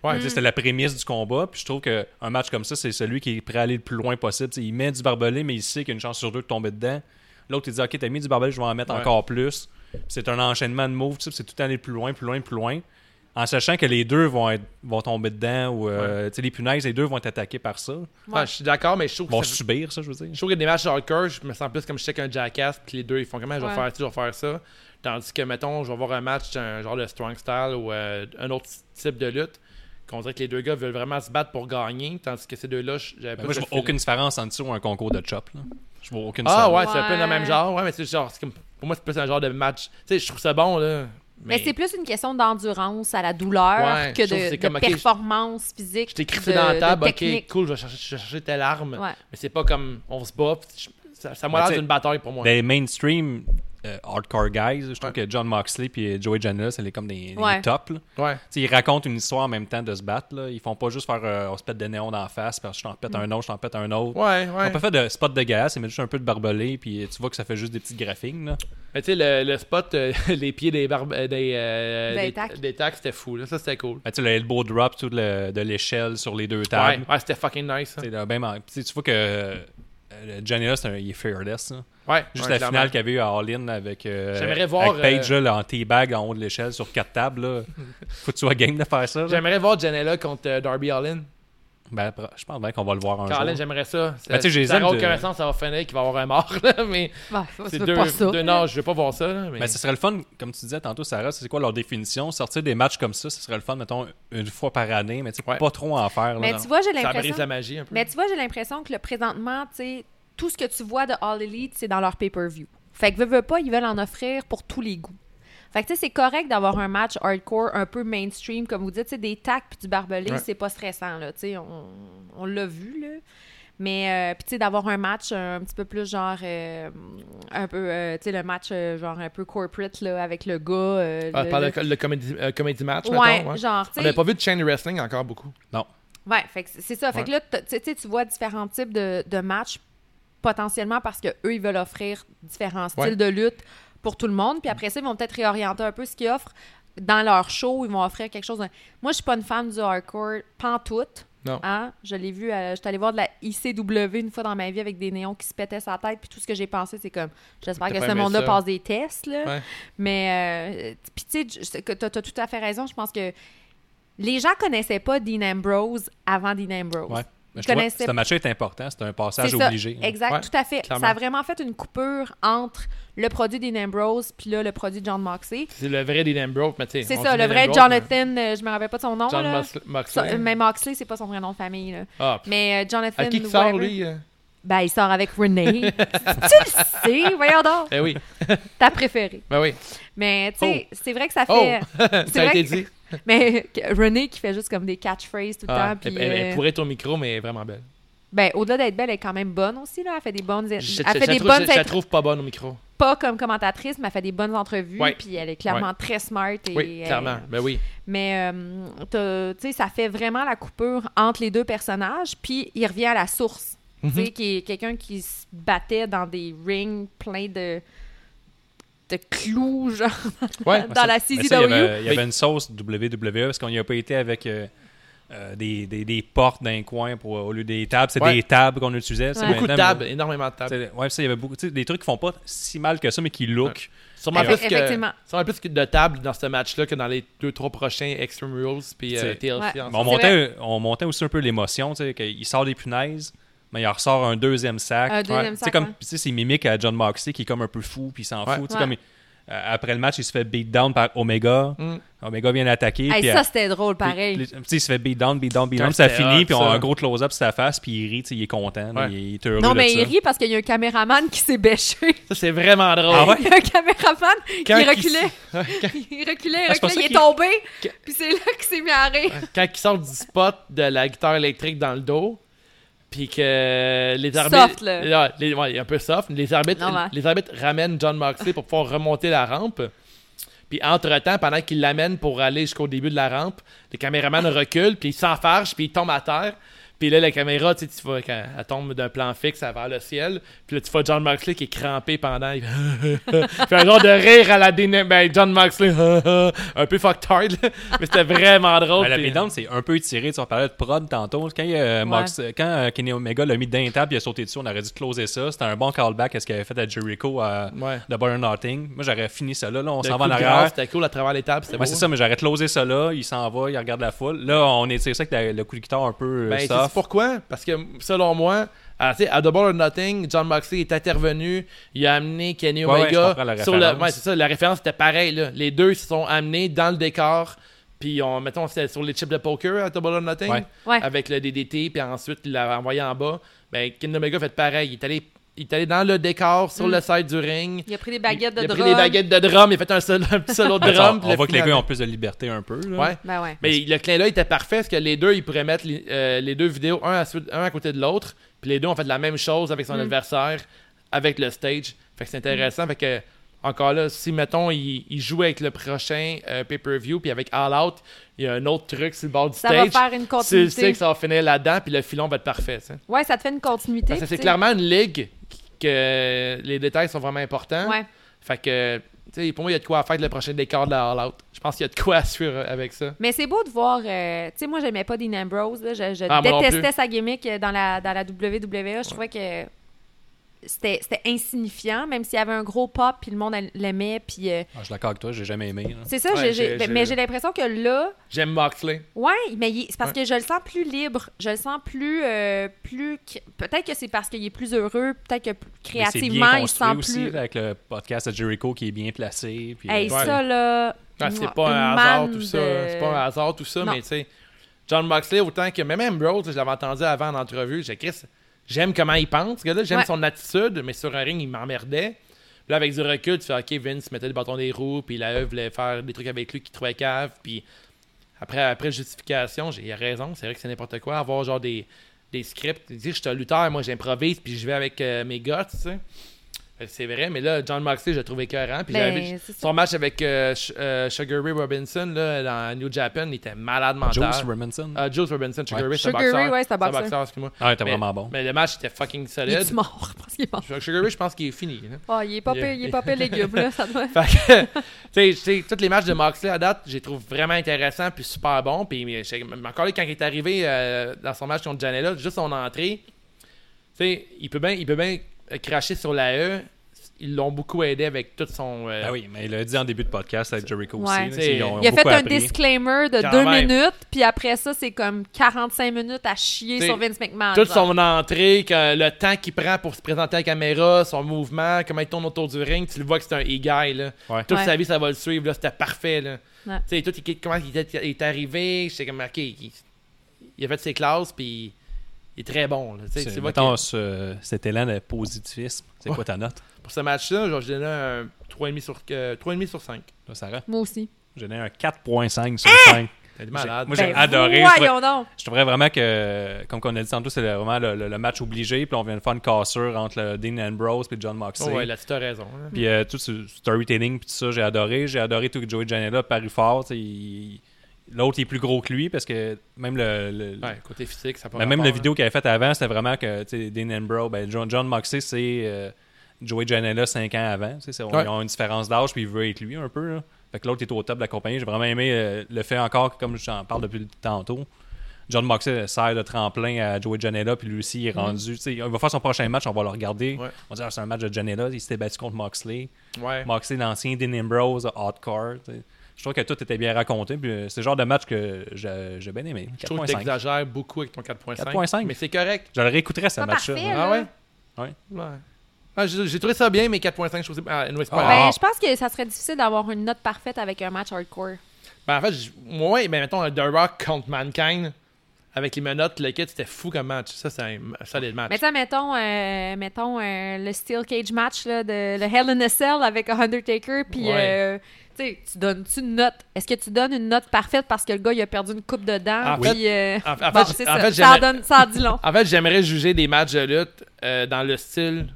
S1: Ouais.
S2: Mm.
S3: Tu sais, C'était la prémisse du combat. Puis je trouve qu'un match comme ça, c'est celui qui est prêt à aller le plus loin possible. Tu sais, il met du barbelé, mais il sait qu'il y a une chance sur deux de tomber dedans. L'autre, il dit Ok, t'as mis du barbelé, je vais en mettre
S1: Ouais.
S3: encore plus. Puis C'est un enchaînement de moves, tu sais, puis c'est tout aller plus loin, plus loin, plus loin. En sachant que les deux vont, être, vont tomber dedans, ou euh, tu sais, les punaises, les deux vont être attaqués par ça.
S1: Ouais, je suis d'accord, mais je trouve
S3: Ils
S1: que
S3: vont
S1: ça-
S3: subir ça, je veux
S1: Je
S3: dire.
S1: trouve que des matchs hardcore, je me sens plus comme je check un jackass, puis les deux ils font comment je vais
S2: Ouais.
S1: faire ça, je vais faire ça. Tandis que, mettons, je vais voir un match, un genre de strong style ou euh, un autre type de lutte, qu'on dirait que les deux gars veulent vraiment se battre pour gagner, tandis que ces deux-là, j- j'avais pas
S3: Ben, moi, je
S1: ce
S3: vois
S1: feeling.
S3: aucune différence entre ça ou un concours de chop. là. Je vois aucune
S1: Ah ouais,
S3: différence.
S1: c'est un peu
S2: Ouais.
S1: le même genre, ouais, mais c'est genre, c'est comme- pour moi, c'est plus un genre de match. Tu sais, je trouve ça bon, là.
S2: Mais,
S1: Mais,
S2: c'est plus une question d'endurance à la douleur
S1: Ouais,
S2: que
S1: je trouve que
S2: de,
S1: c'est
S2: de
S1: comme, ok,
S2: performance physique.
S1: je t'ai
S2: de-
S1: crié dans la
S2: de
S1: table, ok,
S2: technique.
S1: cool, je vais chercher, je vais chercher telle arme.
S2: Ouais.
S1: Mais c'est pas comme on se bat, puis je- ça, ça m'a
S3: Mais
S1: l'air
S3: tu sais,
S1: d'une bataille pour moi.
S3: Dans les mainstream, euh, hardcore guys. Je trouve que John Moxley puis Joey Janela, c'est les- comme des, des
S2: Ouais.
S3: tops. là.
S1: Ouais.
S3: Tu sais, ils racontent une histoire en même temps de se battre. Là. Ils font pas juste faire euh, on se pète des néons dans la face, parce que je t'en pète un autre, je t'en pète un autre.
S1: Mm. Ouais,
S3: On
S1: ouais.
S3: n'a pas fait de spot de gaz, c'est juste un peu de barbelé, puis tu vois que ça fait juste des petites graphines. Là.
S1: Mais tu sais, le, le spot, euh, les pieds des, barbes euh, des, euh,
S2: Des
S1: des,
S2: tacs.
S1: des tacs, c'était fou. Là. Ça, c'était cool.
S3: Ben, tu sais, le elbow drop tout le- de l'échelle sur les deux
S1: Ouais,
S3: tables.
S1: ouais c'était fucking nice. ça.
S3: Tu sais, là, ben, man- tu sais, tu vois que euh, euh, Johnny Ross, c'est un- il est fearless. là.
S1: Ouais,
S3: Juste
S1: ouais,
S3: la finale qu'il y avait eu à All In avec, euh,
S1: J'aimerais voir,
S3: avec Page là, en T-bag en haut de l'échelle sur quatre tables. là. Faut que tu sois game de faire ça. là.
S1: J'aimerais voir Janela contre euh, Darby Allin.
S3: Ben, pro- je pense bien qu'on va le voir un
S1: Carlin,
S3: jour.
S1: j'aimerais ça. Ça
S3: Ben, tu sais, j'ai les
S1: ça
S3: aime
S1: aura
S3: de-
S1: aucun sens, ça va finir qu'il va y avoir un mort. Là, mais
S2: Ouais, tu
S1: c'est
S2: veux
S1: deux,
S2: pas ça.
S1: deux- Non, je veux pas voir ça. Là, mais...
S3: Mais ce serait le fun, comme tu disais tantôt, Sarah, c'est quoi leur définition? Sortir des matchs comme ça, ce serait le fun, mettons, une fois par année, mais tu sais,
S1: Ouais.
S3: pas trop en faire. là,
S2: Mais
S3: non.
S2: tu vois, j'ai
S1: ça
S2: l'impression.
S1: brise la magie un peu.
S2: Mais tu vois, j'ai l'impression que le présentement, tu sais, tout ce que tu vois de All Elite, c'est dans leur pay-per-view. Fait que veut, veut pas, ils veulent en offrir pour tous les goûts. Fait que tu sais, c'est correct d'avoir un match hardcore un peu mainstream, comme vous dites, tu sais, des tacs puis du barbelé,
S1: Ouais.
S2: c'est pas stressant, là. Tu sais, on, on l'a vu, là. Mais, euh, puis tu sais, d'avoir un match euh, un petit peu plus genre, euh, un peu, euh, tu sais, le match euh, genre un peu corporate, là, avec le gars. euh,
S1: Ah,
S2: le-
S1: par
S2: le-
S1: le, le comédie, euh, comédie match,
S2: Ouais,
S1: mettons. ouais.
S2: genre, tu
S1: On
S2: sais.
S1: n'a pas vu de chain wrestling encore beaucoup.
S2: Ouais, fait que c'est- c'est ça. Fait que
S1: Ouais.
S2: là, t'as- tu sais- tu sais, tu vois différents types de, de matchs potentiellement parce que eux ils veulent offrir différents styles
S1: Ouais.
S2: de lutte pour tout le monde. Puis après ça, ils vont peut-être réorienter un peu ce qu'ils offrent dans leur show. Ils vont offrir quelque chose. de- Moi, je suis pas une fan du hardcore pantoute.
S1: Non.
S2: Hein? Je l'ai vu, à- je suis allée voir de la ICW une fois dans ma vie avec des néons qui se pétaient sa tête. Puis tout ce que j'ai pensé, c'est comme, j'espère
S1: T'as
S2: que
S1: pas
S2: ce
S1: aimé
S2: monde-là
S1: ça.
S2: passe des tests. Là.
S1: Ouais.
S2: Mais, euh, puis tu sais, je- c'est que t'as as tout à fait raison. Je pense que les gens connaissaient pas Dean Ambrose avant Dean Ambrose.
S3: Ouais. Mais
S2: Ils
S3: je trouve
S2: connaissaient-
S3: que ce match-là est important, c'est un passage
S2: C'est ça,
S3: obligé.
S2: Exact,
S1: hein. Ouais,
S2: tout à fait.
S1: clairement.
S2: Ça a vraiment fait une coupure entre le produit Dean Ambrose puis là, le produit de John Moxley.
S1: C'est le vrai Dean Ambrose, mais tu sais.
S2: C'est
S1: on
S2: ça,
S1: dit
S2: le
S1: Dean
S2: vrai
S1: Ambrose, mais-
S2: Jonathan, euh, je me rappelle pas de son nom.
S1: John
S2: là.
S1: Mos-
S2: Ça- euh,
S1: Moxley.
S2: mais Moxley, c'est pas son vrai nom de famille. là.
S1: Ah, pff.
S2: Mais euh, Jonathan.
S1: à qui qui sort,
S2: whatever.
S1: lui euh?
S2: Ben, il sort avec Renee. tu le sais, voyons donc.
S1: Eh oui,
S2: Ta préférée.
S1: ben oui.
S2: Mais, tu sais, c'est vrai que ça
S1: Oh,
S2: fait.
S1: ça a
S2: vrai
S1: été
S2: que-
S1: dit.
S2: Mais que- Renée qui fait juste comme des catchphrases tout le
S1: Ah,
S2: temps.
S1: elle,
S2: Puis,
S1: elle- elle
S2: euh,
S1: pourrait être au micro, mais elle est vraiment belle.
S2: ben, au-delà d'être belle, elle est quand même bonne aussi. Là. Elle fait des bonnes, elle
S1: Je-
S2: fait
S1: je- je la
S2: des
S1: trouve-
S2: bonnes
S1: je- Je la
S2: être-
S1: trouve pas bonne au micro.
S2: pas comme commentatrice, mais elle fait des bonnes entrevues.
S1: Ouais.
S2: Puis elle est clairement très smart. Et,
S1: Oui,
S2: euh,
S1: clairement. Ben oui.
S2: mais euh, t'as- tu sais, ça fait vraiment la coupure entre les deux personnages. Puis il revient à la source.
S3: Mhm.
S2: Tu sais, qui est quelqu'un qui se battait dans des rings pleins de de clous genre
S1: Ouais.
S2: dans la
S3: Ben, Mais ça, il, y
S2: CZW.
S3: avait, il y avait une sauce WWE parce qu'on n'y a pas été avec euh, euh, des, des, des portes d'un coin pour, au lieu des tables. C'est
S1: Ouais.
S3: des tables qu'on utilisait. tu sais,
S2: Ouais.
S1: Beaucoup de
S3: maintenant,
S1: tables, énormément de
S3: tu
S1: tables.
S3: sais, Ouais, ça, il y avait beaucoup. tu sais, Des trucs qui font pas si mal que ça, mais qui look.
S1: Sûrement
S2: Effect-
S1: plus, que,
S2: effectivement.
S1: sûrement plus que de tables dans ce match-là que dans les deux, trois prochains Extreme Rules puis euh,
S3: C'est-
S1: TLC
S2: Ouais.
S1: ensemble.
S3: Mais on,
S2: C'est
S3: montait, on montait aussi un peu l'émotion. tu sais, qu'il- Il sort des punaises, mais il en ressort un deuxième sac.
S2: Un deuxième
S3: Ouais. Tu sais,
S2: sac,
S3: comme-
S2: ouais.
S3: tu sais, C'est mimique à John Moxley qui est comme un peu fou puis il s'en
S1: Ouais.
S3: fout. tu sais,
S2: Ouais.
S3: comme il- euh, après le match, il se fait beat down par Omega.
S1: Mm.
S3: Omega vient l'attaquer.
S2: Hey,
S3: puis
S2: ça
S3: à-
S2: c'était drôle pareil.
S3: Puis, puis, tu sais, il se fait beat down, beat down, beat down,
S1: Quand
S3: puis ça
S1: c'était
S3: finit,
S1: hot,
S3: puis on a
S1: ça.
S3: un gros close-up sur sa face, puis il rit, tu sais, il est content, là,
S1: Ouais.
S3: il est heureux
S2: Non,
S3: de
S2: mais
S3: ça.
S2: il rit parce qu'il y a un caméraman qui s'est bêché.
S1: Ça, c'est vraiment drôle.
S3: Ah ouais?
S2: Il y a un caméraman
S1: Quand
S2: qui
S1: qu'il-
S2: reculait. Il reculait, il
S3: Ah, c'est pour
S2: reculait,
S3: ça
S2: il est
S3: qu'il-
S2: tombé.
S1: Quand-
S2: Puis c'est là qu'il s'est mis à rire.
S1: Quand ils sortent du spot de la guitare électrique dans le dos, puis que les
S2: Soft,
S1: arbitres.
S2: là.
S1: là, les- ouais, un peu soft. Les arbitres,
S2: Normal.
S1: les arbitres ramènent John Moxley pour pouvoir remonter la rampe. Puis entre-temps, pendant qu'il l'amène pour aller jusqu'au début de la rampe, le caméraman recule, puis il s'enfarge, puis il tombe à terre. Puis là, la caméra, tu sais, tu vois qu'elle elle tombe d'un plan fixe à vers le ciel. Puis là, tu vois John Moxley qui est crampé pendant. Il fait un genre de rire à la déne... ben, John Moxley. un peu fucktard, là. Mais c'était vraiment drôle.
S3: Ben, la
S1: Oh, puis-
S3: beat down, c'est un peu étiré, tu sais, on parlait de prod tantôt. Quand, il, euh, Mox- quand euh, Kenny Omega l'a mis d'un table, il a sauté dessus, on aurait dû closer ça. C'était un bon callback à ce qu'il avait fait à Jericho à
S1: euh, Ouais.
S3: The Burn Nothing. Moi, j'aurais fini ça là, là, on
S1: Le
S3: s'en va
S1: coup
S3: en
S1: de grâce, Oh.
S3: arrière.
S1: C'était cool à travers les tables. c'était
S3: Moi,
S1: beau.
S3: c'est ça, mais j'aurais closé ça là, il s'en va, il regarde la foule. Là, on étire ça avec la- le coup de guitare un peu euh,
S1: Ben, sais-tu
S3: soft.
S1: pourquoi? Parce que selon moi, à, tu sais, à Double or Nothing, John Moxley est intervenu, il a amené Kenny
S3: Ouais, ouais, je
S1: Omega
S3: comprends la
S1: sur le.
S3: référence.
S1: Ouais, c'est ça, la référence était pareille. là. Les deux se sont amenés dans le décor, puis on, mettons, c'était sur les chips de poker à Double or Nothing,
S3: Ouais.
S2: Ouais.
S1: avec le DDT, puis ensuite il l'a envoyé en bas. Ben, Kenny Omega fait pareil. Il est allé, il est allé dans le décor, sur
S2: Mm.
S1: le side du ring.
S2: Il a pris des baguettes de
S1: il a pris
S2: drum.
S1: des baguettes de drum, il a fait un, solo- un petit solo de
S3: Ben,
S1: drum.
S3: on-
S1: puis
S3: on
S1: le
S3: voit que les
S1: final-
S3: gars ont plus de liberté un peu. là.
S1: Ouais.
S2: Ben ouais.
S1: Mais le clin d'œil était parfait parce que les deux, ils pourraient mettre les, euh, les deux vidéos un à, suite- un à côté de l'autre. Puis les deux ont fait la même chose avec son
S2: Mm.
S1: adversaire, avec le stage. Fait que c'est intéressant. Fait que encore là, si, mettons, il, il joue avec le prochain euh, pay-per-view, puis avec All Out, il y a un autre truc sur le bord du
S2: Ça va
S1: stage.
S2: faire une
S1: tu le sais
S2: continuité.
S1: que ça va finir là-dedans, puis le filon va être parfait. tu sais.
S2: Ouais, ça te fait une continuité.
S1: Parce que Ben, c'est
S2: tu sais.
S1: clairement une ligue que les détails sont vraiment importants.
S2: Ouais.
S1: Fait que, tu sais, pour moi, il y a de quoi à faire avec le prochain décor de la All Out. Je pense qu'il y a de quoi à suivre avec ça.
S2: Mais c'est beau de voir. euh, tu sais, moi, j'aimais pas Dean Ambrose. là. Je, je
S1: Ah, moi non
S2: détestais
S1: plus.
S2: sa gimmick euh, dans la, dans la WWE. Je trouvais que c'était c'était insignifiant, même s'il y avait un gros pop, puis le monde elle- l'aimait. Puis euh,
S3: Ah, je suis d'accord avec toi, j'ai jamais aimé. là.
S2: c'est ça,
S1: Ouais,
S2: j'ai-
S1: j'ai-
S2: j'ai-
S1: j'ai-
S2: mais j'ai l'impression que là.
S1: J'aime Moxley.
S2: Ouais, mais il- c'est parce que je le sens plus libre. Je le sens plus. euh, plus que- Peut-être que c'est parce qu'il est plus heureux. Peut-être que plus
S3: Mais c'est bien
S2: créativement, il se
S3: construit
S2: sent
S3: aussi,
S2: plus.
S3: là, avec le podcast de Jericho qui est bien placé. Puis, euh,
S2: Hey,
S1: Ouais.
S2: ça, là.
S1: Ah,
S2: mouah,
S1: c'est pas un
S2: une
S1: hasard
S2: manne
S1: tout ça.
S2: de-
S1: C'est pas un hasard tout ça,
S2: Non.
S1: mais tu sais, John Moxley, autant que même Ambrose, je l'avais entendu avant en entrevue, j'ai Chris, j'aime comment il pense, ce gars-là, j'aime
S2: Ouais.
S1: son attitude, mais sur un ring, il m'emmerdait. Puis Là, avec du recul, tu fais OK, Vince mettait des bâtons des roues, puis la E voulait faire des trucs avec lui qui trouvait cave, puis après, après justification, j'ai il a raison, c'est vrai que c'est n'importe quoi, avoir genre des, des scripts, dire je suis un lutteur, moi j'improvise, puis je vais avec euh, mes gars, tu sais. Fait que C'est vrai, mais là, John Moxley, je le trouvais écœurant, puis
S2: Ben,
S1: j'avais-
S2: c'est ça.
S1: son match avec euh, Sh- euh, Sugar Ray Robinson là, dans New Japan, il était malade mental.
S3: Joe Robinson.
S1: Ah, Jules Robinson, Sugar
S3: Ouais.
S1: Ray, c'est un
S2: Sugar
S1: boxeur.
S2: Ray, ouais, c'est un boxeur.
S1: excuse-moi.
S3: ah, t'es
S1: Mais-
S3: vraiment bon.
S1: Mais le match était fucking
S2: Il
S1: solide.
S2: est mort parce qu'il est mort.
S1: Sugar Ray, je pense qu'il est fini. là.
S2: Ah, il est pas
S1: Il-
S2: pire, il est pas pire légume, là, ça doit.
S1: Fait que, tu sais, tu sais, tous les matchs de Moxley à date, je les trouve vraiment intéressants puis super bons. Puis, mais, je sais, même encore là, quand il est arrivé euh, dans son match contre Janela, juste son entrée, tu sais, il peut bien il peut bien euh, cracher sur la E. Ils l'ont beaucoup aidé avec tout son. euh,
S3: Ah oui, mais il l'a dit en début de podcast avec Jericho aussi.
S2: Ouais.
S3: là, t'sais, ils ont-
S2: Il a
S3: ont
S2: fait
S3: beaucoup
S2: un
S3: appris.
S2: disclaimer de
S1: Quand
S2: deux
S1: même.
S2: minutes, puis après ça, c'est comme 45 minutes à chier
S1: T'sais,
S2: sur Vince McMahon.
S1: Toute
S2: genre.
S1: son entrée, que- le temps qu'il prend pour se présenter à la caméra, son mouvement, comment il tourne autour du ring, tu le vois que c'est un e-guy. là.
S3: Ouais.
S1: Toute
S2: Ouais.
S1: sa vie, ça va le suivre. là, C'était parfait. Là.
S2: Ouais.
S1: Tu sais, tout il- comment il est, il est arrivé, c'est comme, ok, il, il a fait ses classes, puis il est très bon. là. Tu sais,
S3: C'est-
S1: tu vois
S3: mettons,
S1: que
S3: ce- cet élan de positivisme, c'est
S1: Ouais.
S3: quoi ta note?
S1: pour ce match-là, genre, je donnais un 3,5 sur, euh, 3,5 sur 5.
S3: Là, Sarah,
S2: Moi aussi.
S3: j'ai donné un 4.5 sur
S2: Hein?
S3: 5.
S1: T'es malade.
S3: Moi, j'ai
S2: Ben,
S3: adoré,
S2: Voyons donc.
S3: Je trouverais vraiment que, comme on a dit tantôt, c'est le- vraiment le, le- le match obligé. Puis on vient de faire une cassure entre le Dean Ambrose et John Moxley.
S1: Oh, ouais, là, tu as raison. là.
S3: Puis euh, tout ce storytelling, puis tout ça, j'ai adoré. J'ai adoré tout que Joey Janela paru fort. tu sais, il- L'autre est plus gros que lui parce que même le, le-
S1: Ouais, côté physique, ça peut
S3: ben, même la vidéo qu'il avait faite avant, c'était vraiment que tu sais, Dean Ambrose, ben, John, John Moxley, c'est euh, Joey Janela 5 ans avant. tu sais, c'est- on-
S1: Ouais.
S3: Ils ont une différence d'âge, puis il veut être lui un peu. là. Fait que l'autre est au top de la compagnie. J'ai vraiment aimé euh, le fait encore, que, comme j'en parle depuis tantôt. John Moxley sert de tremplin à Joey Janela, puis lui aussi il est rendu. tu sais, Il va faire son prochain match, on va le regarder.
S1: Mm. Ouais.
S3: On va dire, Ah, c'est un match de Janela, il s'était battu contre Moxley.
S1: Ouais.
S3: Moxley, l'ancien Dean Ambrose, hardcore. tu sais. Je trouve que tout était bien raconté. puis, euh, c'est le genre de match que j'ai j'ai bien aimé.
S1: Je trouve que
S3: 4.5.
S1: t'exagères beaucoup avec ton 4.5.
S3: 4.5.
S1: Mais c'est correct.
S3: Je le réécouterais ce
S2: Pas
S3: match-là.
S2: parfait,
S1: Ah ouais?
S3: Ouais.
S1: Ouais. Ah, j'ai j'ai trouvé ça bien, mais 4.5, je trouve que c'est- ah, anyway, c'est pas
S3: Ah.
S1: grave.
S2: Ben, je pense que ça serait difficile d'avoir une note parfaite avec un match hardcore.
S1: Ben, en fait, j- ouais, mais mettons, un The Rock contre Mankind, avec les menottes, le kit, c'était fou comme match. Ça, c'est un solide match.
S2: Mais ça, mettons, euh, mettons euh, le Steel Cage match, là, de, le Hell in a Cell avec Undertaker, puis
S1: Ouais.
S2: euh, tu sais, tu donnes-tu une note? Est-ce que tu donnes une note parfaite parce que le gars, il a perdu une coupe de dents?
S1: Ah, En
S2: puis, euh,
S1: en- en
S2: bon,
S1: fait,
S2: c'est
S1: en
S2: ça.
S1: fait,
S2: ça, en
S1: j'aimais-
S2: donne, ça en dit long.
S1: En fait, j'aimerais juger des matchs de lutte euh, dans le style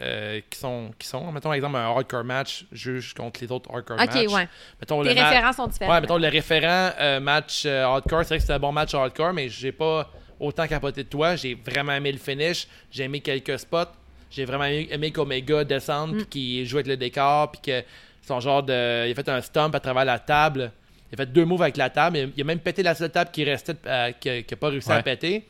S1: euh, qui sont, qui sont. Mettons, exemple, un hardcore match, juge contre les autres hardcore
S2: OK,
S1: matchs.
S2: ouais.
S1: Mettons,
S2: Tes
S1: le ma-
S2: références sont différentes.
S1: Ouais, mettons, le référent euh, match euh, hardcore, c'est vrai que c'était un bon match hardcore, mais j'ai pas autant capoté de toi. J'ai vraiment aimé le finish. J'ai aimé quelques spots. J'ai vraiment aimé aimé qu'Omega descende, puis qu'il joue avec le décor, puis que son genre de. Il a fait un stomp à travers la table. Il a fait deux moves avec la table. Il a- Il a même pété la seule table qui restait, euh, qui n'a pas réussi à
S3: Ouais.
S1: péter.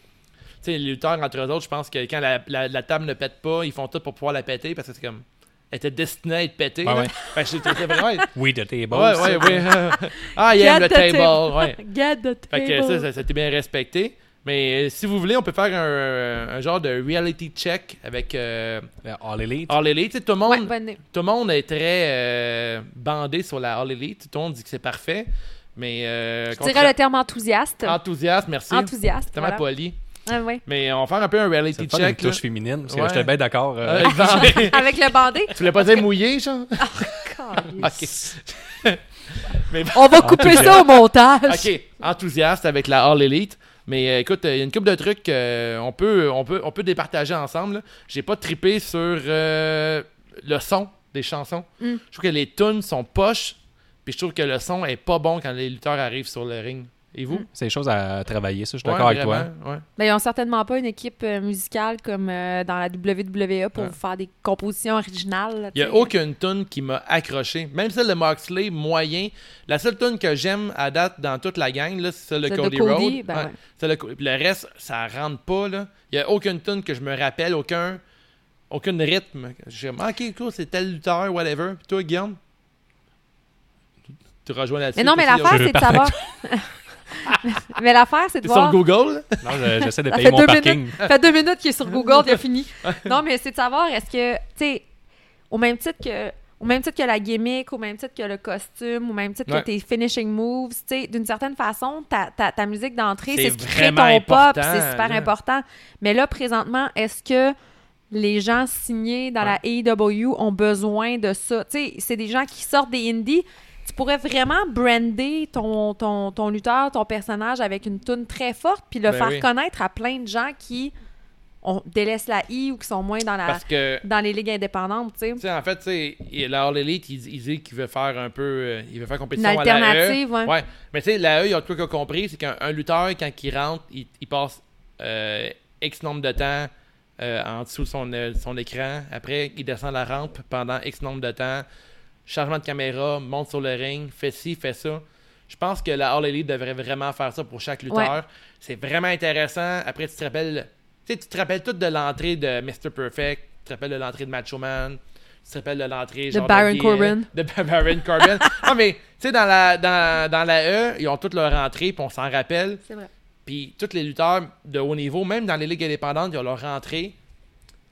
S1: Tu sais, les lutteurs, entre eux autres, je pense que quand la, la- la table ne pète pas, ils font tout pour pouvoir la péter parce que c'est comme. Elle était destinée à être pétée.
S3: Ouais,
S1: là.
S3: ouais.
S1: Fait que c'était vraiment.
S3: Oui, de table.
S1: Ouais, ouais, ouais. ah, il aime
S2: Get
S1: le
S2: the
S1: table.
S2: table.
S1: ouais.
S2: Get the
S1: Fait que ça,
S2: table.
S1: ça, c'était bien respecté. Mais euh, si vous voulez, on peut faire un, un genre de reality check avec euh,
S3: Le All Elite.
S1: All Elite. Tu sais, Tout le, monde,
S2: Ouais, bonne idée.
S1: tout le monde est très euh, bandé sur la All Elite. Tout le monde dit que c'est parfait. Mais euh,
S2: Je dirais le terme enthousiaste.
S1: enthousiaste, merci.
S2: Enthousiaste.
S1: C'est tellement
S2: Voilà.
S1: poli.
S2: Ah, ouais.
S1: Mais on va faire un peu un
S3: C'est
S1: reality
S3: le fun, une
S1: check. là.
S3: touche féminine. Parce que
S1: Ouais.
S3: j'étais bien d'accord. euh,
S1: Euh, exemple.
S2: Avec le bandé.
S1: tu voulais pas dire mouillé, genre? Ok.
S2: On va couper ça au montage.
S1: Ah, OK, enthousiaste avec la All Elite. Mais euh, écoute, euh, il y a une couple de trucs euh, on peut on peut on peut départager ensemble. là. J'ai pas trippé sur euh, le son des chansons.
S2: Mm.
S1: Je trouve que les tunes sont poches, puis je trouve que le son est pas bon quand les lutteurs arrivent sur le ring. Et vous?
S3: C'est des choses à travailler, ça. Je suis
S1: Ouais,
S3: d'accord avec toi.
S1: vraiment, ouais.
S2: Mais Ben, ils n'ont certainement pas une équipe euh, musicale comme euh, dans la WWE pour
S1: Ouais.
S2: vous faire des compositions originales. là,
S1: Il n'y
S2: tu
S1: a
S2: sais.
S1: aucune tune qui m'a accroché. Même celle de Moxley, moyen. La seule tune que j'aime à date dans toute la gang, là, c'est celle de
S2: Celle de
S1: Cody,
S2: Cody,
S1: Rhodes.
S2: ben
S1: Ouais,
S2: ouais.
S1: celle de Co- Puis le reste, ça rentre pas. là. Il n'y a aucune tune que je me rappelle, aucun, aucun rythme. J'ai manqué, cool, c'est tel lutteur, whatever. Puis toi, Guillaume, tu rejoins là-dessus.
S2: Mais non, mais
S1: toi aussi,
S2: l'affaire,
S3: Je
S2: c'est de
S3: vais
S2: savoir. mais l'affaire, c'est de
S1: T'es sur
S2: voir.
S1: Google?
S3: Non, je- j'essaie de
S2: Ça
S3: payer
S2: fait
S3: mon
S2: deux
S3: parking.
S2: minutes. Ça fait deux minutes qu'il est sur Google, il a fini. Non, mais c'est de savoir, est-ce que, tu sais, au même titre que. Au même titre que la gimmick, au même titre que le costume, au même titre
S1: Ouais.
S2: que tes finishing moves, tu sais, d'une certaine façon, ta, ta, ta musique d'entrée,
S1: C'est
S2: c'est ce qui crée ton
S1: vraiment
S2: pop,
S1: important,
S2: c'est super
S1: là.
S2: important. Mais là, présentement, est-ce que les gens signés dans la AEW ont besoin de ça? Tu sais, c'est des gens qui sortent des indies. Tu pourrais vraiment brander ton, ton, ton lutteur, ton personnage avec une toune très forte, puis le
S1: Ben
S2: faire
S1: oui.
S2: connaître à plein de gens qui ont, délaissent la I ou qui sont moins dans, la,
S1: Parce que
S2: dans les ligues indépendantes, tu sais.
S1: Tu sais, en fait, tu sais, il- la All Elite, il, il dit qu'il veut faire un peu. euh, il veut faire compétition
S2: Une
S1: à la E.
S2: alternative, ouais.
S1: Mais tu sais, la E, il y a tout cas compris, c'est qu'un un lutteur, quand il rentre, il, il passe euh, X nombre de temps euh, en dessous de son, euh, son écran. Après, il descend la rampe pendant X nombre de temps. Changement de caméra, monte sur le ring, fait ci, fait ça. Je pense que la All Elite devrait vraiment faire ça pour chaque lutteur.
S2: Ouais.
S1: C'est vraiment intéressant. Après, tu te rappelles. Tu sais, tu te rappelles tout de l'entrée de Mr. Perfect, tu te rappelles de l'entrée de Macho Man, tu te rappelles de l'entrée genre,
S2: Baron
S1: D-
S2: Corbin.
S1: De Ba- Baron Corbin. non, mais tu sais, dans la, dans, dans la E, ils ont toutes leur entrée, puis on s'en rappelle.
S2: C'est vrai.
S1: Puis tous les lutteurs de haut niveau, même dans les ligues indépendantes, ils ont leur entrée.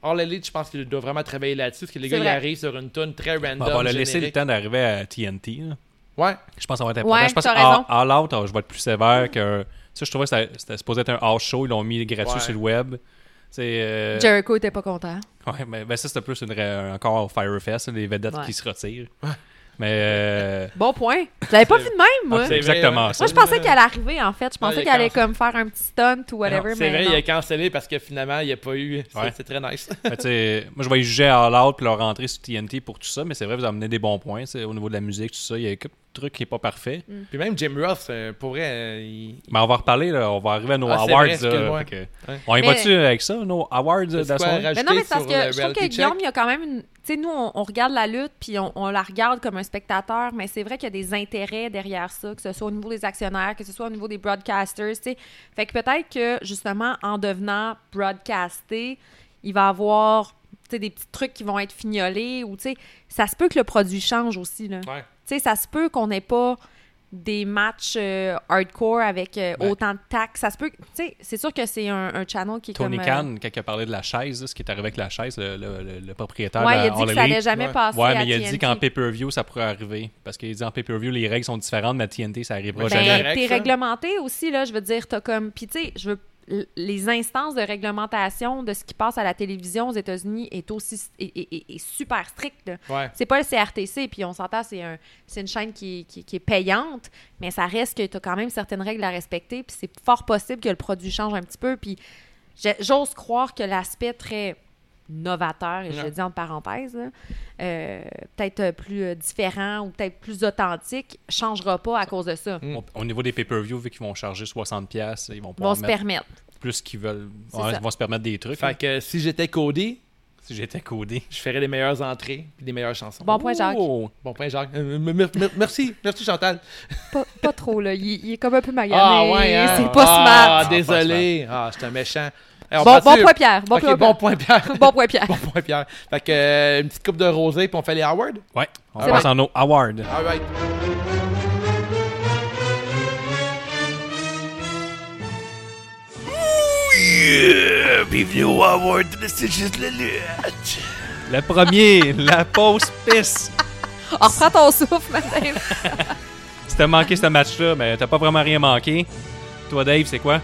S1: All Elite, je pense qu'ils doivent vraiment travailler là-dessus, parce que les
S2: C'est
S1: gars, ils
S2: vrai.
S1: arrivent sur une tonne très
S3: On
S1: random.
S3: va leur laisser le
S1: générique.
S3: temps d'arriver à TNT. là.
S1: Ouais.
S3: Je pense que ça va être important.
S2: Ouais,
S3: je pense
S2: t'as
S3: que All-
S2: raison.
S3: All Out, oh, je vais être plus sévère que. Ça, je trouvais que c'était- c'était supposé être un house show. Ils l'ont mis gratuit
S1: Ouais.
S3: sur le web. C'est. euh,
S2: Jericho était pas content.
S3: Ouais, mais ben ça, c'était plus une, ra- encore au Firefest, les vedettes
S2: Ouais.
S3: qui se retirent. Mais. euh,
S2: Bon point. Je l'avais pas vu de même, moi.
S3: C'est exactement ça.
S2: Moi, je pensais qu'elle arrivait, en fait. Je
S1: Non, il
S2: pensais
S1: est
S2: qu'elle allait
S1: cancer.
S2: comme faire un petit stunt ou whatever,
S1: Ben C'est
S2: mais
S1: vrai,
S2: non.
S1: il a cancellé parce que finalement, il n'y a pas eu. Ça,
S3: Ouais.
S1: C'est très nice.
S3: Mais tu sais, moi, je vais juger à All Out puis leur entrée sur TNT pour tout ça, mais c'est vrai, vous amenez des bons points. tu sais, Au niveau de la musique, tout ça, il y a quelques trucs qui n'est pas parfait.
S1: Puis même Jim Ross, euh, pour vrai, euh, il-
S3: Mais on va en reparler, là, on va arriver à nos
S1: Ah, c'est
S3: awards.
S1: vrai, excuse-moi.
S3: là, fait que-
S1: Ouais.
S3: On y
S2: Mais-
S3: va-tu avec ça, nos awards
S1: C'est quoi,
S3: d'assaut?
S1: rajouter
S2: Mais non, mais c'est parce
S1: sur
S2: que
S1: le
S2: je trouve
S1: reality
S2: que
S1: check?
S2: Guillaume, il y a quand même une. Tu sais, nous, on, on regarde la lutte, puis on, on la regarde comme un spectateur, mais c'est vrai qu'il y a des intérêts derrière ça, que ce soit au niveau des actionnaires, que ce soit au niveau des broadcasters, tu sais. Fait que peut-être que, justement, en devenant broadcasté, il va y avoir, tu sais, des petits trucs qui vont être fignolés, ou, tu sais, ça se peut que le produit change aussi, là.
S1: Ouais.
S2: Tu sais, ça se peut qu'on n'ait pas des matchs euh, hardcore avec euh,
S3: Ouais.
S2: autant de taxes. Ça se peut. que- Tu sais, c'est sûr que c'est un, un channel qui est
S3: Tony
S2: comme. euh,
S3: Khan, quand il a parlé de la chaise, là, ce qui est arrivé avec la chaise, le, le- le- le propriétaire
S2: Ouais,
S3: de
S2: il a dit
S3: All
S2: que ça
S3: Elite.
S2: n'allait jamais
S1: Ouais.
S2: passer.
S3: Ouais,
S2: à
S3: mais il a
S2: TNT.
S3: dit qu'en pay-per-view, ça pourrait arriver. Parce qu'il dit en pay-per-view, les règles sont différentes, mais à TNT, ça arrivera
S1: Ben,
S3: jamais.
S1: correct,
S2: Ben, t'es
S1: ça.
S2: réglementé aussi, là, je veux dire, t'as comme... Puis, tu sais, je veux... l- Les instances de réglementation de ce qui passe à la télévision aux États-Unis est aussi est, est- est- est super stricte. là.
S1: Ouais.
S2: C'est pas le CRTC, puis on s'entend, c'est un, c'est une chaîne qui, qui- qui est payante, mais ça reste que t'as quand même certaines règles à respecter, puis c'est fort possible que le produit change un petit peu. Puis j'ai- j'ose croire que l'aspect très novateur, et je
S1: Ouais.
S2: le dis en parenthèse, là, euh, peut-être euh, plus euh, différent ou peut-être plus authentique, changera pas à cause de ça.
S1: Mm.
S3: Au, au niveau des pay-per-view, vu qu'ils vont charger 60$, ils vont
S2: Ils vont
S3: pouvoir
S2: se
S3: mettre
S2: permettre.
S3: plus ce qu'ils veulent.
S2: C'est
S3: Ouais,
S2: ça.
S3: ils vont se permettre des trucs. hein.
S1: Fait que si j'étais codé,
S3: Si j'étais codé.
S1: je ferais les meilleures entrées et les meilleures chansons.
S2: Bon point, Jacques.
S3: Oh!
S1: Bon point, Jacques. Euh, me- me- me- Merci, merci Chantal.
S2: Pas, pas trop, là. Il, il est comme un peu magané.
S1: Ah ouais, hein?
S2: C'est pas
S1: Ah,
S2: smart.
S1: désolé. Ah, j'étais méchant. Eh, on
S2: Bon, bon
S1: passe-tu?
S2: point, Pierre. Bon
S1: Ok,
S2: point,
S1: bon
S2: Pierre.
S1: point, Pierre.
S2: Bon point, Pierre.
S1: Bon point, Pierre. Fait que euh, une petite coupe de rosée puis on fait les awards.
S3: Ouais, on
S2: C'est
S3: passe en nos awards.
S1: All right.
S4: Bienvenue au Award de C'est juste la lutte.
S3: Le premier, la pause pisse.
S2: On reprend ton souffle, madame.
S3: Si t'as manqué ce match-là, mais t'as pas vraiment rien manqué. Toi, Dave, c'est quoi?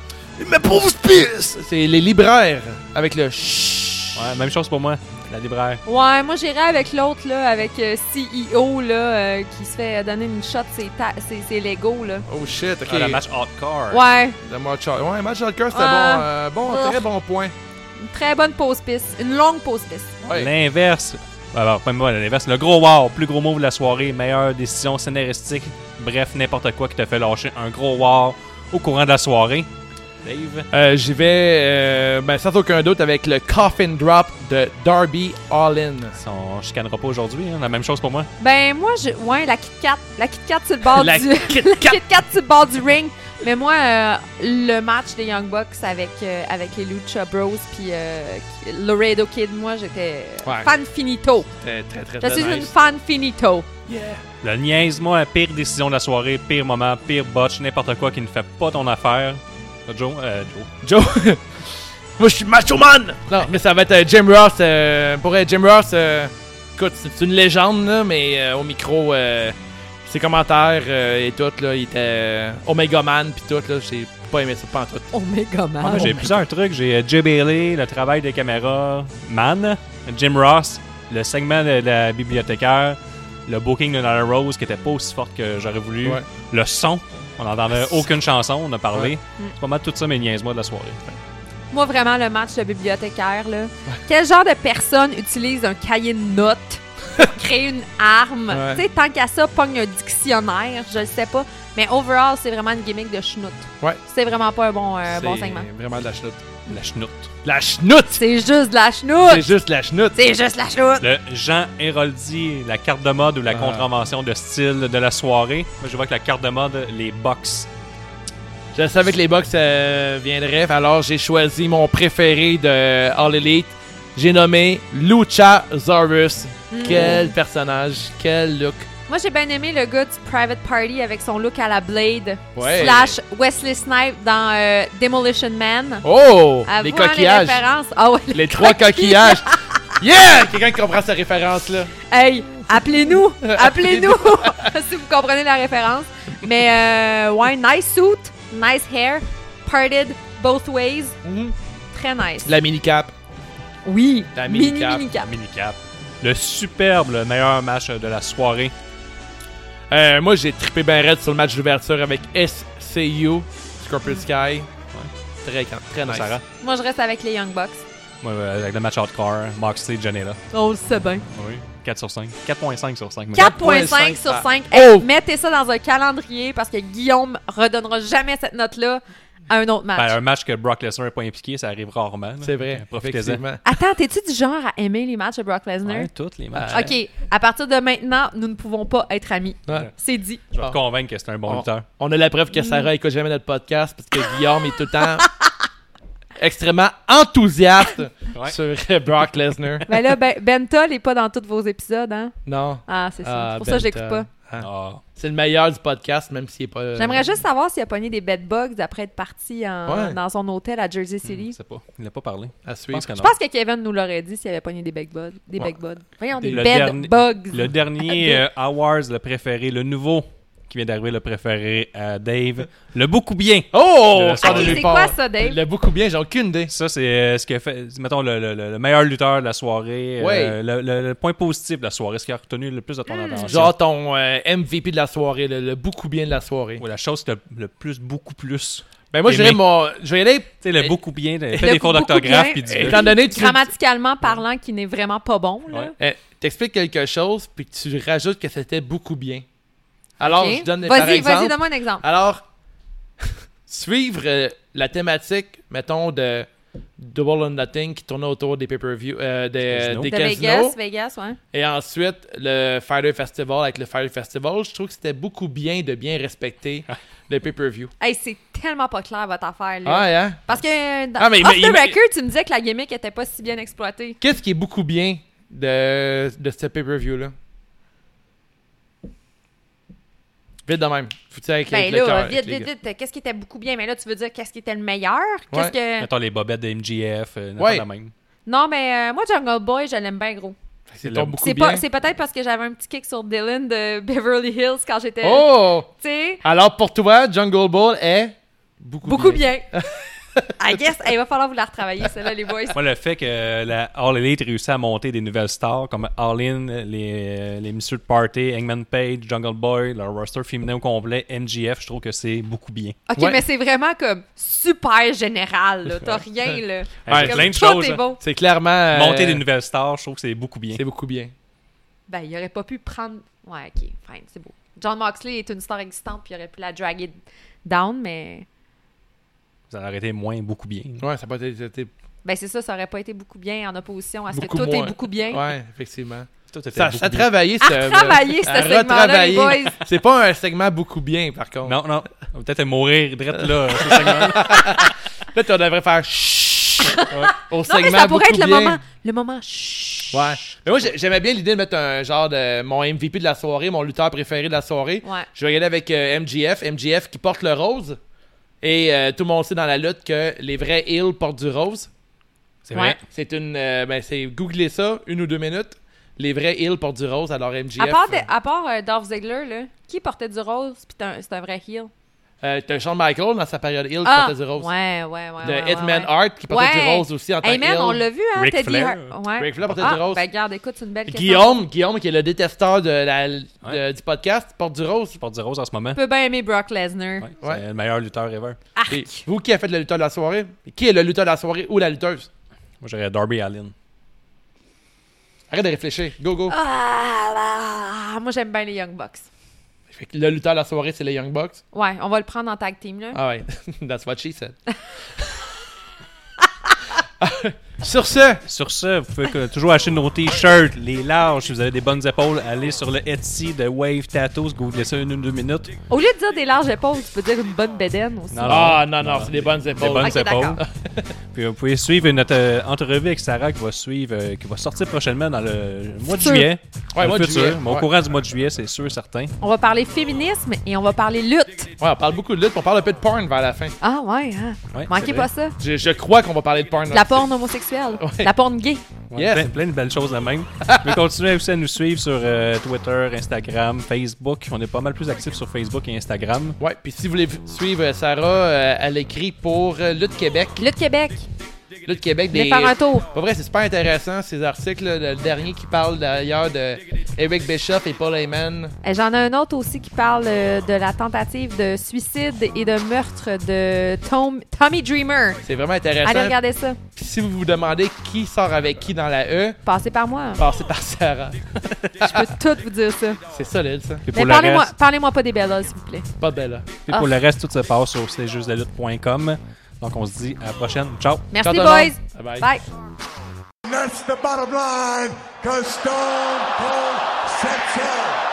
S4: Ma pauvre pisse!
S1: C'est les libraires avec le chut.
S3: Ouais, même chose pour moi, la libraire.
S2: Ouais, moi, j'irai avec l'autre, là, avec euh, CEO, là, euh, qui se fait donner une shot ses, ta- ses, ses Legos, là.
S1: Oh shit, ok.
S3: Ah, le match hardcore.
S2: Ouais,
S1: Le match hard- Ouais, match hardcore, c'était
S2: Ah.
S1: bon. euh, bon,
S2: Ah.
S1: très bon point.
S2: une très bonne pause piste. Une longue pause piste.
S1: Ouais.
S3: L'inverse, Alors, même moi, à l'inverse, le gros wow, plus gros move de la soirée, meilleure décision scénaristique, bref, n'importe quoi qui te fait lâcher un gros wow au courant de la soirée. Dave.
S1: Euh, J'y vais, euh, ben, sans aucun doute, avec le Coffin Drop de Darby Allin.
S3: Ça, On chicanera pas aujourd'hui, hein, la même chose pour moi.
S2: Ben, moi, je. Ouais, la Kit Kat. La Kit Kat sur le bord
S1: La
S2: du.
S1: Kit
S2: Oh, la
S1: Kat.
S2: Kit Kat sur le bord du ring. Mais moi, euh, le match des Young Bucks avec, euh, avec les Lucha Bros puis euh, Laredo Kid, moi, j'étais
S1: Ouais.
S2: fan finito.
S1: Très, très, très,
S2: Je suis
S1: nice.
S2: une fan finito.
S3: Le niaise-moi, la pire décision de la soirée, pire moment, pire botch, n'importe quoi qui ne fait pas ton affaire. Joe, euh, Joe.
S1: Joe. Moi, je suis macho man! Non, mais ça va être euh, Jim Ross. euh, pour être Jim Ross, euh, écoute, c'est c'est une légende, là, mais euh, au micro, euh, ses commentaires euh, et tout, là, il était euh, Omega Man pis tout, là, j'ai pas aimé ça, pas en tout.
S2: Oh, méga man.
S3: Moi, j'ai plusieurs trucs. J'ai euh, Jay Bailey, le travail des caméras, Man, Jim Ross, le segment de la bibliothécaire, le booking de Nala Rose qui était pas aussi forte que j'aurais voulu,
S1: Ouais.
S3: le son. On
S2: Ah,
S3: n'entendait aucune chanson, on a parlé.
S1: Ouais.
S3: C'est pas mal tout ça, mais niaise-moi de la soirée.
S2: Moi, vraiment, le match de bibliothécaire, là. Quel genre de personne utilise un cahier de notes pour créer une arme?
S1: Ouais.
S2: Tu sais, tant qu'à ça, pogne un dictionnaire, je le sais pas. Mais overall, c'est vraiment une gimmick de chenoute.
S1: Ouais.
S2: C'est vraiment pas un bon, euh, bon
S1: C'est
S2: segment.
S1: Vraiment de la chenoute.
S3: La chenoute.
S1: La chenoute!
S2: C'est juste de la
S1: C'est
S2: chenoute!
S1: juste la chenoute!
S2: C'est juste la chenoute!
S3: Le Jean Héroldi, la carte de mode ou la
S1: Ah.
S3: contravention de style de la soirée. Moi, je vois que la carte de mode, les box.
S1: Je savais que les box euh, viendraient, alors j'ai choisi mon préféré de All Elite. J'ai nommé Lucha Zorus.
S2: Mm.
S1: Quel personnage, quel look.
S2: Moi, j'ai bien aimé le gars du Private Party avec son look à la Blade
S1: Ouais.
S2: slash Wesley Snipe dans euh, Demolition Man.
S1: Oh!
S2: À
S1: les
S2: vous, hein,
S1: coquillages!
S2: les références. Ah ouais,
S1: Les trois coquillages. Yeah! Quelqu'un qui comprend sa référence là.
S2: Hey, appelez-nous! Appelez-nous! si vous comprenez la référence. Mais, euh, ouais, nice suit, nice hair, parted both ways. Très nice.
S1: La mini cap.
S2: Oui,
S1: la
S2: mini
S1: mini-cap.
S2: mini cap.
S3: Minicap. Le superbe, le meilleur match de la soirée.
S1: Euh, moi j'ai trippé ben raide sur le match d'ouverture avec SCU, Scorpio Sky. Très, can- très nice.
S3: Sarah?
S2: Moi, je reste avec les Young Bucks.
S3: Ouais, ouais, euh, avec le match hardcore, Moxley, Janela.
S2: On le sait Oh, bien.
S3: Oui. 4 sur 5. 4.5 sur 5.
S2: 4.5 sur 5. Hey, mettez ça dans un calendrier parce que Guillaume redonnera jamais cette note-là à un autre match.
S3: ben, un match que Brock Lesnar n'est pas impliqué, ça arrive rarement. là.
S1: C'est vrai.
S3: Euh, Profitez-en.
S1: Effectivement.
S2: Attends, t'es-tu du genre à aimer les matchs de Brock Lesnar? Ah,
S3: Ouais, toutes les matchs.
S2: OK, à partir de maintenant, nous ne pouvons pas être amis.
S1: Ouais.
S2: C'est dit.
S3: Je vais te convaincre que c'est un bon
S1: On,
S3: lutteur.
S1: on a la preuve
S2: Mm.
S1: que Sarah écoute jamais notre podcast parce que Guillaume est tout le temps extrêmement enthousiaste
S3: Ouais.
S1: sur euh, Brock Lesnar.
S2: Ben là, ben, Bentol est pas dans tous vos épisodes, hein?
S1: Non.
S2: Ah, c'est ça.
S1: Ah,
S2: C'est pour ça, je l'écoute
S1: Benton.
S2: pas.
S1: Ah.
S3: Ah.
S1: C'est le meilleur du podcast, même s'il est pas. euh,
S2: J'aimerais juste savoir s'il a pogné des bedbugs après être parti en-
S1: Ouais.
S2: dans son hôtel à
S1: Hmm,
S2: Jersey
S3: Je
S2: City.
S3: sais pas. Il n'a pas parlé.
S1: à
S3: Je
S1: suivre.
S3: pense que non.
S2: Je pense que Kevin nous l'aurait dit s'il avait pogné des bedbugs. Des
S3: Ouais.
S2: bedbugs. Voyons,
S3: Des-
S2: des
S3: le dernier-
S2: bedbugs.
S3: Le dernier euh, Hours, le préféré, le nouveau qui vient d'arriver, le préféré à Dave. Le beaucoup bien.
S1: Oh!
S3: Le-
S1: ça
S3: Ok,
S1: de
S2: c'est
S1: nulle part.
S2: quoi ça, Dave?
S1: Le beaucoup bien, j'ai aucune idée.
S3: Ça, c'est euh, ce qui a fait, mettons, le, le- le- le meilleur lutteur de la soirée. euh,
S1: Ouais.
S3: le, le- le point positif de la soirée, ce qui a retenu le plus de ton attention.
S1: Genre ton euh, MVP de la soirée, le, le beaucoup bien de la soirée.
S3: Ou la chose que t'as le plus, beaucoup plus.
S1: Ben moi, je dirais
S3: Aimé.
S1: mon. Je vais y aller.
S3: Tu sais, le
S1: Et-
S3: beaucoup bien, fais des cours
S2: beaucoup
S3: d'orthographe
S2: bien.
S3: puis dis
S1: Étant donné que tu
S2: Grammaticalement parlant, qui n'est vraiment pas bon, là.
S3: Ouais.
S1: Eh, t'expliques quelque chose, puis que tu rajoutes que c'était beaucoup bien. Alors,
S2: Ok.
S1: Ah, je donne par
S2: Vas-y, vas-y,
S1: exemple.
S2: donne-moi un exemple.
S1: Alors, suivre euh, la thématique, mettons, de Double or Nothing qui tournait autour des pay-per-view, euh, des,
S3: Casinos.
S1: des
S2: De
S1: casinos.
S2: Vegas, Vegas, ouais.
S1: Et ensuite, le Fire Festival avec le Fire Festival, je trouve que c'était beaucoup bien de bien respecter le pay-per-view.
S2: Hey, c'est tellement pas clair, votre affaire, là.
S1: Ah, hein?
S2: Parce que, euh, dans
S1: Ah, mais-
S2: off
S1: mais-
S2: the
S1: mais-
S2: record, tu me disais que la gimmick était pas si bien exploitée.
S1: Qu'est-ce qui est beaucoup bien de, de ce pay-per-view-là? Vite de même. Faut-tu avec les-
S2: Ben
S1: le cœur,
S2: là,
S1: avec
S2: vite,
S1: les
S2: vite,
S1: gars.
S2: vite. Qu'est-ce qui était beaucoup bien? Mais là, tu veux dire qu'est-ce qui était le meilleur? Qu'est-ce que...
S3: Mettons les bobettes de MGF, euh, n'importe
S1: Ouais.
S3: la même.
S2: Non, mais euh, moi, Jungle Boy, je l'aime bien gros.
S1: C'est
S3: le-
S1: ton beaucoup
S2: C'est
S1: bien.
S2: pas- c'est peut-être parce que j'avais un petit kick sur Dylan de Beverly Hills quand j'étais...
S1: oh!
S2: Tu sais,
S1: Alors pour toi, Jungle Ball est beaucoup,
S2: beaucoup bien. I guess, hey, il va falloir vous la retravailler, celle-là, les boys.
S3: Moi, le fait que la All Elite réussit à monter des nouvelles stars comme All In, les, euh, les Messieurs de Party, Hangman Page, Jungle Boy, le roster féminin au complet, MGF, je trouve que c'est beaucoup bien.
S2: OK,
S1: Ouais.
S2: mais c'est vraiment comme super général, là. T'as rien, là.
S3: Ouais,
S2: Comme
S3: plein de
S2: tout
S3: choses,
S2: est
S3: hein.
S2: beau.
S1: C'est clairement. euh,
S3: Monter des nouvelles stars, je trouve que c'est beaucoup bien.
S1: C'est beaucoup bien.
S2: Ben, il aurait pas pu prendre. Ouais, ok, fine, c'est beau. John Moxley est une star existante, puis il aurait pu la draguer down, mais.
S3: Ça aurait été moins, beaucoup bien.
S1: Ouais, ça peut être. été-
S2: Ben, c'est ça, ça aurait pas été beaucoup bien en opposition à ce
S1: Beaucoup
S2: que tout
S1: moins.
S2: est beaucoup bien.
S1: Ouais, effectivement.
S3: Tout était
S1: Ça,
S3: beaucoup
S1: ça a
S3: bien.
S1: travaillé,
S2: Hein? À
S1: ce-
S2: retravailler ce
S1: à
S2: segment-là, les
S1: retravailler.
S2: boys.
S1: C'est pas un segment beaucoup bien, par contre.
S3: Non, non. On va Peut-être à mourir drette là. ce segment.
S1: Là, tu devrais faire chut au
S2: Non,
S1: segment
S2: mais ça pourrait
S1: beaucoup
S2: être le
S1: bien.
S2: moment. Le moment. Chut.
S1: Ouais. Mais moi, j'ai- j'aimais bien l'idée de mettre un genre de mon MVP de la soirée, mon lutteur préféré de la soirée.
S2: Ouais.
S1: Je vais y aller avec euh, MGF. MGF qui porte le rose. Et euh, tout le monde sait dans la lutte que les vrais heels portent du rose.
S3: C'est vrai.
S2: Ouais.
S1: C'est une. euh, ben, c'est. Googlez ça, une ou deux minutes. Les vrais heels portent du rose, alors MGF.
S2: À part, de- à part euh, Dolph Ziggler, là, qui portait du rose, puis t'es un- c'est un vrai heel.
S1: euh, T'as Shawn Michael dans sa période heel qui portait du rose.
S2: Ah. Ouais, ouais, ouais.
S1: De
S2: ouais, ouais,
S1: Hitman
S2: ouais.
S1: Hart qui portait
S2: Ouais.
S1: du rose aussi en tant
S2: Hey
S1: que
S2: man,
S1: heel.
S2: on l'a vu, hein,
S3: Ric
S2: Teddy
S3: Flair.
S2: Hart. Ouais.
S1: Ric Flair portait
S2: ah,
S1: du rose.
S2: Ben, regarde, écoute, c'est une belle question.
S1: Guillaume, Guillaume, qui est le détesteur de la, de-
S3: Ouais.
S1: du podcast, porte du rose.
S3: Je porte du rose en ce moment.
S2: Tu peux bien aimer Brock Lesnar.
S3: Ouais,
S1: Ouais.
S3: C'est le meilleur lutteur ever.
S1: Et vous, qui a fait le lutteur de la soirée? Qui est le lutteur de la soirée ou la lutteuse?
S3: Moi, j'aurais Darby Allin.
S1: Arrête de réfléchir. Go, go.
S2: Ah, ah, moi, j'aime bien les Young Bucks.
S1: Fait que le lutteur de la soirée, c'est les Young Bucks.
S2: Ouais, on va le prendre en tag team, là.
S1: Ah ouais. That's what she said. Sur ce,
S3: Sur ce, vous pouvez que- toujours acheter nos t-shirts, les larges, si vous avez des bonnes épaules, allez sur le Etsy de Wave Tattoos, googlez ça une ou deux minutes.
S2: Au lieu de dire des larges épaules, tu peux dire une bonne bedaine aussi.
S3: Non,
S1: Ah, non, non, c'est des bonnes
S3: euh, Des
S1: épaules.
S3: bonnes
S2: Ok,
S3: épaules.
S2: d'accord.
S3: Puis vous pouvez suivre notre euh, entrevue avec Sarah qui va suivre, euh, qui va sortir prochainement dans le mois de
S2: Futur.
S3: juillet. Dans le
S1: mois de
S3: futur,
S1: juillet,
S3: mais Au
S1: ouais.
S3: courant du mois de juillet, c'est sûr, certain.
S2: On va parler féminisme et on va parler lutte.
S1: Ouais, on parle beaucoup de lutte, mais on parle un peu de porn vers la fin.
S2: Ah, ouais, hein.
S3: Ouais, c'est
S2: Manquez
S3: vrai.
S2: pas ça.
S1: Je, je crois qu'on va parler de porn.
S2: La porne homosexuelle,
S1: Ouais.
S2: la porne gay.
S3: Ouais,
S1: Yes.
S3: plein, plein de belles choses la même. Mais continuez aussi à nous suivre sur euh, Twitter, Instagram, Facebook. On est pas mal plus actifs sur Facebook et Instagram.
S1: Ouais, puis si vous voulez suivre euh, Sarah, euh, elle écrit pour euh, Lutte Québec.
S2: Lutte Québec,
S1: Lutte Québec,
S2: venez
S1: des.
S2: faire un tour.
S1: Pas vrai, c'est super intéressant ces articles. là. Le dernier qui parle d'ailleurs de Eric Bischoff et Paul Heyman.
S2: Euh, J'en ai un autre aussi qui parle euh, de la tentative de suicide et de meurtre de Tom, Tommy Dreamer.
S1: C'est vraiment
S2: Allez
S1: intéressant.
S2: regarder ça.
S1: Puis si vous vous demandez qui sort avec qui dans la E,
S2: Passez par moi.
S1: passez par Sarah.
S2: Je peux tout vous dire ça.
S1: C'est solide, ça.
S3: Puis pour
S2: Mais
S3: le
S2: parlez-moi Ah.
S3: reste-
S2: parlez pas des Bellas, s'il vous plaît.
S1: Pas belle, hein. là.
S3: Puis pour le reste, tout se passe sur cjustdelutte.com. Donc on se dit à la prochaine. Ciao!
S2: Merci,
S1: Ciao, tout le
S2: boys.
S1: monde. Bye-bye.
S2: Bye.
S5: And that's the bottom line, because Stone Cold said so.